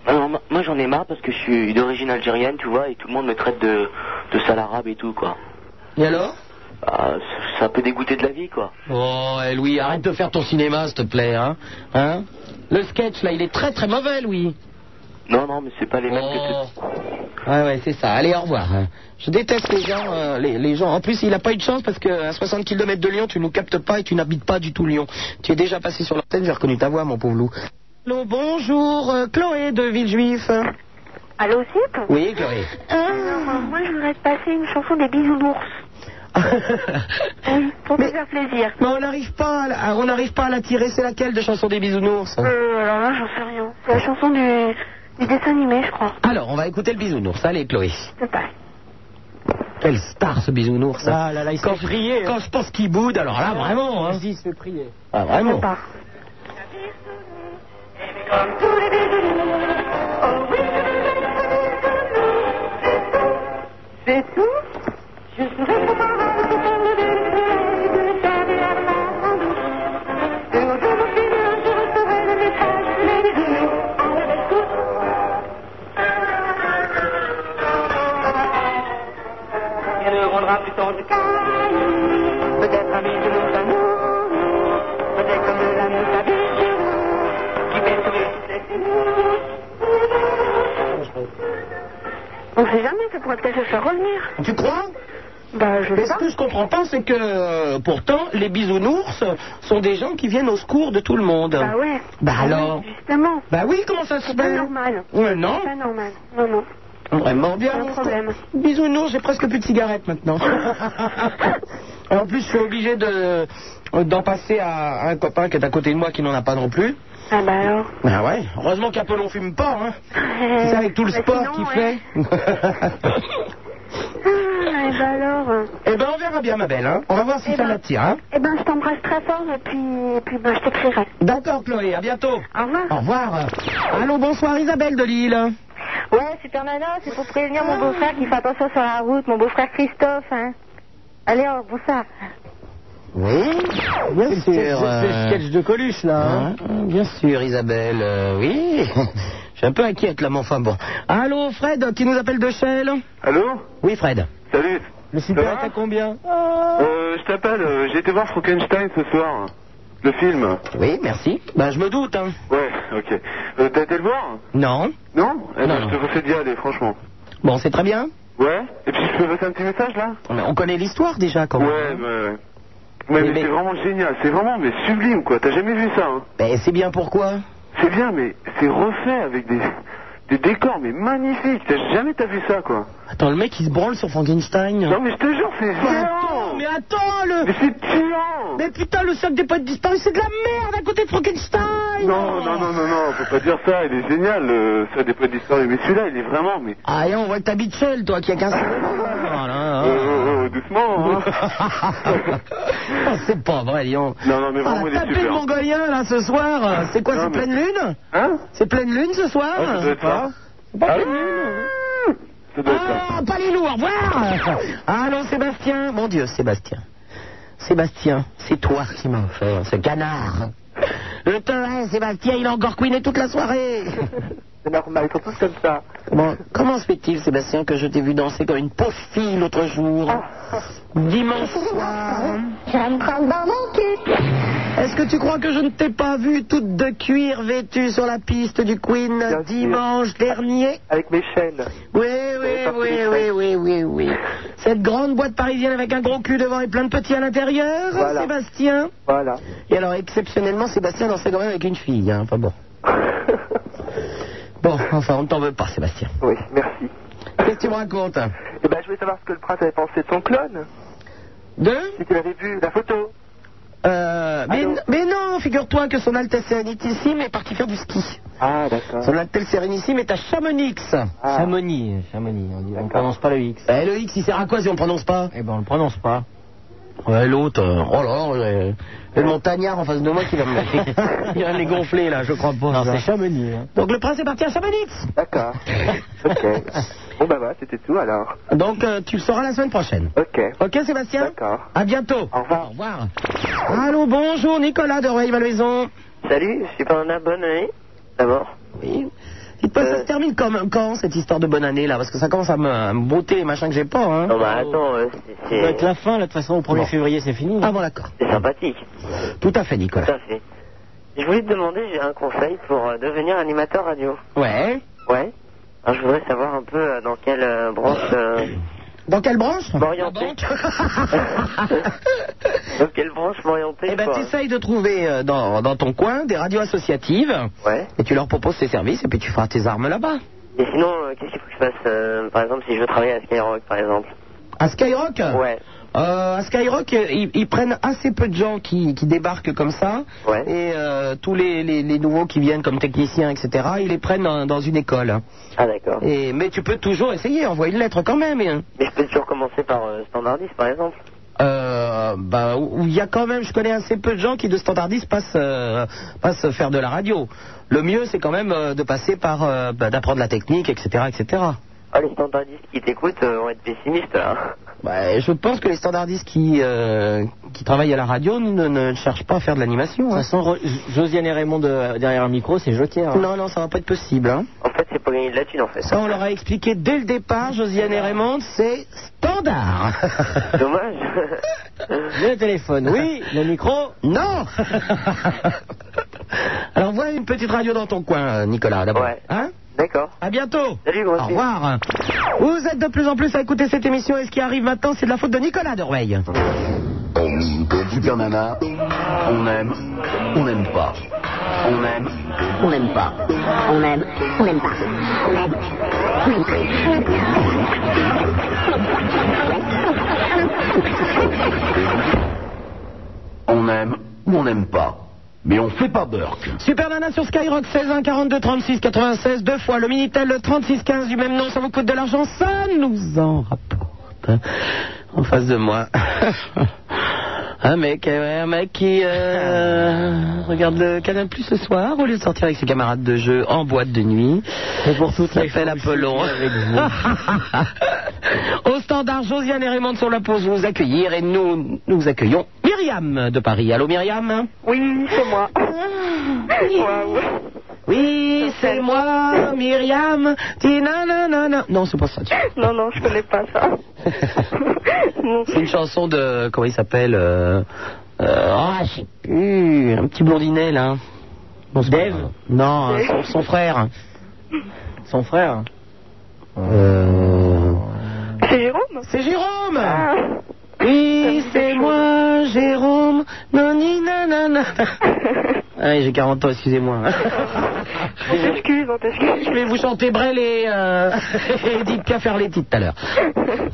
Alors, moi- moi j'en ai marre parce que je suis d'origine algérienne, tu vois, et tout le monde me traite de, de sale arabe et tout quoi.
Et alors
Ah, c- ça peut dégoûter de la vie quoi.
Oh, eh, Louis, arrête de faire ton cinéma, s'il te plaît. Hein hein le sketch, là, il est très très mauvais, Louis.
Non non mais c'est pas les mêmes
Euh.
que
Ouais, ouais, c'est ça. Allez, au revoir. hein. Je déteste les gens, euh, les, les gens. En plus, il n'a pas eu de chance parce qu'à 60 km de Lyon, tu ne nous captes pas et tu n'habites pas du tout Lyon. Tu es déjà passé sur l'antenne, j'ai reconnu ta voix, mon pauvre loup. Allô, bonjour, euh, Chloé de Villejuif.
Allô, Sip
Oui, Chloé.
Alors, moi, je voudrais te passer une chanson des bisounours. oui, pour te faire plaisir.
Mais on n'arrive pas, à la- on n'arrive pas à la tirer. C'est laquelle de chanson des bisounours hein
Euh, alors là, j'en sais rien. C'est la chanson du, du dessin animé, je crois.
Alors, on va écouter le bisounours. Allez, Chloé.
Je te passe.
Quelle star ce bisounours. hein.
Ah là là, il se
quand,
fait prier, hein.
Quand je pense qu'il boude, alors là, vraiment. Hein.
Vas-y, se fait prier.
Ah, vraiment.
Oh oui, comme nous,
C'est tout Je serai
Elle le rendra plus tard du calme. Peut-être ami de nos amours. Peut-être comme de l'amour d'habitude. Qui fait sourire toutes les filles.
On sait jamais, ça pourrait peut-être se faire revenir.
Tu crois
Bah, je
Mais ce que je comprends pas, c'est que euh, pourtant, les bisounours sont des gens qui viennent au secours de tout le monde.
Bah ouais.
Bah alors
Justement.
Bah oui, comment ça se
C'est pas
fait
normal.
Ouais, non.
C'est pas normal. Non, non.
Vraiment bien.
Pas de problème.
Bisounours, j'ai presque plus de cigarettes maintenant. Et en plus, je suis obligé de- euh, d'en passer à un copain qui est à côté de moi qui n'en a pas non plus.
Ah bah alors.
Bah ouais, heureusement qu'Apollon fume pas, hein. C'est ça avec tout le
Bah
sport
sinon,
qu'il
ouais.
fait.
Ah, et bah alors.
eh ben, on verra bien, ma belle, hein. On va voir si
Eh
ça
ben.
l'attire, hein.
Eh ben, je t'embrasse très fort et puis, et puis ben, je t'écrirai.
D'accord, Chloé, à bientôt.
Au revoir.
Au revoir. Allô, bonsoir Isabelle de Lille.
Ouais, super nana, c'est pour prévenir mon beau-frère qui fait attention sur la route, mon beau-frère Christophe, hein. Allez, oh, bonsoir.
Oui, bien sûr.
c'est- c'est le sketch
de Coluche, là.
hein.
bien sûr, Isabelle, euh, oui. Je suis un peu inquiète, là, mais enfin bon. Allô, Fred, qui nous appelle de Shell
Allô
Oui, Fred.
Salut
Le
super est à
combien
euh, Je t'appelle, euh, j'ai été voir Frankenstein ce soir, le film.
Oui, merci. Ben, je me doute, hein.
Ouais, ok. Euh, T'as été le voir
Non.
Non Eh ben,
Non,
Je te conseille d'y aller, franchement.
Bon, c'est très bien.
Ouais Et puis je peux passer un petit message là
Mais on connaît l'histoire déjà, quand même.
Ouais, bah. mais... ouais. Ouais, mais, c'est vraiment génial, c'est vraiment mais sublime quoi, t'as jamais vu ça hein
Ben, c'est bien pourquoi
C'est bien mais c'est refait avec des, des décors mais magnifiques, t'as jamais t'as vu ça quoi
Attends, le mec, il se branle sur Frankenstein.
Non mais je te jure c'est
Mais
génial
attends, mais attends, le...
Mais c'est tuant
Mais putain, le sac des potes disparus, c'est de la merde à côté de Frankenstein
Non, non, non, non, non, faut pas dire ça, il est génial, euh, ça des potes d'histoire, mais celui-là, il est vraiment, mais...
Ah, et on voit que t'habites seul, toi, qui a 15
Oh, oh, oh, doucement, hein
Oh, c'est pas vrai, Lyon.
Non, non, mais
Ah,
vraiment, il est
tapez le
super.
mongolien, là, ce soir. euh, C'est quoi,
Non,
c'est
mais-
pleine lune
Hein
C'est pleine lune, ce soir
Ah, ça doit être ça.
C'est pas
Ah,
pleine lune
Ça doit être ça.
Ah, pas les lourds, voir Allô, Ah, Sébastien Mon Dieu, Sébastien. Sébastien, c'est toi qui m'as offert ce canard. Je te hais, Sébastien, il a encore couiné toute la soirée.
C'est normal, ils sont tous comme ça.
Bon, comment se fait-il, Sébastien, que je t'ai vu danser comme une pauvre fille l'autre jour Dimanche soir.
Je vais me prendre dans mon cul.
Est-ce que tu crois que je ne t'ai pas vu toute de cuir vêtue sur la piste du Queen dimanche dernier
Avec mes chaînes.
Oui, oui, oui, oui, oui, oui, oui. Cette grande boîte parisienne avec un gros cul devant et plein de petits à l'intérieur,
Voilà.
Sébastien
Voilà.
Et alors, exceptionnellement, Sébastien dansait quand même avec une fille, hein, enfin bon. bon, enfin, on ne t'en veut pas, Sébastien.
Oui, merci.
Qu'est-ce que tu me racontes
Eh ben, je voulais savoir ce que le prince avait pensé de son clone.
Deux
Si tu l'avais vu, la photo.
Euh, mais, mais non, figure-toi que son Altesse Sérénitissime est parti faire du ski.
Ah, d'accord. Ah.
Son Altesse Sérénitissime est à Chamonix.
Chamonix, Chamonix, on dit- on prononce pas le X.
Eh, le X, il sert à quoi si on prononce pas
Eh ben, on le prononce pas.
Ouais, l'autre, euh, oh là, euh, le montagnard en face de moi qui va me Il va les gonfler là, je crois pas.
Non,
ça.
c'est Chamonix. hein.
Donc le prince est parti à Chamonix.
D'accord. ok. Bon, bah voilà, c'était tout alors.
Donc euh, tu le sauras la semaine prochaine.
Ok.
Ok Sébastien
D'accord.
À bientôt.
Au revoir.
Au revoir. Allô, bonjour Nicolas de Rueil-Malmaison.
Salut, je suis pas un abonné. D'abord.
Oui. Il
Euh.
peut- ça se termine comme, quand cette histoire de bonne année là Parce que ça commence à me, à me botter les machins que j'ai pas. Hein.
Non, bah
Oh.
attends, euh,
Ça
Bah,
doit
c'est
être la fin, là, de toute façon, au 1er
Bon.
février, c'est fini.
Ah bon, d'accord.
c'est sympathique.
Tout à fait, Nicolas.
Tout à fait. Je voulais te demander, j'ai un conseil pour euh, devenir animateur radio.
Ouais.
Ouais Alors, Je voudrais savoir un peu euh, dans quelle euh, branche... euh,
Dans quelle branche
M'orienter.
Ah
dans quelle branche m'orienter
Eh ben,
quoi.
t'essayes de trouver euh, dans, dans ton coin des radios associatives.
Ouais.
Et tu leur proposes tes services et puis tu feras tes armes là-bas.
Et sinon, euh, qu'est-ce qu'il faut que je fasse euh, Par exemple, si je veux travailler à Skyrock, par exemple.
À Skyrock
Ouais.
Euh, à Skyrock, euh, ils, ils prennent assez peu de gens qui, qui débarquent comme ça.
Ouais.
Et euh, tous les, les- les nouveaux qui viennent comme techniciens, etc., ils les prennent dans, dans une école.
Ah d'accord.
Et, mais tu peux toujours essayer, envoyer une lettre quand même. et-
Mais je peux toujours commencer par euh, Standardis, par exemple.
Euh, bah, où- où il y a quand même, je connais assez peu de gens qui de standardistes passent, euh, passent faire de la radio. Le mieux, c'est quand même euh, de passer par, euh, bah, d'apprendre la technique, etc., etc.
Ah, les standardistes qui t'écoutent euh, vont être pessimistes, là.
Bah, je pense que les standardistes qui, euh, qui travaillent à la radio ne, ne cherchent pas à faire de l'animation. hein. De toute façon, Josiane et Raymond derrière un micro, c'est joker. hein. Non, non, ça va pas être possible. hein.
En fait, c'est pour gagner de la thune, en fait.
Ça, on leur a expliqué dès le départ, Josiane et Raymond, c'est standard.
Dommage.
Le téléphone, oui. Le micro, non. Alors, voilà une petite radio dans ton coin, euh, Nicolas, d'abord. Hein
D'accord.
À bientôt.
Salut,
Au revoir. Vous êtes de plus en plus à écouter cette émission et ce qui arrive maintenant, c'est de la faute de Nicolas Dorveil.
Super Nana, on aime, on n'aime pas. On aime, on n'aime pas. On aime, on n'aime pas. On aime, on n'aime pas. On aime ou on n'aime pas. Mais on fait pas Burke.
Super Nana sur Skyrock 16 1 42 36 96 deux fois le minitel le 36 15 du même nom ça vous coûte de l'argent ça nous en rapporte en face de moi un mec euh, un mec qui euh, regarde le Canal Plus ce soir au lieu de sortir avec ses camarades de jeu en boîte de nuit et pour toutes les fait l'apollon au standard Josiane et Raymond sont là pour vous accueillir et nous nous accueillons Myriam de Paris allô Myriam
Oui, c'est moi.
Oui, c'est moi, Myriam. Tinanana. Non, c'est pas ça. tu-
Non, non, je connais pas ça.
C'est une chanson de. Comment il s'appelle euh, euh, Ah, je sais plus. Un petit blondinet, là. Bon, Dave Non, hein, son, son frère. Son frère Euh.
C'est Jérôme Ah,
C'est Jérôme Oui, c'est moi, Jérôme. Noni, nanana. Ah, j'ai 40 ans, excusez-moi. Je vais vous chanter Brel et, euh, et Edith Caffarletti tout à l'heure.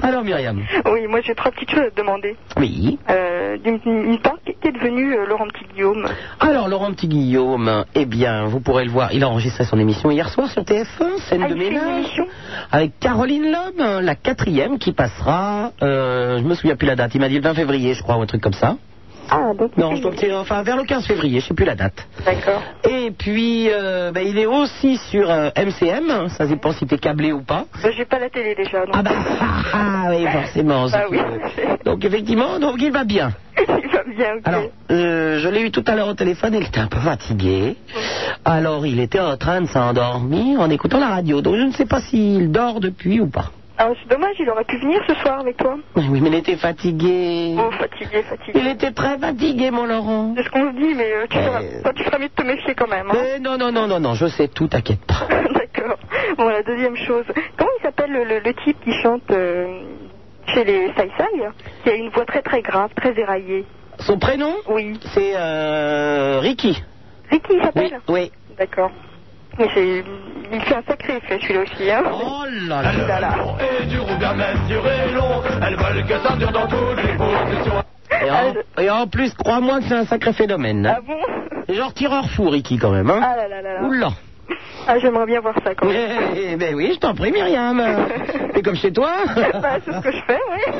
Alors, Myriam.
Oui, moi j'ai trois petites choses à te demander.
Oui.
Euh, D'une une part, qu'est- qu'est devenu euh, Laurent Petit-Guillaume
Alors, Laurent Petit-Guillaume, eh bien, vous pourrez le voir, il a enregistré son émission hier soir sur TF1, scène de ménage, avec Caroline Lhomme, la quatrième qui passera, euh, je me souviens plus la date, il m'a dit le 20 février, je crois, ou un truc comme ça.
Ah, donc...
Non, je dois me tirer, enfin, vers le 15 février, je sais plus la date.
D'accord.
Et puis, euh, ben, il est aussi sur euh, MCM, ça dépend si t'es câblé ou pas.
Bah, j'ai pas la télé déjà. donc.
Ah bah, ah oui, forcément. c'est- Donc, effectivement, donc il va bien.
Il va bien, ok.
Alors, euh, je l'ai eu tout à l'heure au téléphone, il était un peu fatigué. Alors, il était en train de s'endormir en écoutant la radio. Donc, je ne sais pas s'il dort depuis ou pas.
Ah, c'est dommage, il aurait pu venir ce soir avec toi.
Oui, mais il était fatigué.
Oh, fatigué, fatigué.
Il était très fatigué, mon Laurent.
C'est ce qu'on se dit, mais euh, tu, feras, toi, tu feras mieux de te méfier quand même. hein.
Mais Euh, non, non, non, non, non, je sais tout, t'inquiète pas.
D'accord. Bon, la deuxième chose. Comment il s'appelle le, le- le type qui chante euh, chez les Sai Sai hein, Qui a une voix très très grave, très éraillée.
Son prénom
Oui.
C'est euh, Ricky.
Ricky, il s'appelle
Oui.
D'accord. Mais c'est... Il fait un sacré effet, celui-là aussi. Hein. Oh
là là
là
Et du rouge à même du long, elles veulent que ça dure dans toutes les positions.
Et en, et en plus, crois-moi que c'est un sacré phénomène. hein.
Ah bon
C'est genre tireur fou, Ricky, quand même. Hein.
Ah là là là là.
Oula.
Ah, j'aimerais bien voir ça quand même.
Eh ben oui, je t'en prie, Myriam. C'est comme chez toi.
Bah, c'est ce que je fais, oui.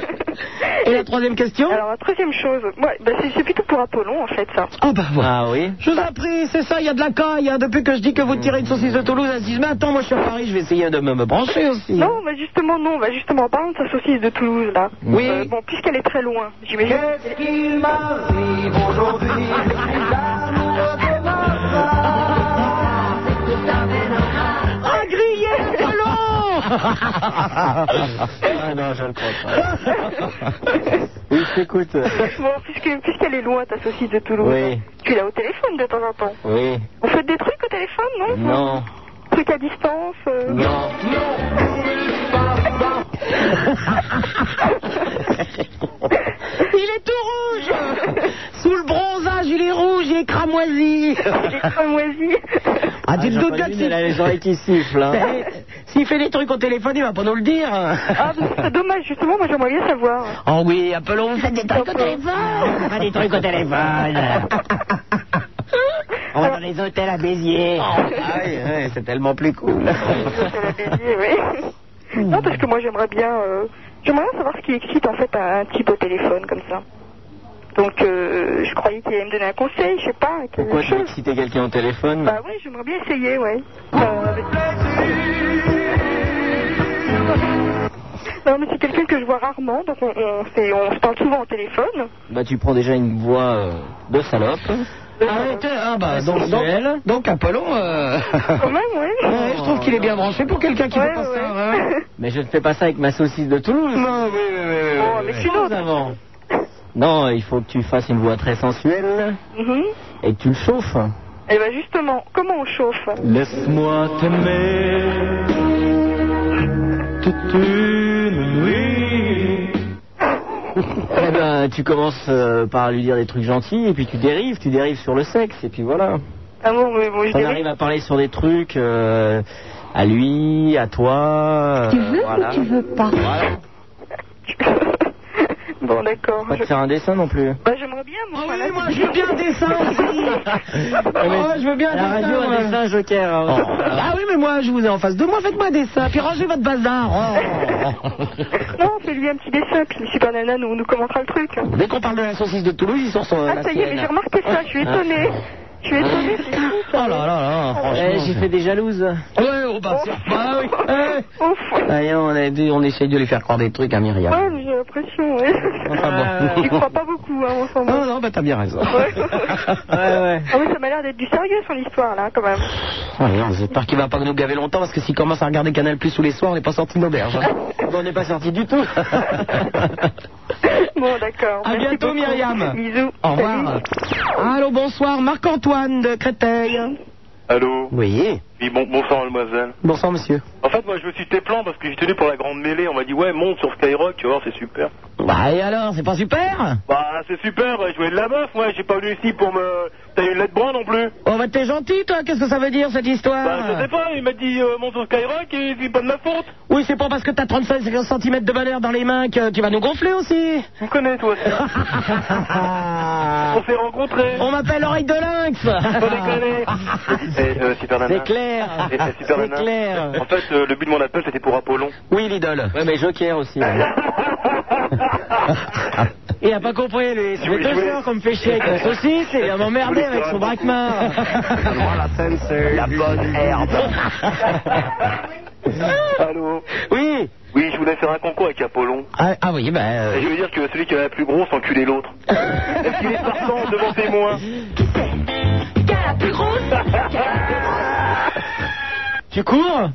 Et la troisième question
Alors, la troisième chose, moi, bah, c'est- c'est plutôt pour Apollon, en fait, ça.
Oh bah voilà. Ah oui Je vous en prie, c'est ça, il y a de la caille. hein. Depuis que je dis que vous tirez une saucisse de Toulouse, elle se dit, mais attends, moi je suis à Paris, je vais essayer de me, me brancher aussi.
Non, mais justement, non, bah justement, parlons de sa saucisse de Toulouse, là.
Oui.
Euh, bon, puisqu'elle est très loin, j'imagine.
Qu'est-ce qu'il m'arrive aujourd'hui
Ah, grillé,
Ah non, je le crois pas.
Oui, je t'écoute.
Bon, puisque- puisqu'elle est loin, ta saucisse de Toulouse,
Oui.
tu l'as au téléphone de temps en temps.
Oui.
Vous faites des trucs au téléphone, non
Non.
Trucs à distance euh,
Non.
Il est tout rouge Sous le bronzage, il est rouge, il est cramoisi Il
est cramoisi
Ah, tu te
j'ai
doutes
pas
bien
vu,
que
mais
si-
elle a les oreilles qui sifflent, hein.
Eh, S'il fait des trucs au téléphone, il va pas nous le dire
Ah, mais c'est dommage, justement, moi j'aimerais bien savoir.
Oh oui, appelons, vous faites des trucs au téléphone Pas des trucs au téléphone On va dans les hôtels à Béziers Ah, c'est tellement plus cool
Eh oui. Non, parce que moi j'aimerais bien, euh, j'aimerais bien savoir ce qui excite en fait un, un type au téléphone comme ça. Donc euh, je croyais qu'il allait me donner un conseil, je sais pas. quelque
Pourquoi tu veux
chose.
exciter quelqu'un au téléphone
Bah oui, j'aimerais bien essayer, ouais. Euh, avec-
Non, mais c'est quelqu'un que je vois rarement, donc on, on, s'est- on se parle souvent au téléphone.
Bah, tu prends déjà une voix euh, de salope.
Ah bah, donc, donc, donc Apollon... euh,
Quand même, oui.
ouais, je trouve qu'il est bien branché pour quelqu'un qui veut pas ça. ouais, ouais.
Mais je ne fais pas ça avec ma saucisse de Toulouse.
Non, oui, oui, oui. oui, oui, oui.
avant. Non, il faut que tu fasses une voix très sensuelle
Mm-hmm.
Mhm.
et que tu le chauffes. Eh
Et
ben,
bien justement, comment on chauffe
Laisse-moi t'aimer toute une nuit.
Eh ben, tu commences euh, par lui dire des trucs gentils et puis tu dérives, tu dérives sur le sexe et puis voilà.
Ah bon, mais bon, je
On
dirais.
arrive à parler sur des trucs euh, à lui, à toi.
Tu
euh,
veux
voilà.
ou tu veux pas
Voilà.
Bon, d'accord.
Pas te faire un dessin non plus.
Bah, j'aimerais bien, moi. voilà.
Ah moi, je veux bien un dessin aussi. Oh, je veux bien un
Ah La
dessin,
radio,
moi.
un dessin, joker. hein.
Ah oui, mais moi, je vous ai en face de moi, faites-moi un dessin, puis rangez votre bazar. Oh.
Non, fais-lui un petit dessin, puis Super Nana nous, nous commentera le truc.
Dès qu'on parle de la saucisse de Toulouse, ils sont sur euh,
Ah,
la
ça y est,
sienne.
mais j'ai remarqué ça, je suis
Ah,
étonnée. Je suis étonnée. c'est fou,
Oh là
ça.
là là,
Eh,
franchement.
J'ai fait des jalouses.
Ouais, on part sur- Ah oui. eh.
D'ailleurs, on, a dit- on essaye de lui faire croire des trucs à Myriam.
Ouais, mais j'ai l'impression, ouais.
Euh,
Enfin
Ah.
bon.
J'y crois pas beaucoup, hein, enfin bon.
Non, non, bah t'as bien raison.
Ouais.
Ouais, ouais.
Ah oui, ça m'a l'air d'être du sérieux, son histoire, là, quand même.
Oh, merde, J'espère qu'il va pas nous gaver longtemps parce que s'il commence à regarder Canal Plus tous les soirs, on n'est pas sorti de l'auberge. hein.
On n'est pas sorti du tout.
Bon, d'accord.
À
Merci
bientôt,
beaucoup.
Myriam.
Bisous.
Au revoir.
Salut.
Allô, bonsoir, Marc-Antoine de Créteil.
Allô
Oui.
Oui, bon, bonsoir, mademoiselle.
Bonsoir, monsieur.
En fait, moi, je me suis tes plans parce que j'étais venu pour la grande mêlée. On m'a dit, ouais, monte sur Skyrock, tu vois, c'est super.
Bah et alors, c'est pas super
Bah, c'est super, ouais, je voulais de la meuf, moi, j'ai pas venu ici pour me. T'as eu une lettre brun non plus
Oh bah t'es gentil toi, qu'est-ce que ça veut dire cette histoire
Bah,
Ah.
je sais pas, il m'a dit, euh, monte sur Skyrock et c'est pas de ma faute.
Oui, c'est pas parce que t'as 35 cm de valeur dans les mains que tu vas nous gonfler aussi.
Tu me connais, toi aussi. On s'est rencontrés.
On m'appelle Oreille de Lynx.
Faut déconner. Et, euh, super Nana.
C'est clair.
Et, euh, super
C'est
Nana.
clair.
En fait, euh, le but de mon appel, c'était pour Apollon.
Oui, l'idole.
Ouais, mais Joker aussi.
Il a pas compris, lui. Ça fait deux heures qu'on me fait chier avec la saucisse et il va m'emmerder avec son braquement.
la scène, c'est la bonne herbe.
Allô
Oui
Oui, je voulais faire un concours avec Apollon.
Ah, ah oui, ben...
euh.
Et je veux dire que celui qui a la plus grosse Ah enculait l'autre. Est-ce qu'il est partant devant témoin
Qui a la plus grosse
Tu cours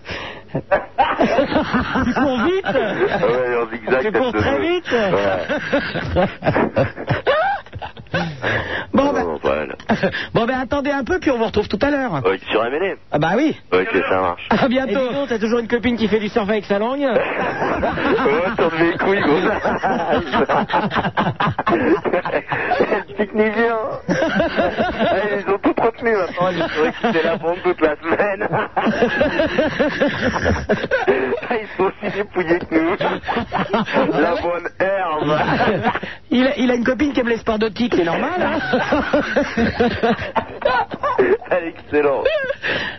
Tu cours vite
Ouais, en zigzag.
Tu cours
tête de
très
nœud.
vite
Bon,
bah.
ben. voilà.
Bon, ben attendez un peu, puis on vous retrouve tout à l'heure.
Euh,
Ouais, sur MLM.
Ah bah oui
Ok, ça marche.
À bientôt
T'as toujours une copine qui fait du surf avec sa langue
Oh,
Ouais, sur mes couilles, gros.
Pique ni bien. Allez, Ils ont tout retenu maintenant. Ils seraient quittés la bombe toute la semaine. Ils sont aussi dépouillés que nous. La bonne herbe.
il a, il a une copine qui aime les sports de tic, c'est normal, hein
Elle est excellente.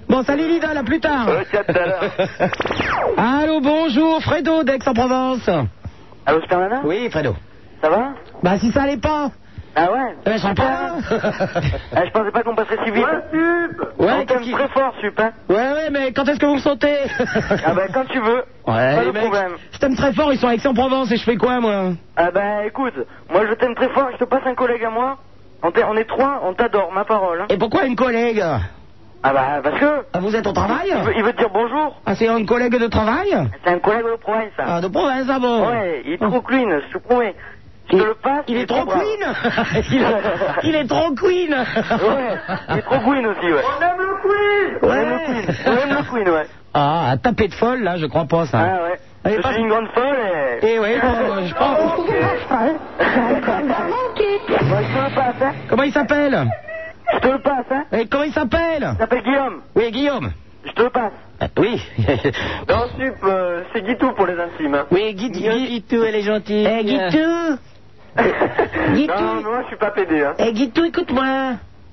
Bon, salut Lidl, à plus tard
Ok, à tout à l'heure.
Allô, bonjour, Fredo d'Aix-en-Provence
Allô, Superman
Oui, Fredo.
Ça va
Bah, si ça allait pas
Ah ouais
Eh ben, je serais pas là.
Ah, Je pensais pas qu'on passerait si vite.
Ouais,
On t'aime très fort, Sup. hein.
Ouais, ouais, mais quand est-ce que vous me sentez
Ah bah, quand tu veux.
Ouais,
pas
les
de
mecs,
problème.
je t'aime très fort, ils sont à Aix-en-Provence et je fais quoi, moi
Ah bah, écoute, moi je t'aime très fort, je te passe un collègue à moi. On, t'est- on est trois, on t'adore, ma parole. hein.
Et pourquoi une collègue
Ah bah, parce que...
Ah, Vous êtes au travail
il veut, il veut te dire bonjour.
Ah, c'est une collègue de travail
C'est un collègue de province, ça.
Ah, de province, ah bon
Ouais, il est trop clean, je te promets. Je te le passe.
Il est trop
brave.
queen il, il est trop queen
Ouais, il est trop queen aussi, ouais. On aime le queen On aime le queen, on aime le queen, ouais.
Ah, à taper de folle, là, je crois pas, ça.
Ah ouais.
Allez,
je
passe-
suis une grande folle et...
Eh ouais, bon, je pense.
Moi, je te le passe, hein.
Comment il s'appelle
Je te le passe, hein.
Eh, Comment il s'appelle
Il s'appelle Guillaume.
Oui, Guillaume.
Je te le passe.
Ah, Oui.
Non, Sup, euh, c'est Guitou pour les intimes, hein.
oui, Guy, Guy-
Guitou, elle est gentille.
Eh, Guitou Guitou
Non, mais moi, je suis pas pédé, hein.
Eh, Guitou, écoute-moi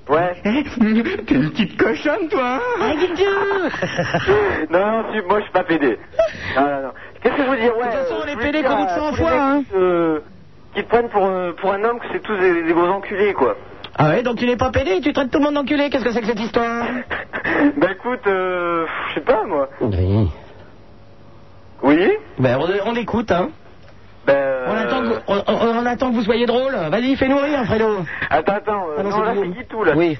Eh,
Ouais.
T'es une petite cochonne, toi Eh, Guitou
non, non, Sup, moi, je suis pas pédé. Non, non, non. Qu'est-ce que je veux dire, ouais. De toute façon,
on est pédé comme
ça
100 fois, hein.
Qui te prennent pour, euh, pour un homme que c'est tous des, des gros enculés, quoi.
Ah ouais, donc tu n'es pas pédé, tu traites tout le monde d'enculé, qu'est-ce que c'est que cette histoire
Bah écoute, euh, je sais pas moi.
Oui. Oui Ben, on, on écoute, hein.
Ben,
On attend, que
euh,
vous, on- on- on attend que vous soyez drôle. Vas-y, fais-nous rire, Fredo.
Attends, attends, euh,
Ah non,
non,
c'est
là c'est
Guillaume.
Guitou là.
Oui.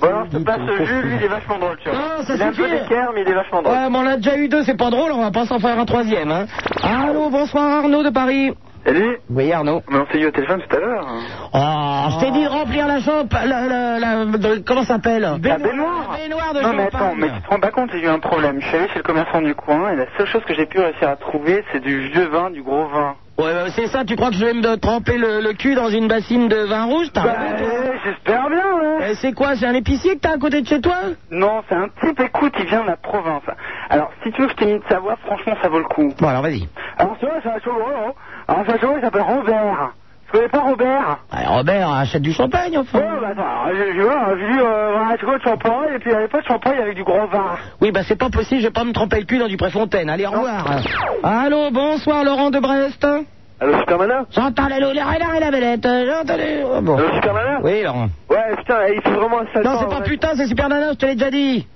Bon, alors je te passe euh, Jules, lui il est vachement drôle, tu vois.
Non, Ah, ça
il est un peu
suffit.
d'équerre, mais il est vachement drôle.
Ouais, mais on a déjà eu deux, c'est pas drôle, on va pas s'en faire un troisième, hein. Allô, bonsoir Arnaud de Paris.
Salut
Oui, Arnaud.
Mais on s'est eu au téléphone tout à l'heure.
Ah, je t'ai dit de remplir la chambre, la, la, la- de- comment ça s'appelle
La baignoire
baignoire de
Non mais
champagne.
attends, mais tu te rends pas compte, j'ai eu un problème. Je suis allé chez le commerçant du coin et la seule chose que j'ai pu réussir à trouver, c'est du vieux vin, du gros vin.
Ouais, bah, c'est ça, tu crois que je vais me tremper le, le cul dans une bassine de vin rouge t'as raison, toi.
J'espère bien, Bah, ouais.
Et c'est quoi, c'est un épicier que t'as à côté de chez toi
Eh, Non, c'est un type, écoute, il vient de la province. Alors, si tu veux que je t'ai mis de savoir, franchement, ça vaut le coup.
Bon, alors vas-y.
Alors, tu vois, c'est un chaudron, hein. Alors, c'est un chaudron, il s'appelle Robert. Tu connais pas Robert
Ouais, Robert, achète du champagne, enfin.
Ouais, bah attends, alors, je, je vois, j'ai vu euh, un truc de champagne, et puis il n'y avait pas de champagne avec du gros vin.
Oui, bah c'est pas possible, je vais pas me tremper le cul dans du Préfontaine. Allez, au revoir. Allô, bonsoir Laurent de Brest.
Allô, Supermana
J'entends la louleur et la- et la belette. J'ai entendu. Oh, bon.
Allô, Supermana
Oui, Laurent.
Ouais, putain, eh, il faut vraiment un sale
Non,
temps,
c'est pas
Euh, ouais.
putain, c'est Super Nana, je te l'ai déjà dit.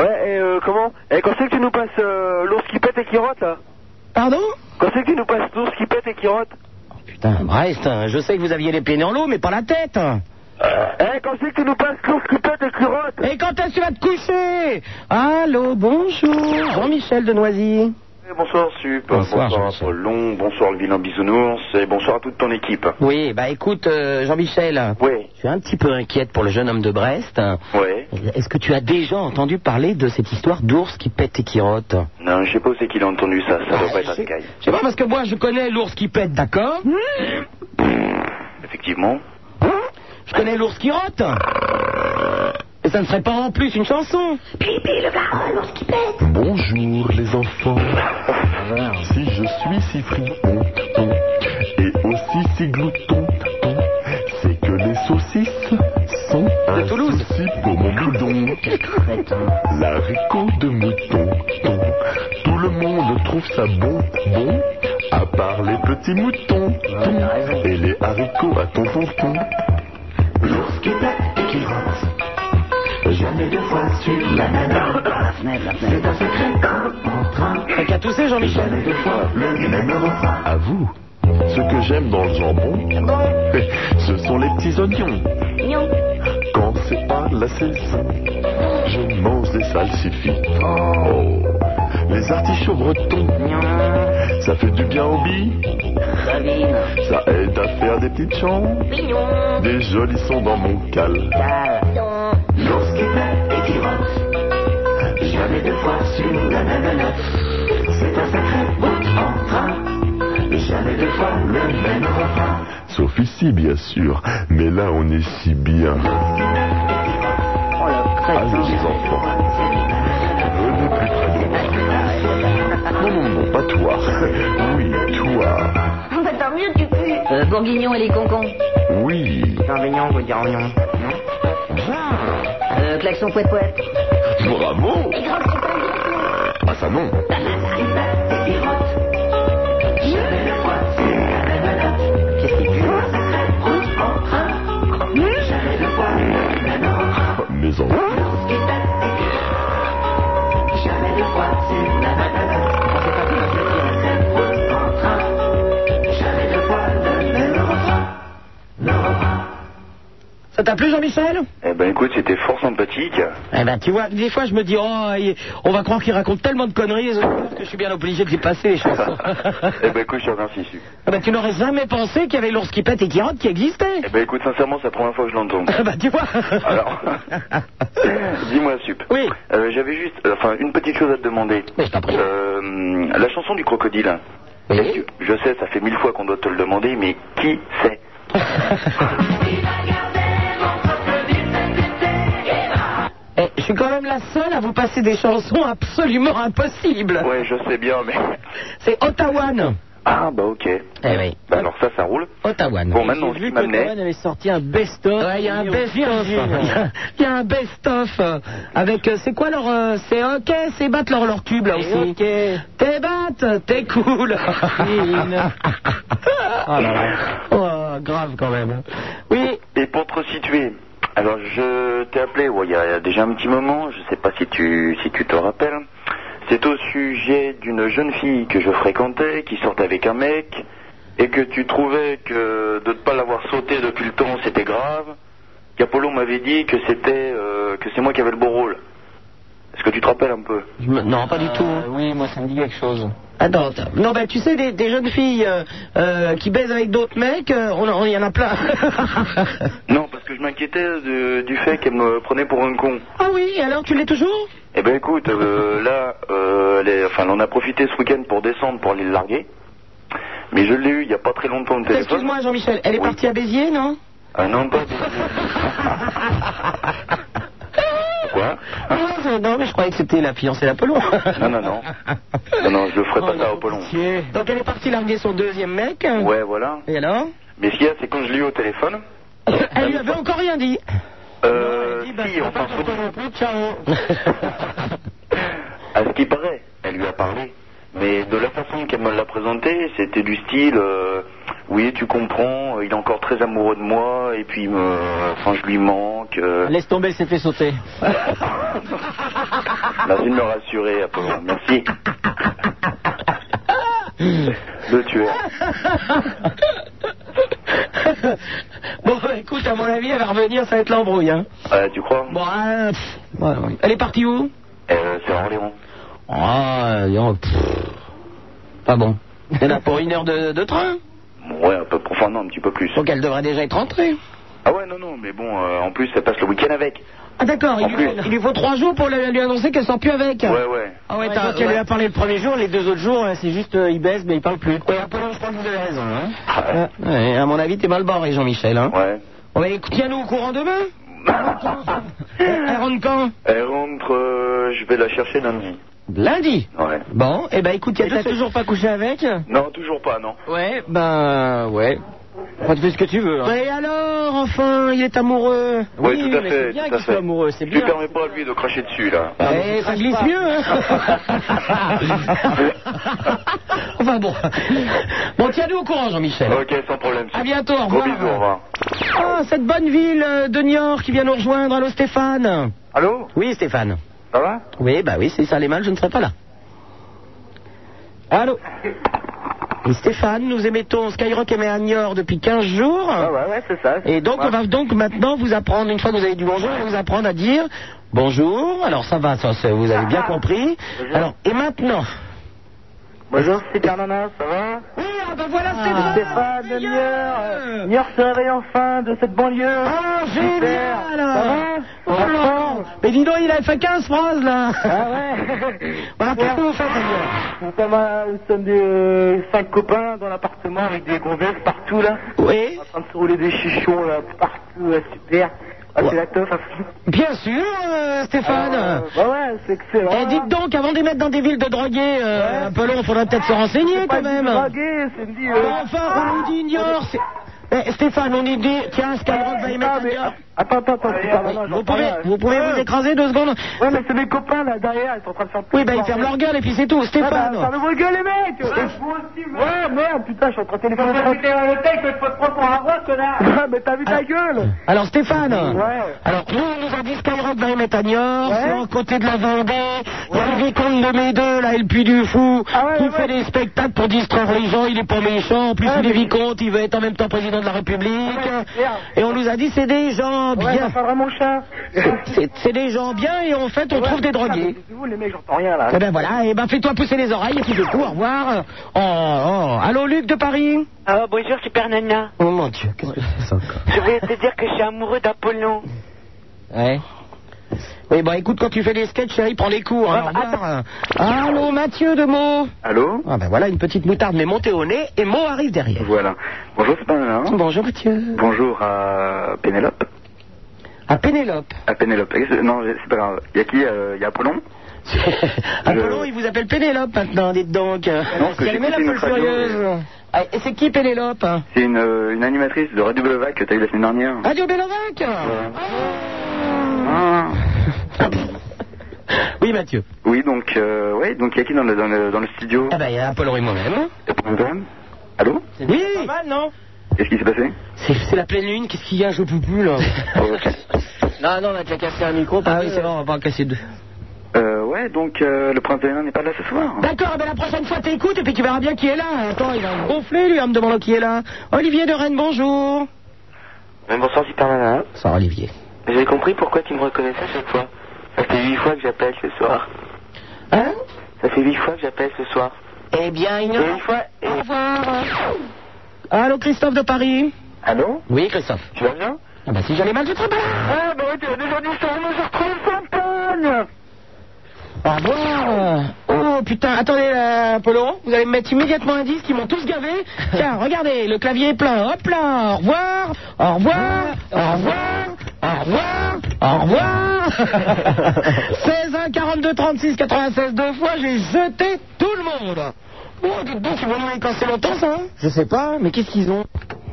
Ouais, et euh, comment Et quand c'est que tu nous passes euh, l'ours qui pète et qui rote, là
Pardon
Quand c'est que tu nous passes l'ours qui pète et qui rote
Oh, Putain, Brest, je sais que vous aviez les pieds dans l'eau, mais pas la tête. Euh,
Eh, quand c'est que tu nous passes l'ours qui pète et qui rote
Et quand est-ce que tu vas te coucher Allô, bonjour. Jean-Michel de Noisy.
Bonsoir Sup, bonsoir, Apollon, bonsoir le vilain bisounours et bonsoir à toute ton équipe.
Oui, bah écoute, euh, Jean-Michel.
Oui.
Je suis un petit peu inquiète pour le jeune homme de Brest.
Ouais.
Eh Est-ce que tu as déjà entendu parler de cette histoire d'ours qui pète et qui rote Ah,
Non, je sais pas où c'est qu'il a entendu ça, ça doit pas être à Sky.
Je sais pas, parce que moi, je connais l'ours qui pète, d'accord
Hmm. Effectivement.
Je connais l'ours qui rote. Et ça ne serait pas en plus une chanson.
Bonjour les enfants, si je suis si fripon ton, et aussi si glouton, ton, c'est que les saucisses sont un souci pour mon boudon. L'haricot de mouton, ton, tout le monde trouve ça bon, bon, à part les petits moutons, ton, et les haricots à ton fourton. L'ours qui pète et qui rase, jamais deux fois sur la même C'est un secret
T'as qu'à tousser, Jean-Michel.
À vous. Ce que j'aime dans le jambon, ce sont les petits oignons. Quand c'est pas la saison, je mange des salsifis. Oh, les artichauts bretons, ça fait du bien aux billes. Ça aide à faire des petites chambres. Des jolis sons dans mon cal. Lorsqu'il est équivoque, jamais deux fois sur la même note. C'est un sacré bout en train, jamais deux fois le même refrain. Sauf ici, bien sûr, mais là on est si
Oh,
bien. Allez, les enfants, venez plus près de moi. Non, non, non, pas toi. Oui, toi.
Bah tant mieux, tu pues. Euh, bourguignon et les concons.
Oui.
Bourguignon, vous dire oignon. Euh, klaxon poète poète.
Bravo. Ah, ça non. Mes enfants.
Ça t'a plu, Jean-Michel
Eh ben écoute, c'était fort sympathique.
Eh ben, tu vois, des fois, je me dis, oh, il- on va croire qu'il raconte tellement de conneries les auditeurs, que je suis bien obligé de les passer, les chansons.
eh ben écoute, je te remercie Sup.
Ah ben, tu n'aurais jamais pensé qu'il y avait l'ours qui pète et qui rote qui existait.
Eh ben écoute, sincèrement, c'est la première fois que je l'entends.
Ah ben, tu vois.
Alors, dis-moi Sup.
Oui.
Euh, J'avais juste, euh, enfin, une petite chose à te demander. Euh, la chanson du crocodile. Est-ce que- Je sais, ça fait mille fois qu'on doit te le demander, mais qui c'est
Eh, je suis quand même la seule à vous passer des chansons absolument impossibles.
Ouais, je sais bien, mais.
C'est Ottawan.
Ah, bah ok.
Eh oui.
Bah alors ça, ça roule.
Ottawan.
Bon, maintenant,
J'ai
ce qui
vu
m'amenait.
qu'Ottawan avait sorti un best-of. Ouais, il y a un best-of. Il y a un best-of euh, avec. euh, C'est quoi leur. euh, C'est OK, c'est battre leur, leur tube là aussi. OK. T'es batte, t'es cool. oh là là. Oh, grave quand même. Oui.
Et pour te resituer, alors je t'ai appelé ouais, il y a déjà un petit moment, je sais pas si tu si tu te rappelles.
C'est au sujet d'une jeune fille que je fréquentais, qui sortait avec un mec, et que tu trouvais que de ne pas l'avoir sauté depuis le temps, c'était grave. Qu'Apollo m'avait dit que c'était euh, que c'est moi qui avais le beau rôle. Est-ce que tu te rappelles un peu
Non, pas du tout.
Oui, moi ça me dit quelque chose.
Attends, attends. non, ben tu sais, des, des jeunes filles euh, euh, qui baisent avec d'autres mecs, euh, on en- il y en a plein.
Non, parce que je m'inquiétais de- du fait qu'elle me prenait pour un con.
ah oui, et alors tu l'es toujours
Eh ben écoute, euh, là, euh, elle est- enfin, on a profité ce week-end pour descendre pour aller le larguer. Mais je l'ai eu il n'y a pas très longtemps au téléphone.
Excuse-moi Jean-Michel, elle est partie à Béziers, non
Ah non, pas. Pourquoi
Ah, Non, mais je croyais que c'était la fiancée d'Apollon. Oh,
Non, non, non. Non, non, je ne ferai pas ça au Apollon.
Donc elle est partie larguer son deuxième mec.
Ouais, voilà.
Et alors
Mais ce qu'il y a, c'est quand je l'ai eu au téléphone,
Elle lui avait encore rien dit.
euh,
si, on s'en fout.
à ce qui paraît, elle lui a parlé. Mais de la façon qu'elle me l'a présenté, c'était du style euh, Oui, tu comprends, il est encore très amoureux de moi, et puis, euh, enfin, je lui manque. euh.
Laisse tomber, elle s'est fait sauter.
Merci de me rassurer, Apollon. Merci. Le tueur.
bon, écoute, à mon avis, elle va revenir, ça va être l'embrouille. Hein.
Euh, tu crois
Bon, euh, pff, ouais, ouais. Elle est partie où
Euh, C'est Orléans.
Ah, oh, pas bon. Elle a pour une heure de, de train.
Ouais, un peu profondément, un petit peu plus.
Donc elle devrait déjà être rentrée.
Ah ouais, non, non, mais bon, euh, en plus, ça passe le week-end avec.
Ah d'accord, il,
En
lui
plus.
faut- il lui faut trois jours pour le- lui annoncer qu'elle sort plus avec.
Ouais, ouais.
Ah ouais, t'as qu'elle lui a parlé le premier jour, les deux autres jours, euh, c'est juste euh, il baisse, mais il parle plus. Ouais, je crois que vous avez raison. Hein.
Ah, ouais, à mon avis, t'es mal barré, Jean-Michel. Hein.
Ouais.
Bon, bah, écoute, tiens-nous au courant demain. Elle rentre quand
Elle rentre, euh, je vais la chercher lundi.
Lundi.
Ouais.
Bon,
eh
et ben écoute, il y a deux
toujours pas couché avec
Non, toujours pas, non.
Ouais, ben ouais. Enfin, tu fais ce que tu veux. hein.
Mais alors, enfin, il est amoureux.
Ouais,
Oui,
tout à
mais
fait,
c'est bien
tout à
qu'il
fait.
soit amoureux, c'est
Je
bien. Ah.
lui permets pas, lui, de cracher dessus, là.
Eh, ça glisse mieux, hein Enfin bon. Bon, tiens-nous au courant, Jean-Michel.
Ok, sans problème.
Ah,
À bientôt, au
Gros
revoir.
bisous, au revoir.
Ah, cette bonne ville euh, de Niort qui vient nous rejoindre. Allô, Stéphane
Allô
Oui, Stéphane.
Ça va
Oui, bah oui, si ça allait mal, je ne serais pas là. Allô Et Stéphane, nous émettons Skyrock et à Niort depuis 15 jours.
Ah
Ah,
ouais, ouais, c'est ça.
Et donc, on va donc maintenant vous apprendre, une fois que vous avez dit bonjour, on va vous apprendre à dire bonjour. Alors, ça va, ça, ça, vous avez bien compris. Alors, et maintenant
Bonjour, c'est Carnana, ça va
Ah, ben voilà,
Stéphane de Niort Niort se réveille enfin de cette banlieue
Ah, génial
Ça va
Oh là là. Mais dis donc, il a fait 15 phrases, là
Ah ouais
Voilà, qu'est-ce que vous faites,
Nous sommes, euh, nous sommes des euh, cinq copains dans l'appartement avec des gonzesses partout là.
Oui.
En train de se rouler des chichons là, partout, là, super. Ah, c'est la teuf.
Bien sûr, euh, Stéphane
Bah ouais, c'est excellent.
Eh, dites donc, avant de les mettre dans des villes de drogués, euh, un peu long, faudrait peut-être se renseigner, quand même
Dragué, c'est euh. me dit.
Mais enfin,
Ah,
on nous dit ignore c'est- Eh, Stéphane, on nous dit, tiens, Skyrock va y mettre ignore.
Ah, Attends, attends, attends,
Ah,
c'est Carnana, j'en
Vous
parle,
pouvez,
là.
vous, pouvez vous écraser deux secondes
Ouais, mais c'est mes copains là derrière, ils sont en train de faire
Oui, bah ils ferment leur gueule et puis c'est tout, Stéphane
Fermez vos gueules, les mecs Ouais, merde, putain, je suis en train de téléphoner. le texte, je peux te prendre pour un roi, connard Ouais, mais t'as vu
Ah.
ta gueule
Alors Stéphane,
Ouais.
alors nous on nous a dit Skyrock va y mettre à Niort,
Ouais.
c'est en côté de la Vendée, il y a le vicomte de Médeux, là, et le puits du fou,
Ah
qui fait des spectacles pour distraire les gens, il est pas méchant, en plus il est vicomte, il veut être en même temps président de la République, et on nous a dit c'est des gens
Ouais, bah,
bien,
ça parlera mon chat
c'est- c'est des gens bien et en fait on trouve des drogués.
C'est vous, les mecs, j'entends rien là.
Eh ben voilà, et ben fais-toi pousser les oreilles et puis c'est tout, au revoir. Oh, oh. Allô Luc de Paris
Ah, bonjour, super nana.
Oh mon dieu, qu'est-ce que c'est ça encore
Je voulais te dire que je suis amoureux d'Apollon.
Ouais. Oui, bah écoute, quand tu fais des sketchs, chérie, prends les cours. hein, au
Oh,
revoir. Allô, Mathieu de Meaux
Allô
Ah ben voilà, une petite moutarde mais montée au nez et Meaux arrive derrière.
Voilà. Bonjour, c'est pas mal, hein
Bonjour Mathieu.
Bonjour à Pénélope.
À Pénélope.
À Pénélope. Ex- Non, c'est pas grave. Il y a qui euh, Il y a Apollon
Apollon, il vous appelle Pénélope maintenant, dites donc.
parce que j'ai
Calmez la
écouté une
folle
radio,
furieuse. Ah, et c'est qui Pénélope hein
C'est une, euh, une animatrice de Radio Belovac que t'as eu la semaine dernière.
Radio Bélovac Ah.
Ah.
Oui, Mathieu.
Oui, donc, euh, ouais, donc il y a qui dans le, dans le, dans le studio
Ah ben, il y a Apollon et moi-même.
Allô
Oui pas mal, non
Qu'est-ce qui s'est passé
C'est c'est la pleine lune, qu'est-ce qu'il y a, je peux plus, là
Oh, ok.
Non, non, on a déjà cassé un micro.
Ah oui, c'est bon, on va pas en casser deux.
Euh, ouais,
ouais, donc euh, le prince de Hénin n'est pas là ce soir.
D'accord, eh ben la prochaine fois t'écoutes et puis tu verras bien qui est là. Attends, il va me gonfler lui en me demandant qui est là. Olivier de Rennes, bonjour.
Mais bonsoir, Super Nana.
hein.
Bonsoir, Olivier.
J'ai compris pourquoi tu me reconnaissais à chaque fois. Ça fait huit fois que j'appelle ce soir.
Hein
Ça fait huit fois que j'appelle ce soir.
Eh bien, il
Et une fois. et-
Au revoir. Allô, Christophe de Paris
Allô
Oui, Christophe.
Tu vas bien
Ah bah si j'allais mal, je serais pas là.
Ah, bah ouais, tu as déjà dit ça, moi je retrouve Fontaine
Au revoir.
Ah Oh putain, attendez, euh, Polo, vous allez me mettre immédiatement un disque, ils m'ont tous gavé. Tiens, regardez, le clavier est plein. Hop là, au revoir, au revoir, au revoir, au revoir, au revoir. 16 1 42 36 96 deux fois, j'ai jeté tout le monde. Oh, dites donc, ils vont nous les casser longtemps, ça. hein
Je sais pas, mais qu'est-ce qu'ils ont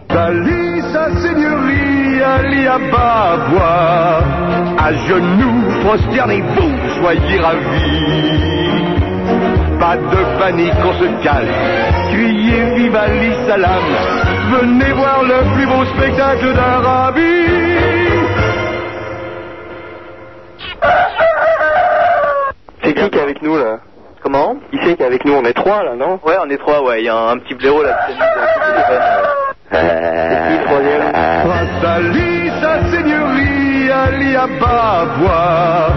Dali, sa seigneurie, Ali Ababa, à genoux, prosternez-vous, soyez ravis. Pas de panique, on se calme, criez vive Ali Salam, venez voir le plus beau spectacle d'Arabie.
C'est qui qui est avec nous là Comment Qui c'est qui est avec nous On est trois là, non Ouais, on est trois, ouais. Il y a un, petit blaireau là.
Prince Ali, sa seigneurie, Ali Ababa,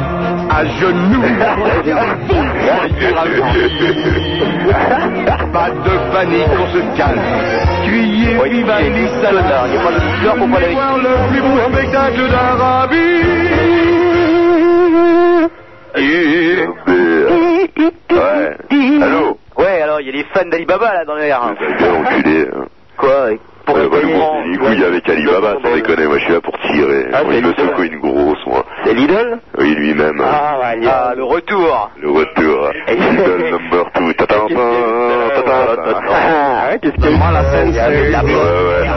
à genoux, prosternez-vous, soyez ravis. Pas de panique, on se calme, criez vive Ali Salam, venez voir le plus beau spectacle d'Arabie.
Ouais. Allô
Ouais, alors il y a des fans d'Alibaba là dans l'air. Hein.
enculé. hein.
Quoi Pour
Euh, Ouais, moi, je m'en fous, les couilles avec Alibaba, sans déconner, moi, je suis là pour tirer.
Ah,
moi, je me secoue une grosse, moi. C'est l'idole Oui, lui-même. Ah,
Ah, le retour.
Le retour. Idol number two. Tatin, tatin, tatin.
Ah, qu'est-ce qu'il y a la scène
Ouais, ouais.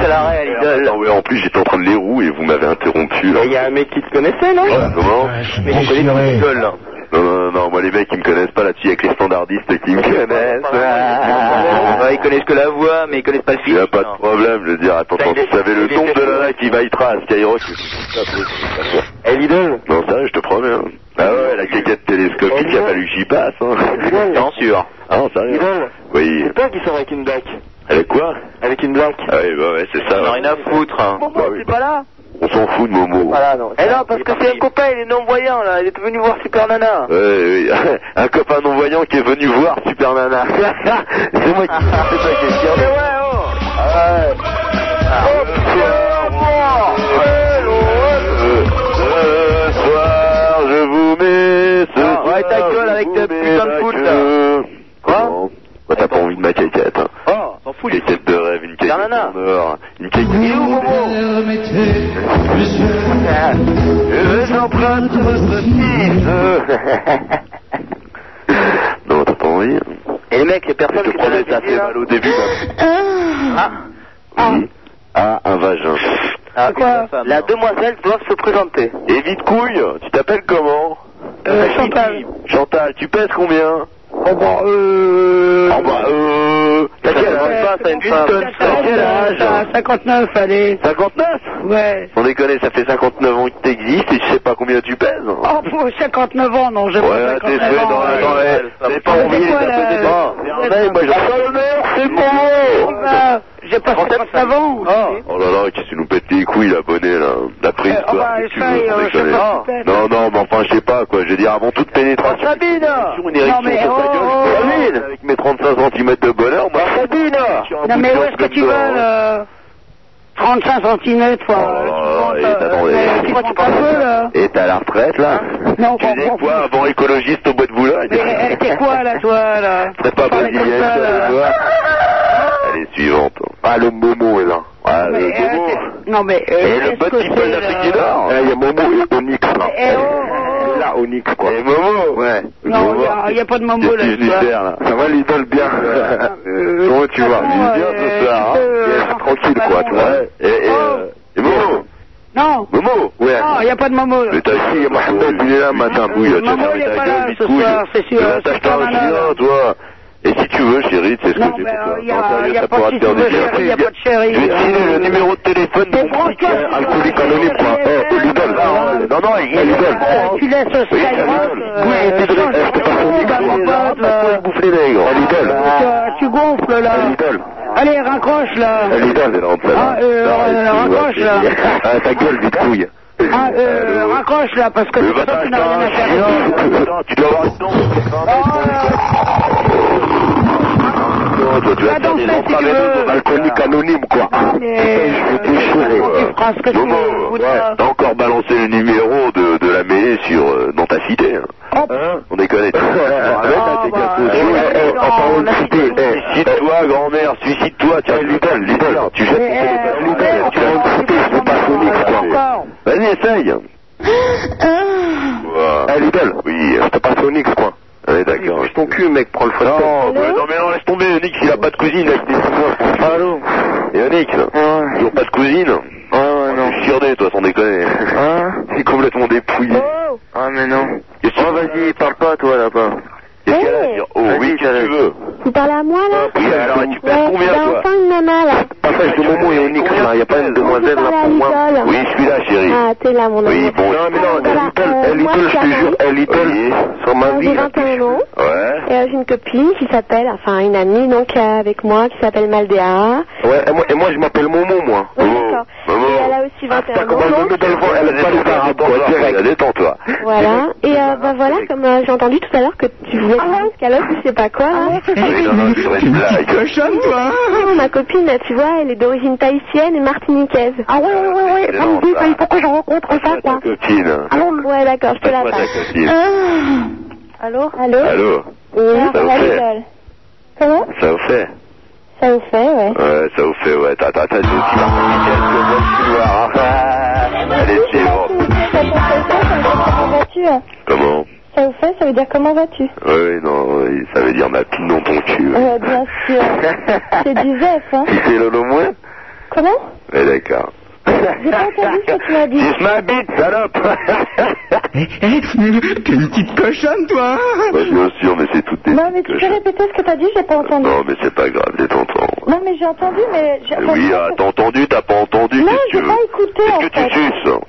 C'est la réelle, idole.
Attends, ouais, en plus, j'étais en train de les roues et vous m'avez interrompu, là.
Il y a un mec qui te connaissait, non
Comment
Mais on connaît tous idoles, là.
Non, non, non, moi, les mecs, ils me connaissent pas là-dessus avec les standardistes qui me connaissent.
Ouais, ils connaissent que la voix, mais ils connaissent pas le
Il
film.
n'y a pas de problème, je veux dire, attends, attends, vous savez le nombre de nanas qui baillera à Skyrock C'est pas possible.
Elle idole
Non, sérieux, je te promets. Hein. Ah
Euh,
ouais, la caquette télescopique, il a fallu que j'y passe. Hein.
Bien sûr.
Ah non, sérieux
Idole
Oui.
C'est toi qui sors avec une blague.
Avec quoi
Avec une blague.
Ah oui, bah ouais, c'est ça.
On a rien à foutre. Hein.
Bah oui,
pas là
on s'en fout de Momo.
Voilà, non. Eh non, parce que c'est un copain, il est non-voyant, là. Il est venu voir Super Nana.
Ouais, oui. Un copain non-voyant qui est venu voir Super Nana. c'est moi qui c'est toi qui
Mais ouais, oh Ah ouais. Oh, putain, moi
Ce soir, je vous mets ce
oh, Ouais, ta gueule avec ta putain de foot, là.
Quoi Bah, t'as pas envie de ma caquette. Hein.
Oh, s'en fout,
Une caquette de rêve, une caquette
Nana.
en or, une caquette...
Il est où, Momo
Euh, Je emprunte votre Non, t'as pas envie
Et le mec, il y a personne qui t'a
Ça fait mal au début. là.
Ah,
Oui. Ah, un vagin.
ah quoi La demoiselle doit se présenter.
Et vite couille, tu t'appelles comment
Euh, Chantal.
Chantal, tu pèses combien Oh bah euh... Oh bah euh... T'as quel âge
à une femme.
T'as quel âge
59, allez.
59
Ouais.
On déconne, ça fait 59 ans que t'existes et je sais pas combien tu pèses.
Oh, pour 59 ans, non, j'ai pas
Ouais, t'es
59
fait
ans.
dans la... Dans la... T'es pas oublié,
quoi,
t'as
la-
pesé pas.
Ouais,
moi, je-
Ah, le maire, c'est
Momo.
bah, J'ai pas 59 ans.
Oh là là, qu'est-ce que tu nous pètes les couilles, l'abonné, là La prise,
Euh,
quoi,
enfin,
qu'est-ce que tu
ça,
veux,
euh,
sans
je sais
déconner.
pas, peut-être.
Non, non, mais enfin, je sais pas, quoi, je veux dire, avant toute pénétration...
Sabine
Une érection
Non, mais
sur ta
oh,
gueule,
oh,
je peux- Bah, Avec mes 35 cm de bonheur, moi...
Sabine
je suis un bout
Non,
de
mais où
viande
est-ce que
comme
tu veux
toi, hein.
euh, 35 centimètres, euh,
Oh
quoi.
là là, et t'attendais.
Mais tu prends un peu, là.
Et t'as la retraite, là
Non,
Tu disais
bon,
quoi, avant écologiste au bois de Boulogne
Mais eh, t'es quoi, là, toi, là
C'est pas
Parle comme
brésilienne,
ça, là.
tu vois. Allez, suivante. Ah, le Momo est là. Ah, le
Mais,
Momo.
euh, t'es- Non, mais. euh,
Et le
qu'est-ce
bot
que
people
c'est,
d'Afrique
là
du Nord Eh, Il y a Momo et Onyx là.
Eh, oh, oh, oh.
là, Onyx quoi. Et Momo Ouais.
Non, il y a- il n'y a, pas de mambo là. Euh, tu vois.
Ça va l'idole bien. Comment tu vas Il est bien
euh,
ce soir. hein. Il est Tranquille quoi, tu vois. Et-
Oh.
et, euh, Et Momo
Non,
Momo Ouais.
non, il n'y Ah, a pas de mambo là.
Mais t'as dit, Mohamed, il est là matin, bouille. Tu vas
Maman, il
fermer
est
ta
pas
gueule,
là
vite
ce
couille.
soir, c'est sûr,
Mais là,
c'est
t'achètes un
pas malade.
chien, toi. Et si tu veux, chérie, c'est ce que
Non,
j'ai
mais,
pour toi.
euh, y a-
Non, sérieux,
y a
ça
pas de
pourra
si
te faire
tu veux,
du bien.
chérie, y a pas de chérie.
Je vais te filer le numéro de téléphone de mon
prends
petit
ça,
alcoolique anonyme, quoi. Eh, l'idole, là, ouais.
Non, non, il rigole.
Tu laisses euh, au Skyrock.
Oui, désolé, je peux pas son micro, là, parce qu'on bouffe les nègres. Elle idole.
Euh, Tu gonfles là.
Elle idole.
Allez, raccroche là.
Elle idole, elle est en plein.
Ah, euh, euh, raccroche là.
Ah, ta gueule, vite couille.
А,
Ah, euh,
э,
raccroche là, parce que c'est ça, tu n'as rien à faire.
Putain, tu dois avoir le temps. Non, toi, tu vas faire des entraves alcooliques anonymes, quoi. Je vais t'échouer. Momo, ouais, t'as encore balancé le numéro de, de la mêlée sur, euh, dans ta cité. Hein. Hein On déconne. Ah, ouais, t'es cassé. En parlant de cité, eh, suicide-toi, grand-mère, suicide-toi. Tiens, Lidl, Lidl, tu jettes ton téléphone. Lidl, tu vas me cité, je veux pas son mix, quoi. Vas-y, essaye. Ah. Eh, Lidl. Oui, je te passe au Nix, quoi. Ouais, d'accord. Laisse ton cul, mec, prends le frais. Non, ouais, non, mais non, laisse tomber, Onyx, il a pas de cousine, avec des mois. Allô Et Onyx Toujours pas de cousine Oh, Ouais, ouais, non. Je suis sûr d'eux, toi, sans déconner. Hein C'est complètement dépouillé. Ah, mais non. Oh, vas-y, parle pas, toi, là-bas. Qu'est-ce qu'elle a à dire Oh, oui, qu'est-ce que tu veux
Vous parlez à moi là
Oui, alors, tu perds combien,
J'ai
toi
enfin une nana là.
Passage de Momo et Onyx, là, y a pas une demoiselle, là, pour moi. Oui, je suis là, chérie.
Ah, t'es là mon
Oui,
amour.
bon. Non, mais non,
Voilà, euh, moi je suis Annie.
elle est Sur ma
Euh,
vie,
J'ai
là, tu-
21 ans.
Ouais.
Et euh, j'ai une copine qui s'appelle, enfin une amie donc euh, avec moi qui s'appelle Maldea.
Ouais, et moi, et moi je m'appelle Momo, moi. Momo.
Et
Momo.
elle a aussi 21
Putain, comment elle
ans. euh,
me met dans le vent, elle a pas les arabes, quoi, direct. Détends, toi.
Voilà. Et euh, bah voilà, comme euh, j'ai entendu tout à l'heure que tu voulais faire une escalope ou je sais pas quoi. là.
Oui, non, non, c'est une blague.
cochonne, toi ah, Ma copine, là, tu vois, elle est d'origine tahitienne et martiniquaise. Ah ouais, ouais, ouais, ouais.
Ah, me dis, il
faut que je rencontre ça, quoi.
Copine.
Allons, ouais, d'accord, je te la
Passe-moi ta
passe.
copine.
Allô Allô
Allô Ah Ça vous fait
Comment
Ça vous fait
Ça vous fait, ouais.
Ouais, ça vous fait, ouais. T'as t'as- t'as dit aussi. Quelques Allez, c'est bon.
Comment vas-tu
Comment
Ça vous fait, ça veut dire comment vas-tu
Ouais, non, ouais, ça veut dire ma pine dans ton cul.
Euh, Bien sûr. C'est du zef, hein
Tu sais Lolo moins
Comment
Ouais, Eh, d'accord.
J'ai pas entendu ce que tu m'as dit.
Kiss ma bite, salope
T'es une petite cochonne, toi
Bah, Bien sûr, mais c'est tout des
Non, mais tu Ah, peux répéter ce que t'as dit, j'ai pas entendu.
Non, mais c'est pas grave, détends-toi.
Non, mais j'ai entendu, mais... j'ai-
Oui, ah, t'as entendu, t'as pas entendu,
Non,
qu'est-ce que
j'ai
tu veux
pas écouté, en
Est-ce que tu
fait.
suces hein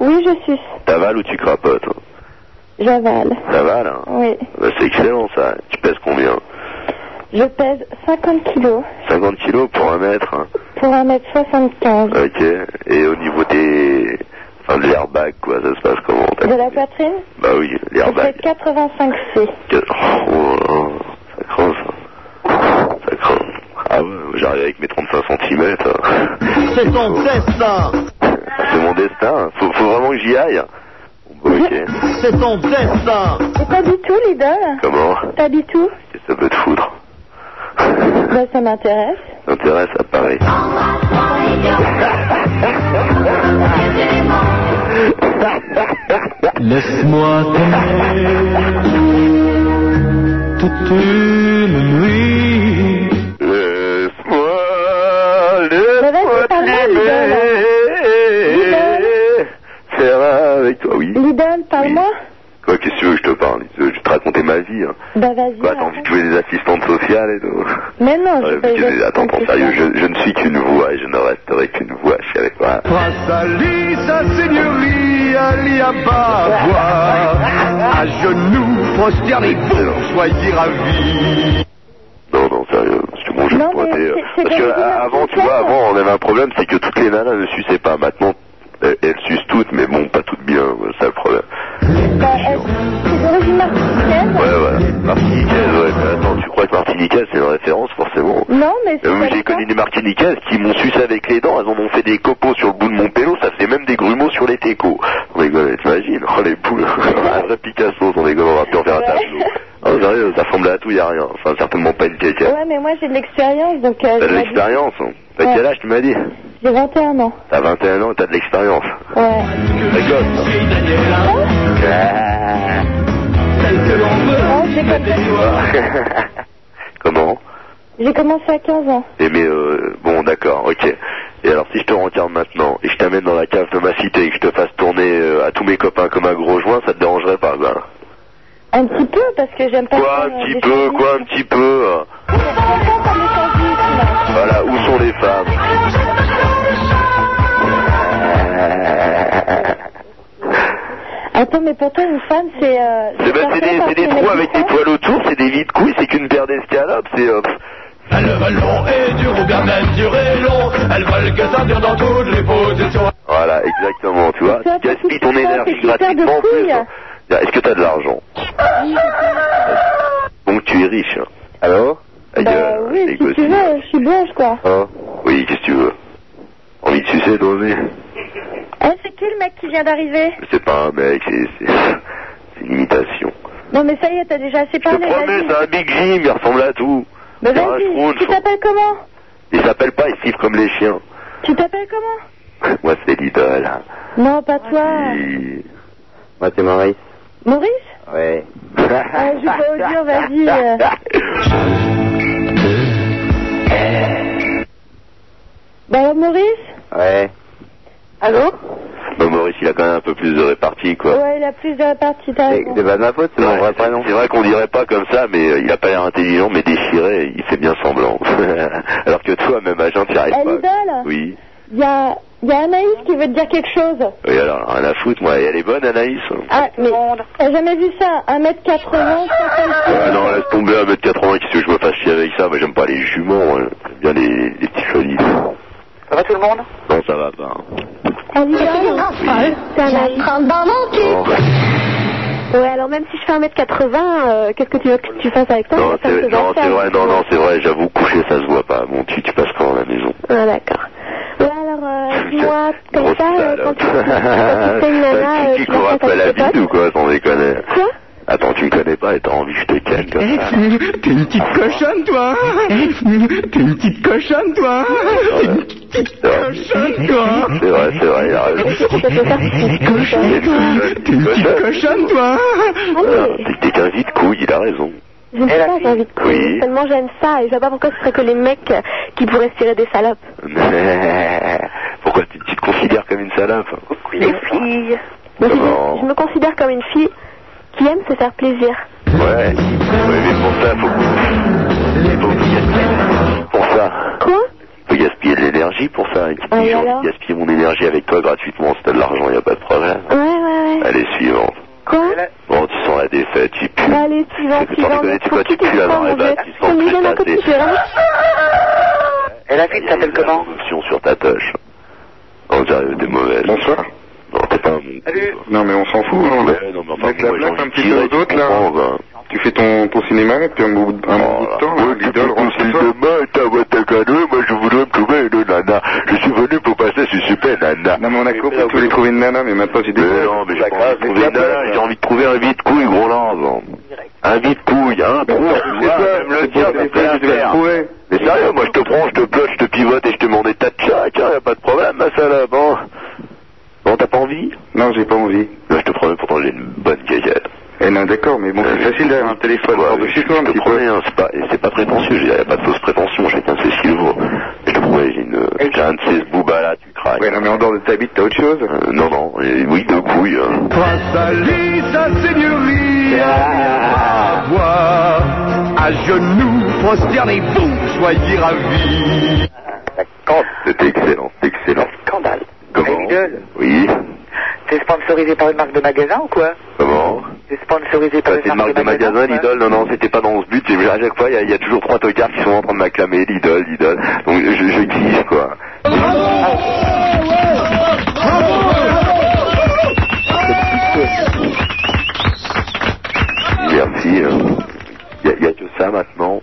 Oui, je suis.
T'avales ou tu crapotes
J'avale.
T'avales, hein
Oui.
Bah, C'est excellent, ça. Tu pèses combien
Je pèse 50 kilos
50 kilos pour un mètre hein.
pour 1m75.
Ok. Et au niveau des... Enfin, de l'airbag, quoi, ça se passe comment t'as-
De la poitrine,
Bah oui,
je
l'airbag.
fais 85C.
Que- Oh, oh, ça creuse. Ça creuse. Ah ouais, j'arrive avec mes 35 cm.
C'est ton destin.
Ah, C'est mon destin. Faut, faut vraiment que j'y aille. hein. Bon, ok.
C'est ton destin.
Et pas du tout, l'idole
Comment
Pas du tout
Qu'est-ce que ça peut te foutre
Bah, ça m'intéresse.
T'intéresse à Paris.
Laisse-moi t'aimer toute une nuit.
Mais vas-y, parle-moi, l'idole.
Faire avec toi, oui.
L'idole, l'idole, parle-moi.
Quoi, qu'est-ce que tu veux que je te parle Tu veux que Je vais te raconter ma vie. Hein.
Bah, vas-y.
Quoi, t'as envie de jouer des assistantes sociales et tout
Mais non, je
Ouais, mais
Eh
fais
ben,
qu'est-ce que- Attends, attends, sérieux, je, je ne suis qu'une voix et je ne resterai qu'une voix. Je suis avec toi.
Grâce à sa seigneurie, Ali Ababa, à genoux, prosternez-vous, soyez ravis.
Non, non, sérieux, parce que bon, je
Non,
me pointais,
mais
euh,
c'est- c'est
Parce que
comme
euh, avant, tu vois, avant, on avait un problème, c'est que toutes les nanas ne suçaient pas. Maintenant, elles, elles sucent toutes, mais bon, pas toutes bien, ouais, c'est ça le problème.
Bah, est-ce que c'est d'origine martiniquaise
Ouais, voilà. Martiniquaise, ouais, mais attends, tu crois que Martiniquaise, c'est une référence, forcément
Non, mais c'est
Euh,
pas
J'ai
ça.
connu des Martiniquaises qui m'ont sucé avec les dents, elles en ont fait des copeaux sur le bout de mon pélo, ça faisait même des grumeaux sur les técos. On rigole, t'imagines Oh, les poules Un vrai Picasso, on rigole, on va plus en faire un tableau. Ah, sérieux, ça ressemble à tout, y a rien. Enfin, certainement pas une caca.
Ouais, mais moi, j'ai de l'expérience, donc... euh,
T'as de
j'ai la-
l'expérience, hein. T'as
Ouais.
quel âge, tu m'as dit
J'ai 21 ans.
T'as 21 ans et t'as de l'expérience.
Ouais.
Ça gosse. Ah. Comment
J'ai commencé à 15 ans.
Eh mais euh, bon d'accord, ok. Et alors si je te rencarde maintenant et que je t'amène dans la cave de ma cité et que je te fasse tourner euh, à tous mes copains comme un gros joint, ça te dérangerait pas, ben
Un petit peu, parce que j'aime pas... euh,
Quoi un petit peu, quoi un petit peu euh. Voilà, où sont les femmes
Attends, mais pour toi, une femme, c'est. euh,
C'est bah, c'est des, c'est des trous avec des poils autour, c'est des vides couilles, c'est qu'une paire d'escalopes, c'est. euh, pff.
Elle veut long et dur ou bien même dur et long. Elles veulent que ça dure dans toutes les positions.
Voilà, exactement, tu vois. Tu gaspilles ton énergie gratuitement en plus. Tiens, Est-ce que t'as de l'argent Donc tu es riche. hein. Alors
Bah oui, si tu veux, je suis blanche, quoi.
Hein Oui, qu'est-ce que tu veux Envie de sucer, toi aussi
Eh, c'est qui le mec qui vient d'arriver
C'est pas un mec, c'est c'est- c'est une imitation.
Non, mais ça y est, t'as déjà assez parlé.
Promets,
vas-y.
c'est un big Jim, il ressemble à tout.
Bah
C'est un
vas-y,
schtroumpf.
tu t'appelles comment
Il s'appelle pas, il siffle comme les chiens.
Tu t'appelles comment
Moi, c'est l'idole.
Non, pas toi.
Moi, c'est Maurice.
Maurice
Ouais.
Ah, Je vais au dire, vas-y. euh. Bah alors, Maurice
Ouais.
Allô
Bon, Maurice, il a quand même un peu plus de répartie, quoi.
Ouais, il a plus de répartie, t'as raison.
pas de ma faute, c'est mon vrai prénom. C'est vrai qu'on dirait pas comme ça, mais euh, il a pas l'air intelligent, mais déchiré, il fait bien semblant. Alors que toi, même agent, tu arrives
Eh,
pas.
l'idole
Oui.
Il y a, il y a Anaïs qui veut te dire quelque chose.
Oui, alors, rien à foutre, moi. Et elle est bonne, Anaïs
Ah, mais t'as jamais vu ça 1m80, 60
Ah non, laisse tomber 1m80, qu'est-ce que je me fasse chier avec ça Moi, j'aime pas les juments, hein. j'aime bien les, les petits folies. Ça va tout le monde Non, ça va pas.
Un
hein.
idole T'as un crampe dans mon cul Ouais, alors même si je fais 1m80, euh, qu'est-ce que tu veux que tu fasses avec toi
Non,
Je vais faire ce
c'est
que je
non,
vais
c'est
faire.
vrai, non, non, c'est vrai, j'avoue, coucher, ça se voit pas. Bon, tu, tu passes quand à la maison
Ah, d'accord. Ouais, alors, euh, dis-moi, comme ça, euh, quand tu quand tu fais une nana, euh,
Tu
tu vas
cours
faire
après
ta
la
petite
bite ou quoi, sans déconner
Quoi
Attends, tu me connais pas et t'as envie que je te calme comme ça
T'es une petite cochonne, toi T'es une petite cochonne, toi T'es une petite cochonne, toi
C'est vrai, c'est vrai, il a raison.
Cochonne, toi T'es une petite cochonne, toi
T'es- T'es qu'un vide couille, il a raison.
Je ne sais pas, j'ai envie de courir. Seulement, j'aime ça et je vois pas pourquoi ce serait que les mecs euh, qui pourraient se tirer des salopes.
Pourquoi tu, tu te considères comme une salope
Les filles. Mais je, dis- je me considère comme une fille qui aime se faire plaisir.
Ouais. Ouais, mais pour ça, faut que. Faut que gaspiller pour ça.
Quoi
Faut gaspiller de l'énergie pour ça. Et puis,
Ah, et
j'ai envie de
alors
gaspiller mon énergie avec toi gratuitement. Si t'as de l'argent, y a pas de problème.
Ouais, ouais, ouais.
Allez, suivante.
Quoi Bah,
Bon, tu sens la défaite, tu pues.
Allez, tu vas,
Sans
tu vas.
déconner, tu quoi, tu pues la marée basse, tu sens que
ma
t'as
copine,
des Ah
je vais vraiment-
Et la fille s'appelle comment sur ta tâche. Oh, j'arrive, t'es mauvaise. Bonsoir. Non, t'es pas un bon.
Non, mais on s'en fout. Hein.
Ouais, non, mais enfin,
Avec la
moi, j'ai
plaque
envie
un
de
petit
tirer,
peu aux autres, là.
comprends, ben.
Tu fais ton, ton cinéma, et puis un bout un
Oh,
bout de temps, là, l'idole rentre chez toi.
Demain, t'as votre cadeau, moi je voudrais me trouver une nana. Je suis venu pour passer ce super nana. ben,
Non, mais on a compris que tu voulais trouver une nana, mais maintenant j'ai des
Mais Euh, non, mais j'ai pas envie de trouver une nana, j'ai envie de trouver un vide couille, gros lance. Un vide hein, couille, un trou,
Bah, c'est
un
ça,
même le
c'est
tien,
pour
ça
les
fait
filles, je vais
l'affaire.
trouver.
Mais sérieux, moi je te prends, je te plotte, je te pivote et je te mets des tas de tchac, hein, y a pas de problème, ma salope, hein. Bon, t'as pas envie Bah,
Non, j'ai pas envie.
Je te promets, pourtant j'ai une bonne gaillette.
Eh non, d'accord, mais bon, c'est facile hein. derrière un téléphone.
Ouais, mais je je te promets, hein, c'est pas, et c'est pas prétentieux, il n'y a pas de fausse prétention, chacun sait ce qu'il vaut. Mais je te promets, j'ai une, j'ai un de ces booba là, tu craques. Ouais, non, mais en dehors de ta bite, t'as autre chose Non, non, et oui, deux couilles. hein.
Face à lui, sa
Ah,
seigneurie, à voir, à genoux, prosternez vous, soyez ravis.
C'était excellent, c'était excellent.
Scandale.
Eh,
Comment Oui.
C'est sponsorisé par une marque de magasin ou quoi
Comment
C'est sponsorisé par
Bah, c'est une marque de magasin, l'idole. Non, non, c'était pas dans ce but. À chaque fois, il y a- il y, a toujours trois tocards qui sont en train de m'acclamer, l'idole, l'idole. Donc, je, je kiffe, quoi. Merci. euh. Il n'y a, que ça maintenant.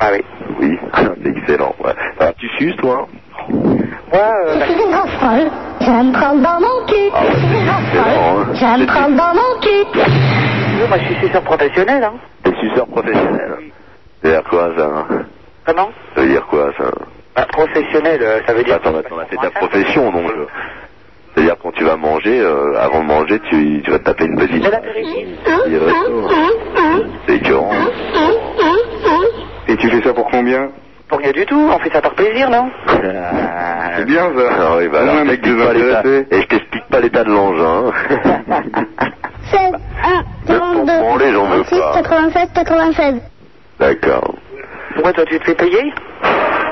Ah oui. Oui, c'est excellent. ouais. Ah, tu suces, toi
Moi, euh,
Je suis une grosse folle. J'aime prendre dans mon cul.
Ah,
Je suis une grosse folle. J'aime prendre dans
hein.
mon cul.
moi je suis suceur professionnel. Hein.
T'es suceur professionnel. Ça veut dire quoi, ça hein
Comment
Ça veut dire quoi, ça
bah, Professionnel, euh, ça veut dire.
Attends, attends, c'est ta profession, donc. euh. C'est-à-dire, quand tu vas manger, euh, avant de manger, tu, tu vas te taper une petite. Il y a le resto, hein. C'est écœurant.
Hein?
Et tu fais ça pour combien
Pour rien du tout, on fait ça par plaisir, non
C'est
bien ça.
Ah oui, bah
Au
alors,
moins,
je
mec
t'explique pas l'état-
désintéressé.
Et je t'explique pas l'état de l'engin. hein.
16, 1, 42,
branler, j'en veux
36,
pas.
96, 96.
D'accord.
Pourquoi toi tu te fais payer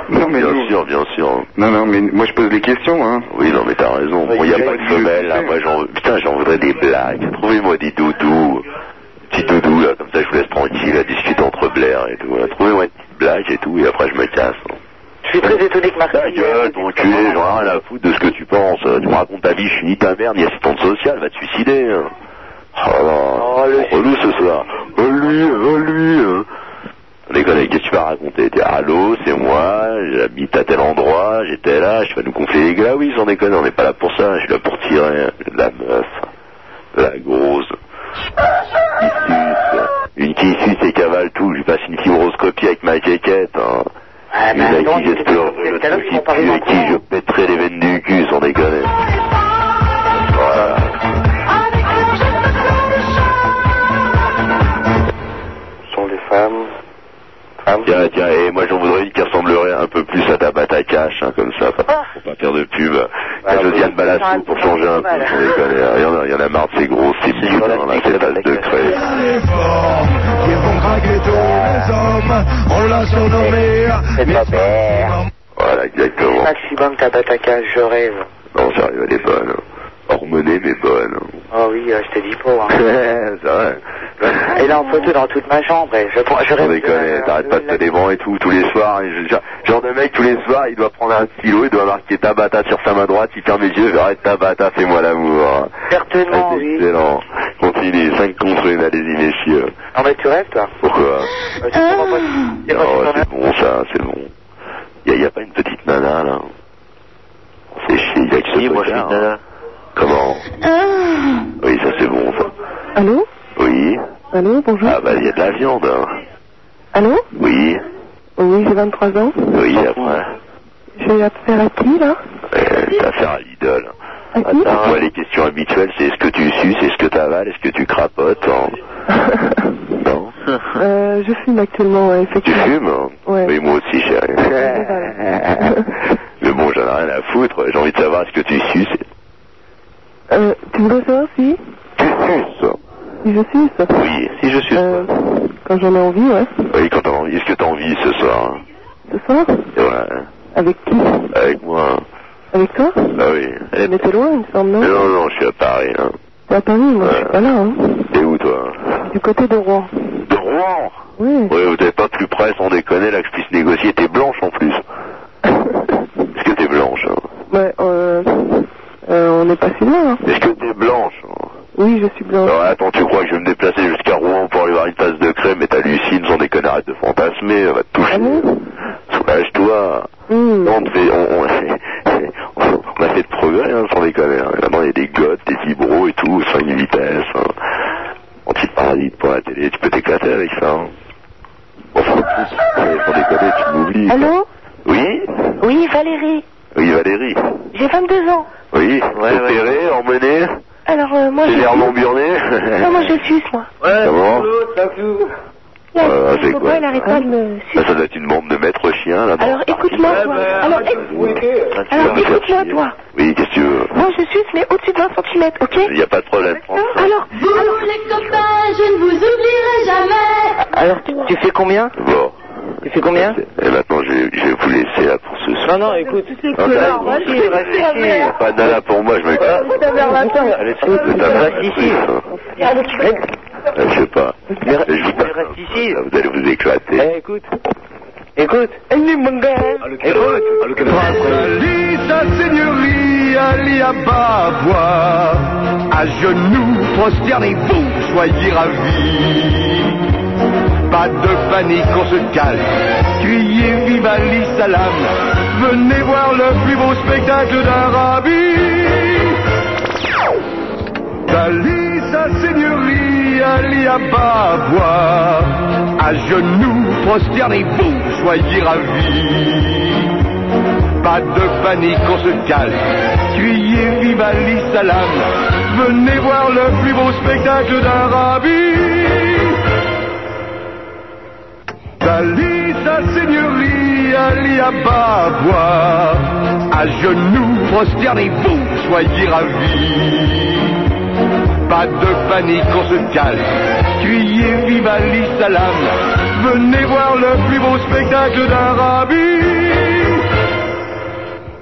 Non, mais
bien
nous-
sûr, bien sûr.
Non, non, mais moi je pose les questions, hein.
Oui, non, mais t'as raison. Il
Ouais,
n'y a
il
pas
est
de femelle, là. Moi, j'en... Putain, j'en voudrais des blagues. Trouvez-moi des doudous. Petits doudous, là, comme ça, je vous laisse tranquille à discuter entre Blair et tout. là. Trouvez-moi une petite blague et tout, et après, je me casse.
Je suis très étonné que Martin.
Ta gueule, ton culé, j'en ai rien à foutre de ce que tu penses. Tu me racontes ta vie, je suis ni ta mère, ni assistante sociale, va te suicider. hein. Oh, là là. relou ce soir. Oh lui, oh lui. hein. Les collègues, qu'est-ce que tu vas raconter T'es, Allô, c'est moi, j'habite à tel endroit, j'étais là, tu vas nous gonfler les gars, oui, j'en déconne, on n'est pas là pour ça, je suis là pour tirer la meuf, la grosse. Qui suce. Une qui suce et cavale tout, je lui passe une fibroscopie avec ma quéquette. Hein.
Eh
Une
ben,
à qui j'espère le truc qui pue et qui je pèterai les veines du cul, sans déconner. Voilà.
sont des femmes.
Ah
Tiens, tiens, et moi j'en voudrais une qui ressemblerait un peu plus à ta batte à cash, hein, comme ça,
Ah.
pas- pour pas faire de pub. T'as
bah
Josiane Balassou pour changer un peu, sans déconner. Ah, Il y en a, il y en a marre de ces grosses, ces bigots, hein, là, ces tasses de craie.
Oh, Qui vont draguer tous les hommes, Oh on l'a surnommé.
C'est ma mère.
Voilà, exactement.
Maximum Tabataka, je rêve.
Non, sérieux, elle est bonne. Hormonée, mais bonne.
Oh oui, euh, je te dis pas.
Ouais, c'est vrai.
hein. Et là, en photo dans toute ma chambre, et je, prends- je
Sans
rêve.
déconner,
euh,
t'arrêtes pas de te dévant et tout, tous les soirs. et je- genre- genre de mec, tous les soirs, il doit prendre un stylo, il doit marquer Tabata sur sa main droite, il ferme les yeux, j'arrête Tabata, fais-moi l'amour.
Certainement,
oui. Excellent. Continue, 5 contre 1, allez-y, messieurs.
Non, Ah, mais tu rêves, toi
Pourquoi
Euh, tu comprends pas.
Non, c'est bon ça, c'est bon. Il n'y a, pas une petite nana là. C'est chier, il y a que ce moi, nana. Comment
Euh,
Oui, ça c'est bon ça.
Allô
Oui
Allô, bonjour.
Ah bah il y a de la viande. hein.
Allô
Oui
Oui, j'ai 23 ans.
Oui, après.
J'ai affaire à qui, là
Euh, T'as affaire à l'idole.
À qui
Attends, ouais, les questions habituelles, c'est est-ce que tu suces, est-ce que t'avales, est-ce que tu crapotes hein Non
euh, Je fume actuellement, ouais,
Tu
effectivement.
fumes hein
Ouais.
Oui, moi aussi, chérie. Mais bon, j'en ai rien à foutre. J'ai envie de savoir est-ce que tu suces.
Euh, tu voudrais savoir si
Tu suces hein.
Si je suce
Oui, si je suce.
Euh, quand j'en ai envie, ouais.
Oui, quand t'as envie. Est-ce que t'as envie ce soir hein
Ce soir
Ouais.
Avec qui
Avec moi.
Avec toi
Bah oui.
Mais t'es loin, il me semble, non
Mais non, Euh. non, je suis à Paris. Hein.
T'es à Paris, moi, je suis pas là, hein.
T'es où, toi hein.
Du côté de Rouen.
De Rouen
Oui.
Oui, vous n'êtes pas plus près, sans déconner, là, que je puisse négocier. T'es blanche, en plus. Est-ce que t'es blanche hein
Ouais, euh, euh, on est pas si loin, hein.
Est-ce que t'es blanche hein
Oui, je suis blanche.
Alors, attends, tu crois que je vais me déplacer jusqu'à Rouen pour aller voir une tasse de crème Mais t'hallucines, sans déconner, arrête de fantasmer, on va te toucher. Soulage-toi.
Ah Hmm.
On, te fait- on, on- on- on a fait de progrès, hein, sans déconner. hein. Maintenant, il y a des gottes, des vibros et tout, sans une vitesse. hein. Anti-parasite pour la télé, tu peux t'éclater avec ça. hein. On s'en fout, mais sans déconner, tu m'oublies.
Allô
Oui
Oui, Valérie.
Oui, Valérie.
J'ai 22 ans.
Oui, opérée, emmenée,
Alors, euh, moi, je...
sévèrement burnée.
Non, moi, je suce, moi.
Comment
Là,
Ouais,
mon
c'est
copain,
Euh, quoi,
il arrête pas de me
Ah.
sucer.
Bah, Ça doit être une bande de maître chien, là.
Alors,
Eh
écoute-moi,
ben,
toi. Alors, éc- Alors, écoute-moi, toi.
Oui, qu'est-ce que tu veux
Moi, je suce, mais au-dessus de 20 cm, ok
Il n'y a pas de problème.
Alors, alors... les copains, je ne vous oublierai jamais.
Alors, tu, tu fais combien
Bon.
Tu fais combien
Et maintenant, je vais, je vais vous laisser là pour ce
Non,
soir.
non, écoute.
Ah, d'accord.
Réfléchis, réfléchis.
Pas de nana pour moi, je me casse. Allez, c'est tout, c'est un Je sais pas. Je vous tape. Là, Vous allez vous éclater.
écoute. Écoute.
Sa seigneurie Ali Ababa, à genoux, prosternez-vous, soyez ravis. Pas de panique, on se calme. Criez vive Ali Salam. Venez voir le plus beau spectacle d'Arabie. D'Ali, sa seigneurie, Ali Ababa, à genoux, prosternez-vous, soyez ravis. Pas de panique, on se calme. Criez vive Ali Salam. Venez voir le plus beau spectacle d'Arabie. Dali, sa seigneurie, Ali Ababa. À genoux, prosternez-vous, soyez ravis. Pas de panique, on se calme. Criez vive Ali Salam. Venez voir le plus beau spectacle d'Arabie.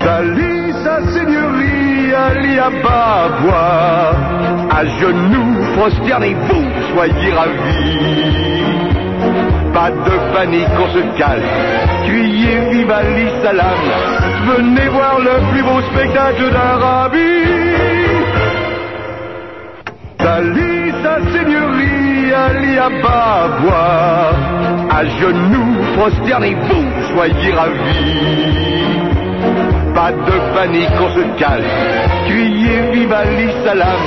Salut sa seigneurie, Ali Ababa, à genoux, prosternez-vous, soyez ravis. Pas de panique, on se calme, criez vive Ali Salam, venez voir le plus beau spectacle d'Arabie. Salut sa seigneurie, Ali Ababa, à genoux, prosternez-vous, soyez ravis. Pas de panique, on se calme, criez vive Ali Salam,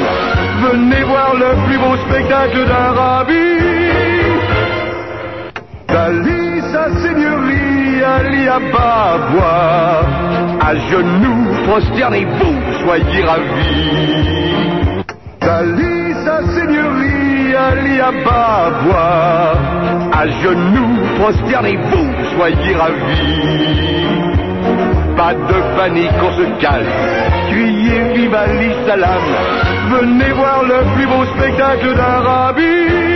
venez voir le plus beau spectacle d'Arabie. Dali, sa seigneurie, Ali Ababa, à genoux, prosternez-vous, soyez ravis. Dali, sa seigneurie, Ali Ababa, à genoux, prosternez-vous, soyez ravis. Pas de panique, on se calme, criez vive Ali Salam, venez voir le plus beau spectacle d'Arabie.